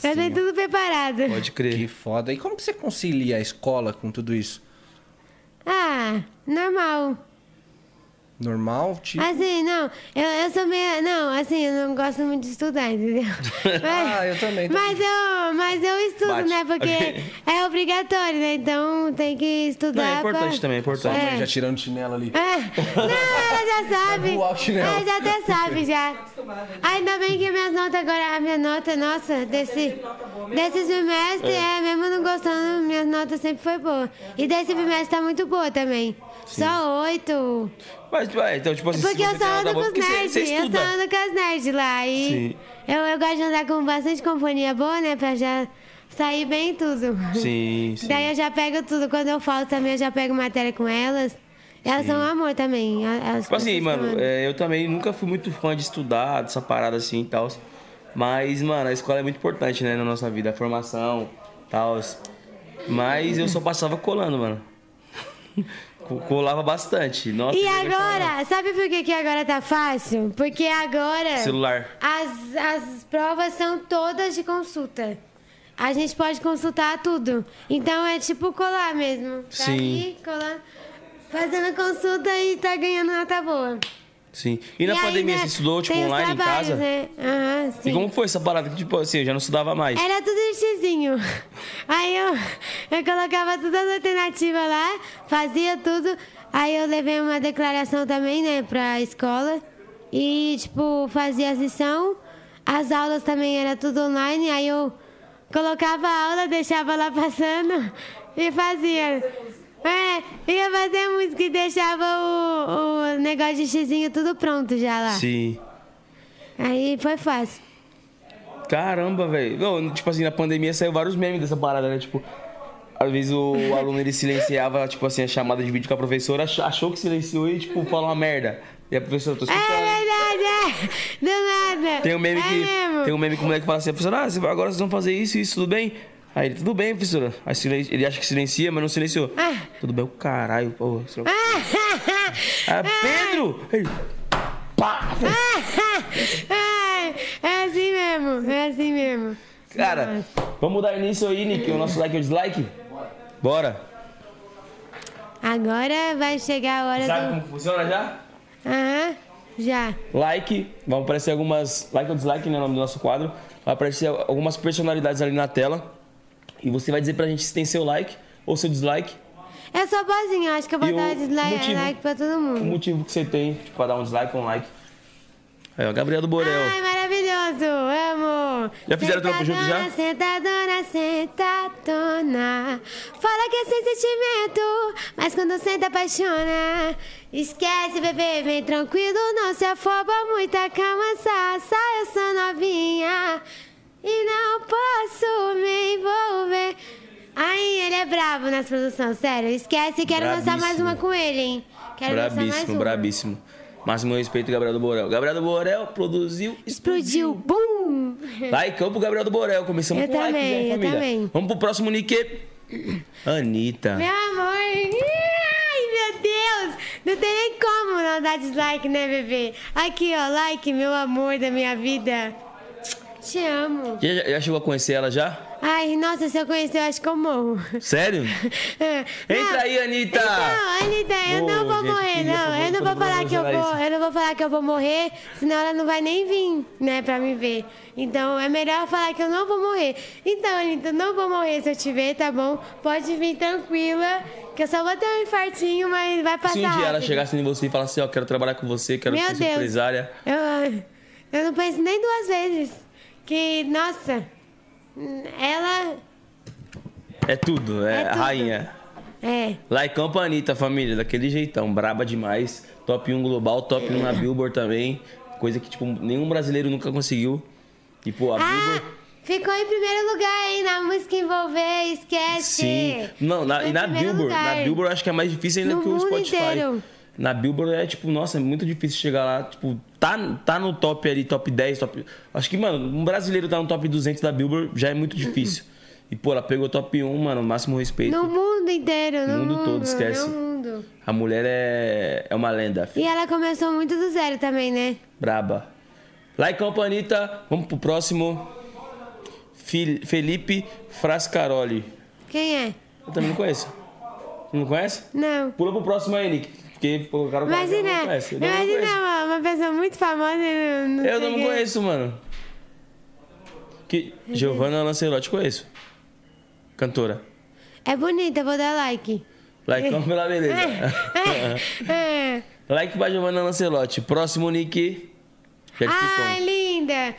Speaker 3: Já tem tudo preparado.
Speaker 2: Pode crer.
Speaker 1: Que foda. E como que você concilia a escola com tudo isso?
Speaker 3: Ah, normal.
Speaker 1: Normal, tipo.
Speaker 3: Assim, não, eu, eu sou meio. Não, assim, eu não gosto muito de estudar, entendeu?
Speaker 2: [laughs]
Speaker 3: Mas,
Speaker 1: Ah, eu também, também.
Speaker 3: Mas eu, mas eu estudo,
Speaker 2: Bate. [laughs]
Speaker 3: né? Porque é obrigatório, né? Então tem que
Speaker 2: Não,
Speaker 3: estudar.
Speaker 2: é importante
Speaker 3: pra-
Speaker 2: também, é
Speaker 1: Sua
Speaker 2: importante.
Speaker 1: mãe
Speaker 3: É.
Speaker 1: já tirando o chinelo ali.
Speaker 3: É. Não, ela
Speaker 2: É
Speaker 3: já sabe.
Speaker 1: voar o
Speaker 2: né?
Speaker 1: chinelo.
Speaker 3: Ela já até sabe, já. Ainda bem que minhas notas agora, a minha nota, nossa, desse, desse semestre, é. mesmo não gostando, minhas notas sempre foi boa. E desse semestre tá muito boa também. Só oito.
Speaker 2: Mas, ué, então, tipo assim... se
Speaker 3: Porque eu
Speaker 2: você
Speaker 3: só
Speaker 2: tem nota
Speaker 3: ando com
Speaker 2: boa,
Speaker 3: os
Speaker 2: porque você-
Speaker 3: nerds,
Speaker 2: você
Speaker 3: eu só
Speaker 2: estuda.
Speaker 3: ando com as nerds lá.
Speaker 2: Sim.
Speaker 3: E eu, eu gosto de andar com bastante companhia boa, né? Pra já sair bem tudo.
Speaker 2: Sim, sim.
Speaker 3: Daí eu já pego tudo. Quando eu falo também, eu já pego matéria com elas. Elas são um amor também. el- Elas
Speaker 2: Tipo assim,
Speaker 3: pessoas que eu
Speaker 2: mano,
Speaker 3: ando.
Speaker 2: é, eu também nunca fui muito fã de estudar, dessa parada assim e tal. Mas, mano, a escola é muito importante, né, na nossa vida, a formação e tal. Mas eu só passava colando, mano. [laughs] Co- Colava bastante. Nossa,
Speaker 3: E
Speaker 2: eu gostava,
Speaker 3: agora, sabe por que, que agora tá fácil? Porque agora
Speaker 2: não. Celular.
Speaker 3: as, as provas são todas de consulta. A gente pode consultar tudo. Então é tipo colar mesmo. Tá
Speaker 2: Sim.
Speaker 3: ali, colar, fazendo consulta e tá ganhando nota boa.
Speaker 2: Sim. E na
Speaker 3: aí,
Speaker 2: pandemia,
Speaker 3: né,
Speaker 2: você estudou, tipo,
Speaker 3: tem os
Speaker 2: online em
Speaker 3: trabalhos,
Speaker 2: casa?
Speaker 3: Né? Aham, sim. É.
Speaker 2: E como foi essa parada? Tipo assim, eu já não estudava mais.
Speaker 3: Era tudo xizinho. Aí eu, eu colocava todas as alternativas lá, fazia tudo. Aí eu levei uma declaração também, né, pra escola. E, tipo, fazia as lição. As aulas também era tudo online. Aí eu colocava a aula, deixava lá passando e fazia. É, ia fazer música e deixava o, o negócio de xizinho tudo pronto já lá.
Speaker 2: Sim.
Speaker 3: Aí foi fácil.
Speaker 2: Caramba, velho. Não, Tipo assim, na pandemia saiu vários memes dessa parada, né? Tipo, às vezes o
Speaker 3: [laughs]
Speaker 2: aluno ele silenciava, tipo assim, a chamada de vídeo com a professora, ach- achou que silenciou e, tipo, falou uma merda. E a professora, tô
Speaker 3: É
Speaker 2: escutando.
Speaker 3: verdade, é. Do nada.
Speaker 2: Então, Tem um meme
Speaker 3: é
Speaker 2: que.
Speaker 3: Mesmo.
Speaker 2: Tem um meme que o moleque fala assim, a professora, ah, cê- agora vocês vão fazer isso e isso, tudo bem? Aí ele, tudo bem, professora. Aí silen- ele acha que silencia, mas não silenciou.
Speaker 3: Ah.
Speaker 2: Tudo bem, o caralho, pô. sei
Speaker 3: É.
Speaker 2: lá.
Speaker 3: Ah,
Speaker 2: Ah, Pedro! Ele, pá!
Speaker 3: Ai, [laughs] é assim mesmo, é assim mesmo.
Speaker 2: Cara, vamos dar início aí, Nick, o nosso like ou dislike? Bora.
Speaker 3: Agora vai chegar a hora
Speaker 2: Sabe
Speaker 3: do.
Speaker 2: como funciona já?
Speaker 3: Aham, já.
Speaker 2: like, vão aparecer algumas. Like ou dislike, né? O nome do nosso quadro. Vai aparecer algumas personalidades ali na tela. E você vai dizer pra gente se tem seu like ou seu dislike.
Speaker 3: Eu sou boazinha, acho que eu
Speaker 2: E
Speaker 3: vou
Speaker 2: o
Speaker 3: dar dislike
Speaker 2: motivo?
Speaker 3: like pra todo
Speaker 2: O
Speaker 3: mundo.
Speaker 2: motivo que você tem, tipo, pra dar um dislike ou um like. Aí, ó, Gabriel do Borel.
Speaker 3: Ai, maravilhoso, amo.
Speaker 2: Já fizeram trampo junto já?
Speaker 3: Sentadona, Sentadona, sentadona. Fala que é sem sentimento, mas quando senta apaixona. Esquece, bebê, vem tranquilo, não se afoba, muita calma, sassa, eu sou novinha. E não posso me envolver. Ai, ele é brabo nas produções, sério. Esquece, quero lançar mais
Speaker 2: Brabíssimo.
Speaker 3: uma com ele, hein? Quero lançar é mais
Speaker 2: brabíssimo,
Speaker 3: uma.
Speaker 2: brabíssimo. Máximo respeito, Gabriel do Borel. Gabriel do Borel produziu.
Speaker 3: Explodiu, bum!
Speaker 2: [laughs] Like, vamos pro Gabriel do Borel. Começamos
Speaker 3: Eu
Speaker 2: com o like,
Speaker 3: também,
Speaker 2: né,
Speaker 3: eu
Speaker 2: família?
Speaker 3: também.
Speaker 2: Vamos pro próximo, Nick. Anitta.
Speaker 3: Meu amor. Ai, meu Deus. Não tem nem como não dar dislike, né, bebê? Aqui, ó, like, meu amor da minha vida. Te amo.
Speaker 2: Já, já chegou a conhecer ela já?
Speaker 3: Ai, nossa, se eu conhecer, eu acho que eu morro. [laughs]
Speaker 2: Sério? Entra aí, Anitta!
Speaker 3: Não, É. Então, Anitta, eu não
Speaker 2: Ô,
Speaker 3: vou
Speaker 2: gente,
Speaker 3: morrer,
Speaker 2: queria
Speaker 3: não. Eu
Speaker 2: fazer
Speaker 3: não vou
Speaker 2: um programa
Speaker 3: falar que eu
Speaker 2: sobre
Speaker 3: vou,
Speaker 2: isso.
Speaker 3: eu não vou falar que eu vou morrer, senão ela não vai nem vir, né, pra me ver. Então é melhor eu falar que eu não vou morrer. Então, Anitta, eu não vou morrer se eu te ver, tá bom? Pode vir tranquila, que eu só vou ter um infartinho, mas vai passar.
Speaker 2: Se um dia ela
Speaker 3: rápido.
Speaker 2: chegasse em você e falasse, ó, quero trabalhar com você, quero
Speaker 3: Meu
Speaker 2: ser sua
Speaker 3: Deus.
Speaker 2: empresária.
Speaker 3: Eu, eu não penso nem duas vezes. Que, nossa, ela
Speaker 2: É tudo, é,
Speaker 3: É tudo.
Speaker 2: rainha.
Speaker 3: é.
Speaker 2: Laicão pra Anitta, família, daquele jeitão, braba demais. Top 1 global, top 1 na Billboard também. Coisa que, tipo, nenhum brasileiro nunca conseguiu. E, pô, a
Speaker 3: Ah,
Speaker 2: Billboard.
Speaker 3: ficou em primeiro lugar, hein? Na música envolver, esquece.
Speaker 2: Sim. Não, na,
Speaker 3: Ficou
Speaker 2: e
Speaker 3: em
Speaker 2: na
Speaker 3: primeiro
Speaker 2: Billboard.
Speaker 3: lugar.
Speaker 2: Na Billboard eu acho que é mais difícil ainda
Speaker 3: No
Speaker 2: que o
Speaker 3: mundo
Speaker 2: Spotify.
Speaker 3: inteiro.
Speaker 2: Na Billboard é tipo, nossa, é muito difícil chegar lá. Tipo, tá, tá no top ali, top 10, top. Acho que, mano, um brasileiro tá no top 200 da Billboard já é muito difícil. E, pô, ela pegou top 1, mano, máximo respeito.
Speaker 3: No mundo inteiro, no,
Speaker 2: No mundo todo, esquece.
Speaker 3: No mundo.
Speaker 2: A mulher é, é uma lenda, filho.
Speaker 3: E ela começou muito do zero também, né?
Speaker 2: Braba. Laicão pra Anitta, vamos pro próximo. Fil- Felipe Frascaroli.
Speaker 3: Quem é?
Speaker 2: Eu também não conheço. Não conhece?
Speaker 3: Não.
Speaker 2: Pula pro próximo aí, Nick. Porque pô, o cara o cara
Speaker 3: Imagina,
Speaker 2: não conhece. Eu não
Speaker 3: imagina
Speaker 2: conheço.
Speaker 3: uma, uma pessoa muito famosa. e Não,
Speaker 2: Eu
Speaker 3: sei
Speaker 2: não
Speaker 3: quem é.
Speaker 2: conheço, mano. Que... Giovanna é Lancelotti, conheço. Cantora.
Speaker 3: É bonita, vou dar like.
Speaker 2: Laicão pela beleza.
Speaker 3: É.
Speaker 2: [laughs] like pra Giovanna Lancelotti. Próximo, Nick. Já te
Speaker 3: Ai,
Speaker 2: conto.
Speaker 3: linda!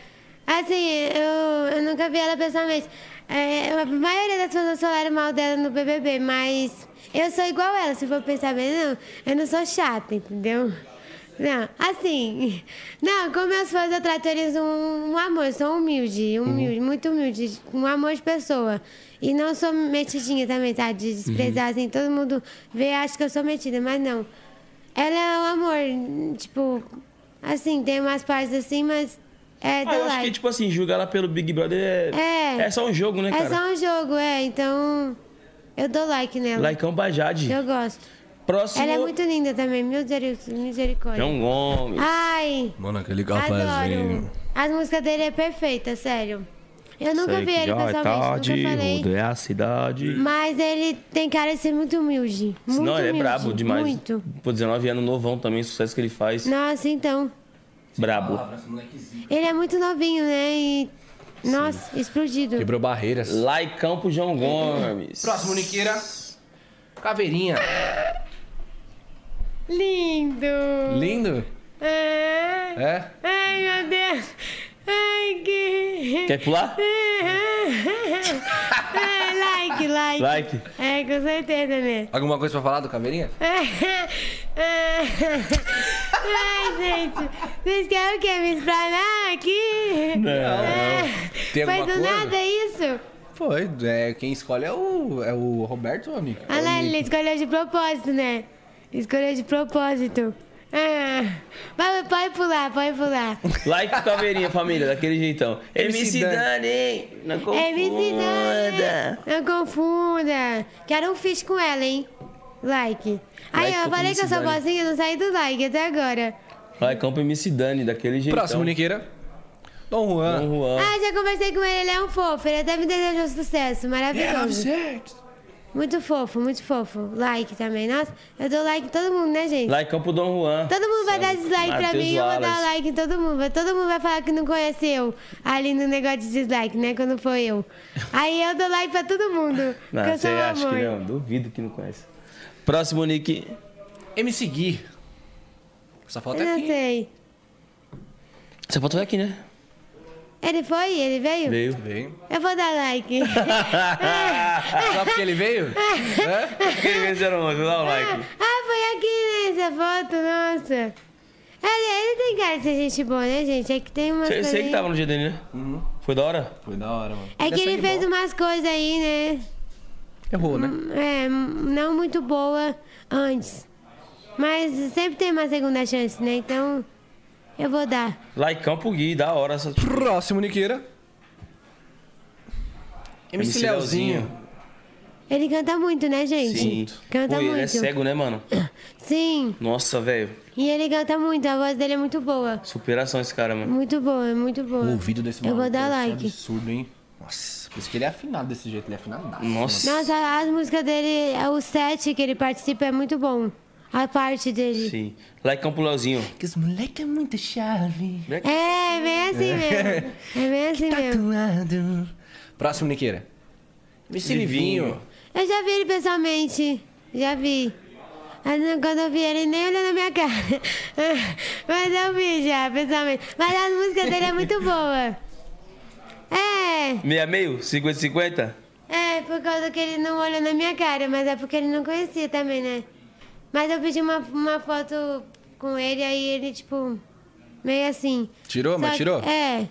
Speaker 3: Assim, eu, eu nunca vi ela pessoalmente. É, a maioria das pessoas falaram mal dela no BBB, mas eu sou igual ela, se for pensar bem, não. Eu não sou chata, entendeu? Não, assim. Não, com meus fãs eu trato eles um, um amor, eu sou humilde, humilde, muito humilde, um amor de pessoa. E não sou metidinha também, tá? De desprezar, assim, todo mundo vê, acha que eu sou metida, mas não. Ela é um amor, tipo, assim, tem umas partes assim, mas é
Speaker 2: Ah,
Speaker 3: do
Speaker 2: eu acho que,
Speaker 3: like.
Speaker 2: tipo assim, julgar ela pelo Big Brother é...
Speaker 3: É.
Speaker 2: só um jogo, né, cara?
Speaker 3: É só um jogo, é, então eu dou like nela.
Speaker 2: Laicão pra Jade.
Speaker 3: Eu gosto.
Speaker 2: Próximo.
Speaker 3: Ela é muito Ah, linda também, meu Deus, misericórdia.
Speaker 2: João Gomes.
Speaker 3: Ai,
Speaker 1: Mano, aquele
Speaker 4: Tá
Speaker 3: adoro. As músicas dele é perfeita, sério. Eu nunca vi ele
Speaker 2: tá
Speaker 3: pessoalmente, nunca falei.
Speaker 2: é a cidade.
Speaker 3: Mas ele tem cara de ser muito humilde. Muito
Speaker 2: Não, ele é
Speaker 3: humilde,
Speaker 2: brabo demais.
Speaker 3: Muito.
Speaker 2: Pô, 19 anos novão também, sucesso que ele faz.
Speaker 3: Nossa, então.
Speaker 2: Brabo.
Speaker 3: Ele é muito novinho, né? E. Nossa, explodido.
Speaker 1: Quebrou barreiras.
Speaker 2: Laicão pro João Gomes.
Speaker 1: Próximo, Niqueira. Caveirinha.
Speaker 3: Lindo!
Speaker 1: Lindo?
Speaker 3: É.
Speaker 1: É?
Speaker 3: Ai, meu Deus! Ai, que.
Speaker 2: Quer pular?
Speaker 3: [laughs] É, like, like.
Speaker 2: Like.
Speaker 3: É, com certeza, né?
Speaker 1: Alguma coisa pra falar do Caveirinha?
Speaker 3: [laughs] Ai, gente. Vocês querem o quê? Me esplanar aqui? É.
Speaker 1: Tem
Speaker 3: Foi
Speaker 1: alguma
Speaker 3: do
Speaker 1: coisa?
Speaker 3: nada isso?
Speaker 1: Foi. É, quem escolhe é o, é o Roberto, amigo.
Speaker 3: Ah, lá, ele escolheu de propósito, né? Escolheu de propósito. Ah, vai, pode pular, pode pular.
Speaker 2: Like pro Caveirinha, família, daquele jeitão.
Speaker 1: MC
Speaker 2: MC Dani, não confunda.
Speaker 3: É vizinha. Não confunda. Quero um fish com ela, hein? Like. Aí,
Speaker 2: Like
Speaker 3: eu
Speaker 2: com
Speaker 3: falei que eu sou
Speaker 2: publicidade.
Speaker 3: boazinha, não saí do like até agora.
Speaker 2: Laicão pro MC Dani, daquele jeitão.
Speaker 1: Próximo, Niqueira. Dom Juan.
Speaker 2: Dom Juan.
Speaker 3: Ah, já conversei com ele, ele é um fofo. Ele até me desejou sucesso,
Speaker 1: É,
Speaker 3: maravilhoso. Muito fofo, muito fofo. Like também. Nossa, eu dou like em todo mundo, né, gente?
Speaker 2: Laicão pro Dom Juan.
Speaker 3: Todo mundo vai dar dislike pra
Speaker 2: Matheus
Speaker 3: mim, eu vou dar
Speaker 2: Wallace.
Speaker 3: like em todo mundo. Vai- Todo mundo vai falar que não conhece eu ali no negócio de dislike, né? Quando foi eu. Aí eu dou like pra todo mundo.
Speaker 2: [laughs] Não,
Speaker 3: porque eu
Speaker 2: você
Speaker 3: sou um
Speaker 2: acha
Speaker 3: amor.
Speaker 2: que não? Duvido que não conhece. Próximo, Nick.
Speaker 1: MC Gui. Só falta
Speaker 3: Eu não
Speaker 1: aqui.
Speaker 3: sei.
Speaker 2: Você faltou aqui, né?
Speaker 3: [laughs] Ele foi? Ele veio?
Speaker 2: Veio.
Speaker 1: Veio.
Speaker 3: Eu vou
Speaker 2: [laughs]
Speaker 3: dar like.
Speaker 1: Só porque ele veio?
Speaker 3: É.
Speaker 2: Quem vencer o mundo, dá um like.
Speaker 3: [laughs] ah, foi aqui nessa foto, nossa. Ele, ele tem cara de ser gente boa, né, gente? É que tem umas
Speaker 2: Você
Speaker 3: coisas.
Speaker 2: você que tava no dia dele, né?
Speaker 1: Uhum.
Speaker 2: Foi da hora?
Speaker 1: Foi da hora, mano.
Speaker 3: É que ele fez umas coisas aí, né?
Speaker 1: Errou, né?
Speaker 3: É, m- não muito boa antes. Mas sempre tem uma segunda chance, né? Então, eu vou dar.
Speaker 2: Laicão pro Gui, da hora. Essa...
Speaker 1: Próximo, Niqueira. MC,
Speaker 2: MC
Speaker 1: Leozinho.
Speaker 2: Leozinho.
Speaker 3: Ele canta muito, né, gente?
Speaker 2: Sim.
Speaker 3: Canta
Speaker 2: Pô,
Speaker 3: muito.
Speaker 2: ele é cego, né, mano?
Speaker 3: Sim.
Speaker 2: Nossa, velho.
Speaker 3: E ele canta muito, a voz dele é muito boa.
Speaker 2: Superação esse cara, mano.
Speaker 3: Muito boa, muito boa.
Speaker 1: O ouvido desse
Speaker 3: Eu
Speaker 1: maluco
Speaker 3: vou dar
Speaker 1: deve ser um
Speaker 3: like.
Speaker 1: absurdo, hein? Nossa, por isso que ele é afinado desse jeito, ele é afinadaço.
Speaker 2: Nossa.
Speaker 3: Nossa, as músicas dele, é o set que ele participa é muito bom. A parte dele.
Speaker 2: Sim. Lá em Campo Leozinho.
Speaker 1: Que esse moleque é muito chave.
Speaker 3: É, é bem assim mesmo. É bem assim
Speaker 4: tá
Speaker 3: mesmo.
Speaker 1: Tatuado. Próximo, Niqueira. Mr.
Speaker 2: Livinho.
Speaker 1: Livinho.
Speaker 3: Eu já vi ele pessoalmente. Já vi. Mas não- Quando eu vi ele, nem olhou na minha cara. [laughs] Mas eu vi já, pessoalmente. Mas as músicas dele é muito boa. É,
Speaker 2: Meia meio? 50-50?
Speaker 3: é por causa que ele não olhou na minha cara, mas é porque ele não conhecia também, né? Mas eu pedi uma, uma foto com ele, aí ele, tipo, meio assim.
Speaker 1: Tirou, mas
Speaker 3: Só que-
Speaker 1: tirou?
Speaker 3: É.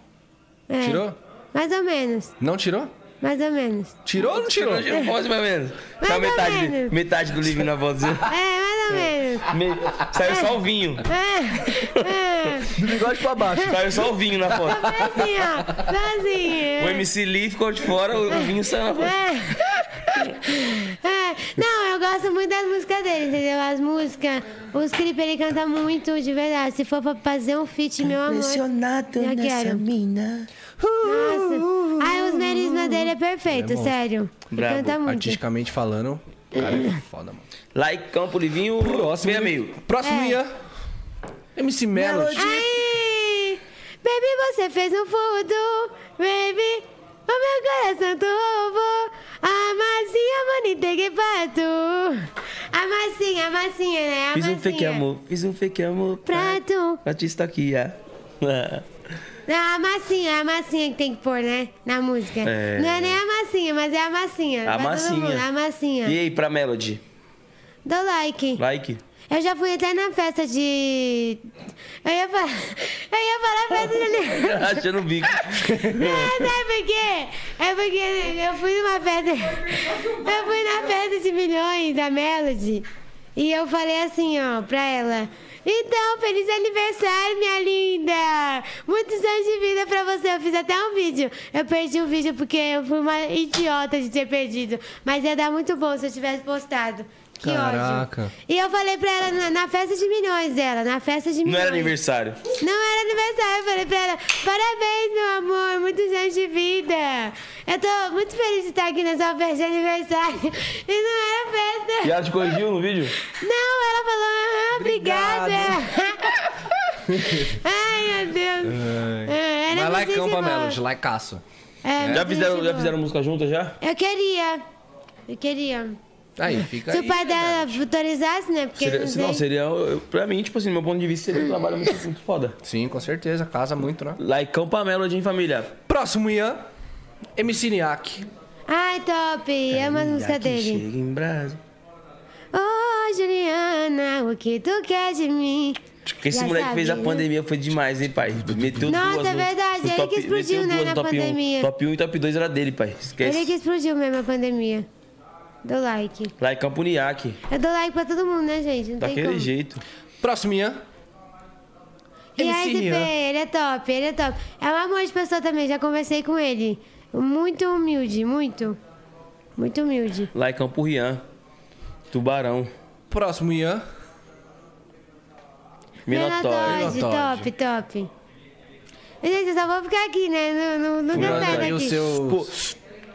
Speaker 3: É.
Speaker 1: Tirou?
Speaker 3: Mais ou menos,
Speaker 1: Não tirou?
Speaker 3: mais ou menos.
Speaker 1: Tirou ou não tirou?
Speaker 2: Tirou de voz, mais ou menos. Tá
Speaker 3: ou
Speaker 2: metade,
Speaker 3: menos.
Speaker 2: metade do livro na voz.
Speaker 3: É, mais ou menos.
Speaker 2: Me- Saiu só o vinho.
Speaker 3: É, é.
Speaker 1: Do bigode pra baixo.
Speaker 2: Saiu só o vinho na foto.
Speaker 3: Foi assim, ó. Foi assim. é.
Speaker 2: O MC Lee ficou de fora, o vinho saiu na foto.
Speaker 3: É. [laughs] É. Não, eu gosto muito das músicas dele, entendeu? As músicas, os clipes, ele canta muito, de verdade. Se for pra fazer um feat, meu amor.
Speaker 2: Impressionado
Speaker 3: Eu quero.
Speaker 2: mina.
Speaker 3: Nossa. Ai, os merismas dele é perfeito, sério. Ele
Speaker 2: Brabo.
Speaker 3: canta muito.
Speaker 1: [laughs] Artisticamente falando, o cara é foda, mano.
Speaker 2: Lá em Campo Livinho, meia meio.
Speaker 1: Próximo,
Speaker 3: É.
Speaker 1: Ian. MC Melody.
Speaker 3: Ai, baby, você fez um furto, baby. O meu coração tu roubou. A massinha, manitegue pra tu. A massinha, a massinha, né? A
Speaker 2: Fiz um
Speaker 3: massinha.
Speaker 2: fake amor, fiz um fake amor pra,
Speaker 3: Pra tu.
Speaker 2: pra te stalkear. é. [laughs]
Speaker 3: Não, a massinha, a massinha que tem que pôr, né? Na música.
Speaker 2: É.
Speaker 3: Não é nem a massinha, mas é a massinha.
Speaker 2: A
Speaker 3: Pra todo mundo,
Speaker 2: massinha.
Speaker 3: A massinha.
Speaker 2: E aí, pra Melody?
Speaker 3: Dou like.
Speaker 2: [laughs] Like?
Speaker 3: Eu já fui até na festa de... Eu ia falar... [laughs] Eu ia falar festa de...
Speaker 2: Achando o bico.
Speaker 3: Não, sabe por quê? É porque eu fui numa festa. Eu fui na festa de milhões da Melody. E eu falei assim, ó, pra ela. Então, feliz aniversário, minha linda! Muitos anos de vida pra você. Eu fiz até um vídeo. Eu perdi o vídeo porque eu fui uma idiota de ter perdido. Mas ia dar muito bom se eu tivesse postado. Que
Speaker 1: Caraca.
Speaker 3: ódio. E eu falei pra ela na, na festa de milhões dela, na festa de milhões.
Speaker 2: Não era aniversário.
Speaker 3: Não era aniversário, eu falei pra ela, parabéns, meu amor, muitos anos de vida. Eu tô muito feliz de estar aqui na sua festa de aniversário. E não era festa.
Speaker 2: E ela te corrigiu no vídeo?
Speaker 3: Não, ela falou, ah, obrigada.
Speaker 2: [laughs]
Speaker 3: Ai, meu Deus. É,
Speaker 1: Vai
Speaker 3: era
Speaker 1: lá e
Speaker 3: muito gente
Speaker 1: campa,
Speaker 3: boa.
Speaker 1: Melody. Lá e caça.
Speaker 3: É,
Speaker 2: Já
Speaker 3: muito
Speaker 2: fizeram,
Speaker 3: gente
Speaker 2: já
Speaker 3: boa.
Speaker 2: fizeram música juntas já?
Speaker 3: Eu queria, eu queria.
Speaker 1: Aí, fica
Speaker 3: Se
Speaker 1: aí.
Speaker 3: o pai dela autorizasse, né? Porque
Speaker 2: Seria,
Speaker 3: não
Speaker 2: né, se não,
Speaker 3: sei.
Speaker 2: seria. eu- Pra mim, tipo assim, do meu ponto de vista, seria um trabalho muito, muito foda.
Speaker 1: Sim, com certeza. Casa muito, né?
Speaker 2: Laicão pra Melody, hein, família?
Speaker 1: Próximo, Ian. MC Niak.
Speaker 3: Ai, top, amo as músicas
Speaker 2: Aqui
Speaker 3: É dele.
Speaker 2: Chega em brasa.
Speaker 3: Ô, Juliana, o que tu quer de mim?
Speaker 2: Porque esse
Speaker 3: Já
Speaker 2: moleque fez a
Speaker 3: sabia.
Speaker 2: pandemia, foi demais, hein, pai? Meteu
Speaker 3: Nossa,
Speaker 2: duas
Speaker 3: é
Speaker 2: no-
Speaker 3: verdade,
Speaker 2: no
Speaker 3: ele
Speaker 2: top-
Speaker 3: que explodiu,
Speaker 2: meteu
Speaker 3: né,
Speaker 2: duas
Speaker 3: na
Speaker 2: no top um.
Speaker 3: pandemia.
Speaker 2: Top 1 e top 2 era dele, pai. Esquece.
Speaker 3: Ele que explodiu mesmo a pandemia. Dou like.
Speaker 2: Lá em Campo Niaque,
Speaker 3: Eu dou like pra todo mundo, né, gente? Não tem
Speaker 2: daquele
Speaker 3: como.
Speaker 2: jeito.
Speaker 1: Próximo, Ian.
Speaker 3: E
Speaker 1: MC
Speaker 3: aí, ZP,
Speaker 1: Rian.
Speaker 3: ele é top, ele é top. É um amor de pessoa também, já conversei com ele. Muito humilde, muito. Muito humilde.
Speaker 2: Lá em Campo Rian, Tubarão,
Speaker 1: Próximo, Ian.
Speaker 2: Minotório.
Speaker 3: Menotóide,
Speaker 1: Minotauro.
Speaker 3: top, top. Gente, eu só vou ficar aqui, né? Não, não, não deu
Speaker 2: Fulano,
Speaker 3: certo
Speaker 1: E o
Speaker 3: aqui.
Speaker 1: seu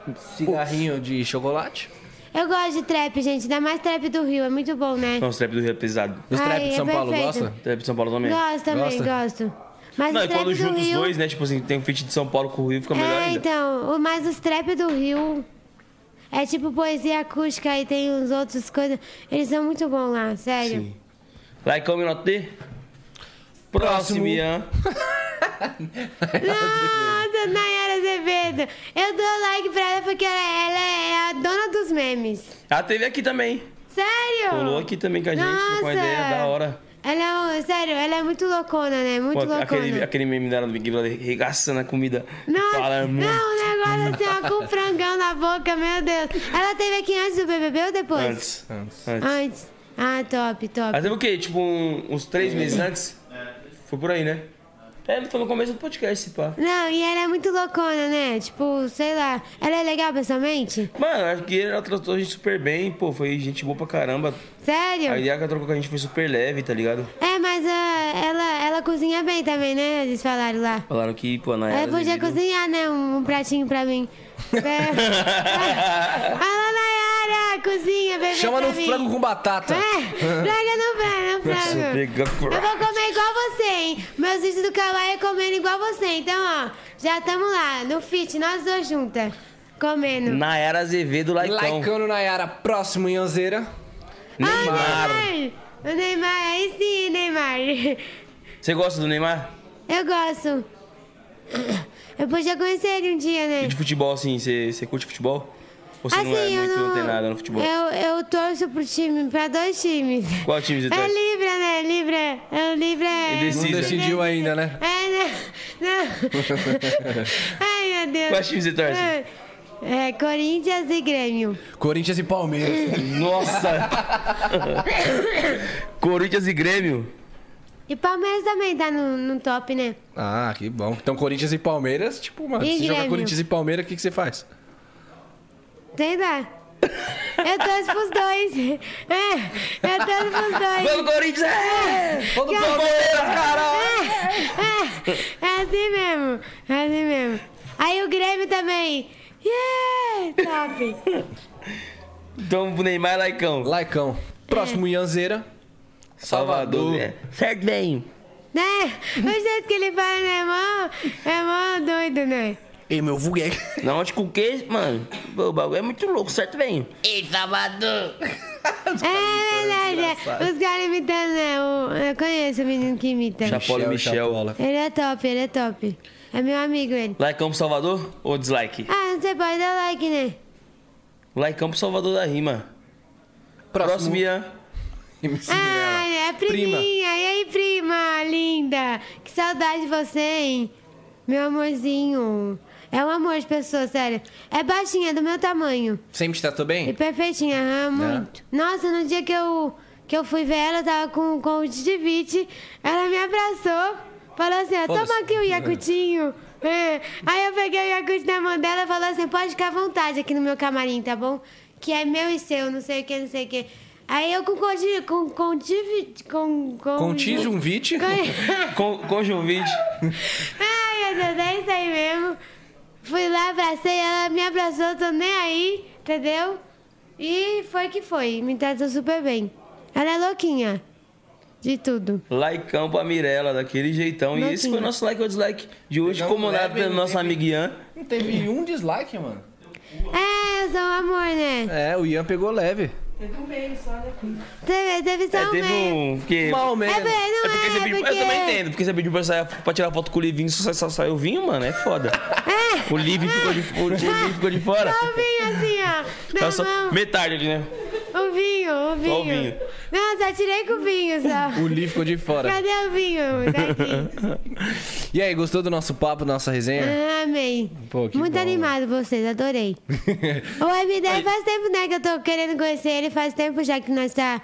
Speaker 2: Pô,
Speaker 1: cigarrinho de chocolate.
Speaker 3: Eu gosto de trap, gente. Ainda mais trap do Rio, é muito bom, né?
Speaker 2: não, os trap do Rio é pesado.
Speaker 1: Os
Speaker 3: Ai,
Speaker 1: trap de
Speaker 3: é
Speaker 1: São Paulo,
Speaker 3: perfeito.
Speaker 1: gosta?
Speaker 2: Trap de São Paulo também.
Speaker 3: Gosto também,
Speaker 1: Gosta?
Speaker 3: gosto. Mas
Speaker 2: Não,
Speaker 3: o
Speaker 2: e
Speaker 3: trap
Speaker 2: quando
Speaker 3: do
Speaker 2: junta os
Speaker 3: Rio...
Speaker 2: dois, né? Tipo assim, tem um feat de São Paulo com o Rio, fica melhor
Speaker 3: É,
Speaker 2: ainda.
Speaker 3: então, o- mas os trap do Rio é tipo poesia acústica e tem uns outros coisas. Eles são muito bons lá, sério.
Speaker 2: Sim.
Speaker 3: então-
Speaker 2: Lá em Campo Minotê. Próximo,
Speaker 1: Próximo.
Speaker 2: Ian.
Speaker 3: Nossa, Nayara Azevedo. Eu dou like pra ela porque ela, ela é a dona dos memes.
Speaker 2: Ela teve aqui também.
Speaker 3: Sério?
Speaker 2: Colou aqui também com a gente, com a
Speaker 3: Ah. Nossa.
Speaker 2: ideia da hora.
Speaker 3: Ela é, um- sério, ela é muito loucona, né? Muito
Speaker 2: Pô,
Speaker 3: loucona.
Speaker 2: aquele, aquele meme dela do Big Brother regaçando a comida.
Speaker 3: Nossa,
Speaker 2: Fala muito.
Speaker 3: não, o negócio assim, ó, com frangão na boca, meu Deus. Ela teve aqui antes do BBB ou depois?
Speaker 2: Antes.
Speaker 1: Antes.
Speaker 2: Antes.
Speaker 3: Antes. Ah, top, top.
Speaker 1: É.
Speaker 2: Mas teve o quê? Tipo, um- uns três meses antes? Foi por aí, né? É, ele falou no começo do podcast, esse pá.
Speaker 3: Não, e ela é muito loucona, né? Tipo, sei lá. Ela é legal pessoalmente?
Speaker 2: Mano, acho que ela tratou a gente super bem, pô, foi gente boa pra caramba.
Speaker 3: Sério?
Speaker 2: A ideia que ela trocou com a gente foi super leve, tá ligado?
Speaker 3: É, mas ah, ela, ela cozinha bem também, né? Eles falaram lá.
Speaker 2: Falaram que, pô, na
Speaker 3: Ela É, podia
Speaker 2: Azevedo-
Speaker 3: cozinhar, né? Um, um pratinho pra mim. É. Alô, Nayara, cozinha, bebê.
Speaker 1: Chama
Speaker 3: pra
Speaker 1: no
Speaker 3: mim.
Speaker 1: frango com batata.
Speaker 3: É, praga no praga, no
Speaker 2: Nossa,
Speaker 3: praga.
Speaker 2: pega-
Speaker 3: Eu vou comer igual você, hein? Meus vídeos do Kawaii é comendo igual você. Então, ó, já estamos lá, no fit, nós duas juntas. Comendo.
Speaker 2: Na era Azevedo, Laicão.
Speaker 1: Laicando Nayara, próximo Yanzeira.
Speaker 3: Ai,
Speaker 2: Neymar.
Speaker 3: O Neymar, aí sim, Neymar.
Speaker 2: Você gosta do Neymar?
Speaker 3: Eu gosto. Eu podia conhecer ele um dia, né?
Speaker 2: E de futebol, assim, você, você curte futebol? Ou você não é
Speaker 3: Assim, eu
Speaker 2: muito antenada no futebol?
Speaker 3: Eu, eu torço pro time, pra dois times.
Speaker 2: Qual time você
Speaker 3: É
Speaker 2: torce?
Speaker 3: Libra, né? Libra. É o Libra. é-
Speaker 2: Indeciso.
Speaker 1: Não
Speaker 2: Cisa.
Speaker 1: decidiu ainda, né?
Speaker 3: É, não.
Speaker 2: [laughs]
Speaker 3: não. Ai, meu Deus.
Speaker 2: Qual time você torce?
Speaker 3: É, Corinthians e Grêmio.
Speaker 1: Corinthians e Palmeiras.
Speaker 2: Nossa! Corinthians e Grêmio.
Speaker 3: E Palmeiras também tá no, no top, né?
Speaker 1: [laughs] ah, que bom. Então, Corinthians e Palmeiras, tipo, mano,
Speaker 3: E
Speaker 1: se jogar
Speaker 3: Grêmio?
Speaker 1: Corinthians e Palmeiras, o que, que você faz?
Speaker 3: Sei lá. Eu torço É pros dois. É, eu torço pros dois.
Speaker 2: Vamos, Corinthians! É! Vamos, Palmeiras, caralho!
Speaker 3: É, é assim mesmo. É assim mesmo. Aí o Grêmio também. Yeah! Top.
Speaker 2: Então, pro Neymar, Laicão.
Speaker 1: Laicão. Próximo
Speaker 3: É.
Speaker 1: Yanzeira. Salvador.
Speaker 2: né? Certo, bem.
Speaker 3: Né? O jeito que ele fala, né, mó? É mó doido, né?
Speaker 1: Ei, meu vulguei.
Speaker 2: Na onde com o quê, mano? Pô, O bagulho é muito louco, certo, bem.
Speaker 3: É verdade, é. os caras imitando, né? O- eu conheço o menino que imita.
Speaker 2: Chapolo Michel.
Speaker 3: Ele é top, ele é top. É meu amigo ele.
Speaker 2: Laicão pro Salvador ou dislike?
Speaker 3: Ah, você pode dar like, né?
Speaker 2: Laicão pro Salvador da rima. Próximo, Ian.
Speaker 1: MC
Speaker 3: Ah,
Speaker 1: Mirella.
Speaker 3: é a priminha.
Speaker 1: Prima.
Speaker 3: E aí, prima, linda? Que saudade de você, hein? Meu amorzinho. É um amor de pessoa, sério. É baixinha, é do meu tamanho.
Speaker 1: Sempre te tratou
Speaker 3: E
Speaker 1: bem?
Speaker 3: É perfeitinha, aham, muito. Nossa, no dia que eu, que eu fui ver ela, eu tava com, com o Didivite. Ela me abraçou, falou assim, ó,
Speaker 1: Foda-se.
Speaker 3: toma aqui o Yacutinho. É. Aí eu peguei o Yacut na mão dela e falou assim, pode ficar à vontade aqui no meu camarim, tá bom? Que é meu e seu, não sei o que, não sei o que. Aí eu com condi- com com divi- com com
Speaker 1: Contígio um vite?
Speaker 3: [laughs] com-
Speaker 2: Com, com Jovite.
Speaker 3: Ai, meu Deus, é isso aí mesmo. Fui lá, abracei, ela me abraçou, tô nem aí, entendeu? E foi que foi, me tratou super bem. Ela é louquinha de tudo.
Speaker 2: Laicão pra Mirella, daquele jeitão. E esse foi o nosso like ou dislike de hoje,
Speaker 1: Pegamos
Speaker 2: comandado
Speaker 1: leve,
Speaker 2: pelo
Speaker 1: não
Speaker 2: nosso
Speaker 1: teve-
Speaker 2: amigo Ian.
Speaker 1: Não teve um dislike, mano.
Speaker 3: É, eu sou um amor, né?
Speaker 1: É, o Ian pegou leve.
Speaker 6: Teve um meio só, né?
Speaker 3: Teve, teve só
Speaker 2: É,
Speaker 3: um
Speaker 2: teve
Speaker 3: meio.
Speaker 2: um. Porque...
Speaker 1: Mal
Speaker 3: É,
Speaker 1: mesmo.
Speaker 3: bem, não
Speaker 2: É porque
Speaker 3: é,
Speaker 2: você pediu,
Speaker 3: porque...
Speaker 2: Eu também entendo, porque você pediu pra, sair, pra tirar foto com o Livinho, só, só, saiu o vinho, mano, é foda. O Livinho ficou de, o Livinho ficou de fora.
Speaker 3: Só o vinho assim, ó, na
Speaker 2: Tá só
Speaker 3: mão.
Speaker 2: metade ali, né?
Speaker 3: O vinho, o vinho.
Speaker 2: o vinho.
Speaker 3: Não, só tirei com o vinho, só.
Speaker 1: O Lee ficou de fora.
Speaker 3: Cadê o vinho? Tá aqui.
Speaker 1: E aí, gostou do nosso papo, da nossa
Speaker 3: [laughs]
Speaker 1: resenha?
Speaker 3: Ah, amei.
Speaker 1: Pô, que
Speaker 3: Muito
Speaker 1: bom,
Speaker 3: animado
Speaker 1: [laughs]
Speaker 3: vocês, adorei. O MD faz tempo, né, que eu tô querendo conhecer ele, faz tempo já que nós tá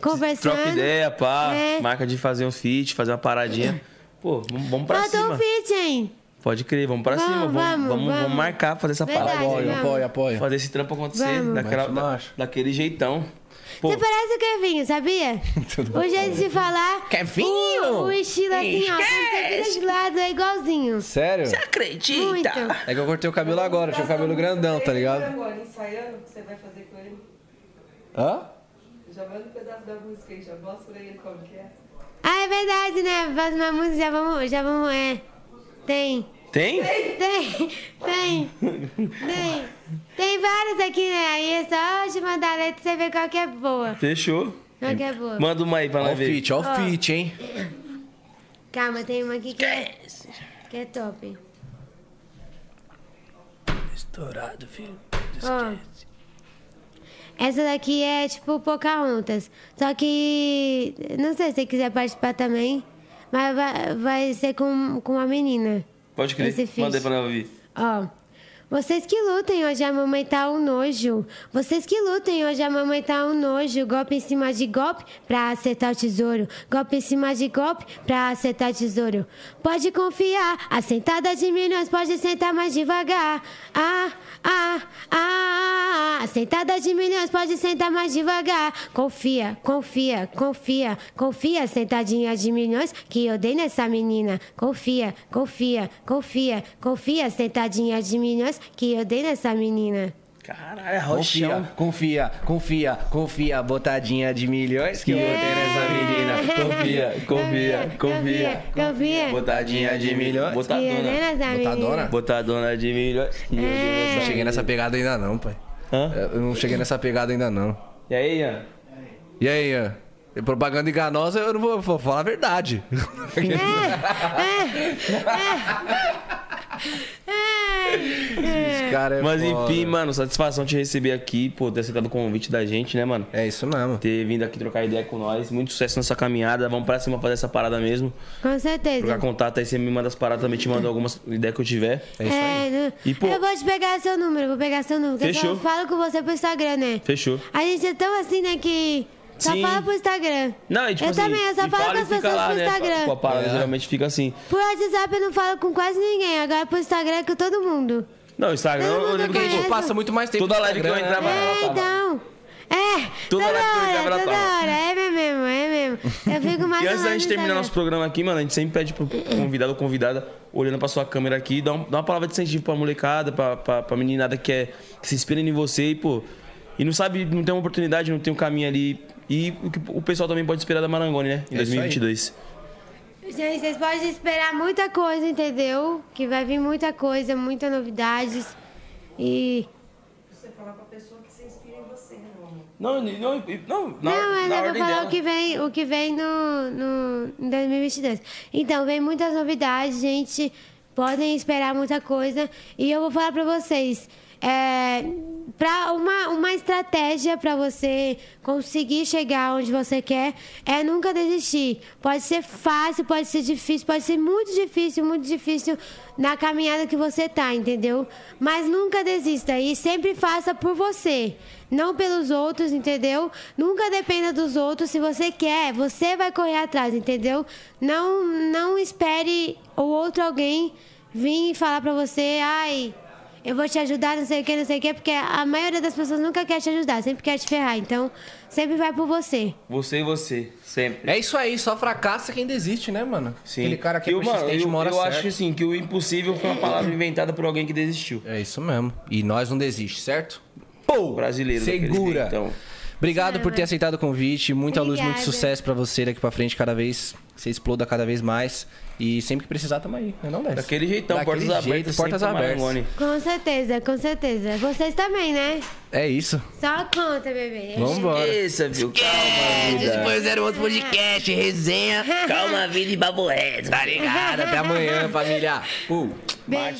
Speaker 3: conversando.
Speaker 2: Troca ideia, pá.
Speaker 3: É.
Speaker 2: Marca de fazer um feat, fazer uma paradinha. Pô, vamos, vamos pra
Speaker 3: Faltou
Speaker 2: cima.
Speaker 3: um feat, hein?
Speaker 2: Pode crer, vamos pra
Speaker 3: Vamos,
Speaker 2: cima. Vamos,
Speaker 3: vamos,
Speaker 2: vamos, vamos,
Speaker 3: vamos.
Speaker 2: marcar, fazer essa
Speaker 3: Verdade.
Speaker 2: parada.
Speaker 3: Vamos.
Speaker 1: apoia.
Speaker 2: Fazer esse trampo acontecer
Speaker 3: Vamos.
Speaker 2: daquela,
Speaker 1: Macho,
Speaker 2: da-
Speaker 1: macho.
Speaker 2: daquele jeitão. Pô,
Speaker 3: Você parece o Kevinho, sabia?
Speaker 1: [laughs] Tudo
Speaker 3: o jeito de falar.
Speaker 1: Kevinho?
Speaker 3: O, o estilo assim, ó. com os de lado é igualzinho.
Speaker 1: Sério?
Speaker 3: Muito.
Speaker 1: É que eu cortei o cabelo agora, tinha o cabelo grandão, tá ligado?
Speaker 6: Agora, ensaiando, o que você vai fazer com ele?
Speaker 1: Hã?
Speaker 6: Já manda um pedaço da música aí, já mostra pra ele como que é.
Speaker 3: Ah, é verdade, né? Faz uma música, já vamos, já vamos, é. Tem.
Speaker 2: Tem?
Speaker 3: Tem, tem, tem. Tem várias aqui, né? Aí é só te mandar a letra e você vê qual que é boa.
Speaker 2: Fechou.
Speaker 3: Qual que é boa.
Speaker 2: Manda uma aí pra
Speaker 1: Ó
Speaker 2: nós
Speaker 1: o
Speaker 2: ver.
Speaker 1: fit, ó o fit, hein?
Speaker 3: Calma, tem uma aqui que é, que é top.
Speaker 2: Estourado, filho.
Speaker 3: Ó. Essa daqui é tipo Pocahontas. Só que. Não sei se você quiser participar também. Mas vai, vai ser com, com uma menina.
Speaker 2: Pode crer.
Speaker 3: Esse feat.
Speaker 2: Manda aí pra nós ouvir.
Speaker 3: Ó. Vocês que lutem, hoje a mamãe tá um nojo. Vocês que lutem, hoje a mamãe tá um nojo. Golpe em cima de golpe pra acertar o tesouro. Golpe em cima de golpe pra acertar o tesouro. Pode confiar, a sentada de milhões pode sentar mais devagar. Ah, ah, ah, ah. A sentada de milhões pode sentar mais devagar. Confia, confia, confia, confia, sentadinha de milhões que eu dei nessa menina. Confia, confia, confia, confia, sentadinha de milhões que eu dei nessa menina.
Speaker 2: Caralho, é
Speaker 1: Confia,
Speaker 2: rochão.
Speaker 1: confia, confia, confia, botadinha de milhões que eu botei nessa menina. [laughs]
Speaker 2: Confia, confia, confia.
Speaker 3: confia.
Speaker 2: Botadinha de milhões.
Speaker 3: Que eu dei
Speaker 2: Botadona.
Speaker 3: nessa menina.
Speaker 1: Botadona?
Speaker 2: Botadona de milhões. que eu dei nessa
Speaker 1: Não
Speaker 3: É.
Speaker 1: cheguei nessa pegada ainda não, pai.
Speaker 2: Hã?
Speaker 1: Eu não cheguei nessa pegada ainda não.
Speaker 2: E aí, Ian?
Speaker 1: E aí, Ian? É Propaganda enganosa, eu não vou, vou falar a verdade. Esse cara é
Speaker 2: Mas
Speaker 1: foda.
Speaker 2: enfim, mano, satisfação te receber aqui, por ter aceitado o convite da gente, né, mano?
Speaker 1: É isso mesmo.
Speaker 2: Ter vindo aqui trocar ideia com nós. Muito sucesso nessa caminhada. Vamos pra cima fazer essa parada mesmo.
Speaker 3: Com certeza.
Speaker 2: Trocar contato aí, você me manda as paradas também, te mando algumas ideias que eu tiver.
Speaker 1: É isso aí.
Speaker 3: É,
Speaker 2: E, pô-
Speaker 3: eu vou te pegar seu número, vou pegar seu número. porque
Speaker 2: Fechou.
Speaker 3: Eu só falo com você pro Instagram, né?
Speaker 2: Fechou.
Speaker 3: A gente é tão assim, né, que só
Speaker 2: Sim.
Speaker 3: fala pro Instagram.
Speaker 2: Não, e tipo
Speaker 3: eu
Speaker 2: assim,
Speaker 3: também, eu só
Speaker 2: e
Speaker 3: falo
Speaker 2: fala
Speaker 3: com
Speaker 2: e
Speaker 3: as
Speaker 2: fica
Speaker 3: pessoas
Speaker 2: lá,
Speaker 3: pro
Speaker 2: né?
Speaker 3: Instagram.
Speaker 2: Com a parada
Speaker 1: É.
Speaker 2: geralmente fica assim.
Speaker 3: Por WhatsApp eu não falo com quase ninguém, agora pro Instagram é com todo mundo.
Speaker 2: Não, Instagram,
Speaker 3: Todo
Speaker 2: eu
Speaker 3: mundo
Speaker 2: lembro que tipo,
Speaker 1: Porque a gente
Speaker 3: conhece.
Speaker 1: passa muito mais tempo
Speaker 2: Toda
Speaker 1: no
Speaker 2: live que eu
Speaker 1: Instagram,
Speaker 2: entrava,
Speaker 1: né?
Speaker 2: ela
Speaker 3: É,
Speaker 2: tava.
Speaker 3: então. É,
Speaker 2: Toda
Speaker 3: toda,
Speaker 2: hora que eu ligava, ela
Speaker 3: hora, toda
Speaker 2: tava.
Speaker 3: hora, é mesmo, é mesmo. Eu
Speaker 2: [laughs]
Speaker 3: fico mais
Speaker 2: E antes da gente
Speaker 3: ou menos
Speaker 2: terminar
Speaker 3: agora.
Speaker 2: nosso programa aqui, mano, a gente sempre pede pro
Speaker 3: É,
Speaker 2: convidado ou convidada, olhando pra sua câmera aqui, dá, um- dá uma palavra de incentivo pra molecada, pra, pra, pra meninada que, é, que se inspira em você e, pô, e não sabe, não tem uma oportunidade, não tem um caminho ali. E o que o pessoal também pode esperar da Marangoni, né? Em
Speaker 1: É isso aí.
Speaker 2: 2022.
Speaker 3: Gente, vocês podem esperar muita coisa, entendeu? Que vai vir muita coisa, muitas novidades. E
Speaker 6: Você fala pra pessoa que se inspira em você, meu amor.
Speaker 2: Não, não, não, na,
Speaker 3: Não, mas
Speaker 2: na
Speaker 3: eu vou
Speaker 2: ordem
Speaker 3: falar
Speaker 2: dela.
Speaker 3: o que vem, o que vem no, no, em 2022. Então, vem muitas novidades, gente. Podem esperar muita coisa. E eu vou falar pra vocês. É, pra uma, uma estratégia pra você conseguir chegar onde você quer é nunca desistir. Pode ser fácil, pode ser difícil, pode ser muito difícil, muito difícil na caminhada que você tá, entendeu? Mas nunca desista e sempre faça por você não pelos outros, entendeu? Nunca dependa dos outros. Se você quer, você vai correr atrás, entendeu? Não, não espere o outro alguém vir e falar pra você, ai, eu vou te ajudar, não sei o que, não sei o que, porque a maioria das pessoas nunca quer te ajudar, sempre quer te ferrar. Então, sempre vai por você.
Speaker 2: Você e você, sempre.
Speaker 1: É isso aí, só fracassa quem desiste, né, mano?
Speaker 2: Sim.
Speaker 1: Aquele cara que é
Speaker 2: eu, mano,
Speaker 1: persistente
Speaker 2: eu,
Speaker 1: uma hora
Speaker 2: eu
Speaker 1: certa.
Speaker 2: acho assim, que o impossível foi uma palavra inventada por alguém que desistiu.
Speaker 1: É isso mesmo. E nós não desiste, certo?
Speaker 2: Pô! Brasileiro. daquele
Speaker 1: Segura.
Speaker 2: jeito, Então.
Speaker 1: Obrigado por ter aceitado o convite. Muita luz, muito
Speaker 3: Obrigada.
Speaker 1: sucesso pra você daqui pra frente, cada vez que você exploda cada vez mais. E sempre que precisar, tamo aí. Não é não, Dez?
Speaker 2: Daquele jeitão,
Speaker 1: Daquele
Speaker 2: portas
Speaker 1: jeito,
Speaker 2: abertas.
Speaker 1: portas
Speaker 2: sempre um pra
Speaker 1: abertas.
Speaker 2: Marangoni.
Speaker 3: Com certeza, com certeza. Vocês também, né?
Speaker 1: É isso.
Speaker 3: Só conta, bebê.
Speaker 1: Vambora.
Speaker 2: Esqueça, viu? Calma, vida.
Speaker 1: era outro podcast, resenha.
Speaker 2: Calma, vida e baboé.
Speaker 1: Tá ligado? Até amanhã, família. Uh.
Speaker 3: Beijo.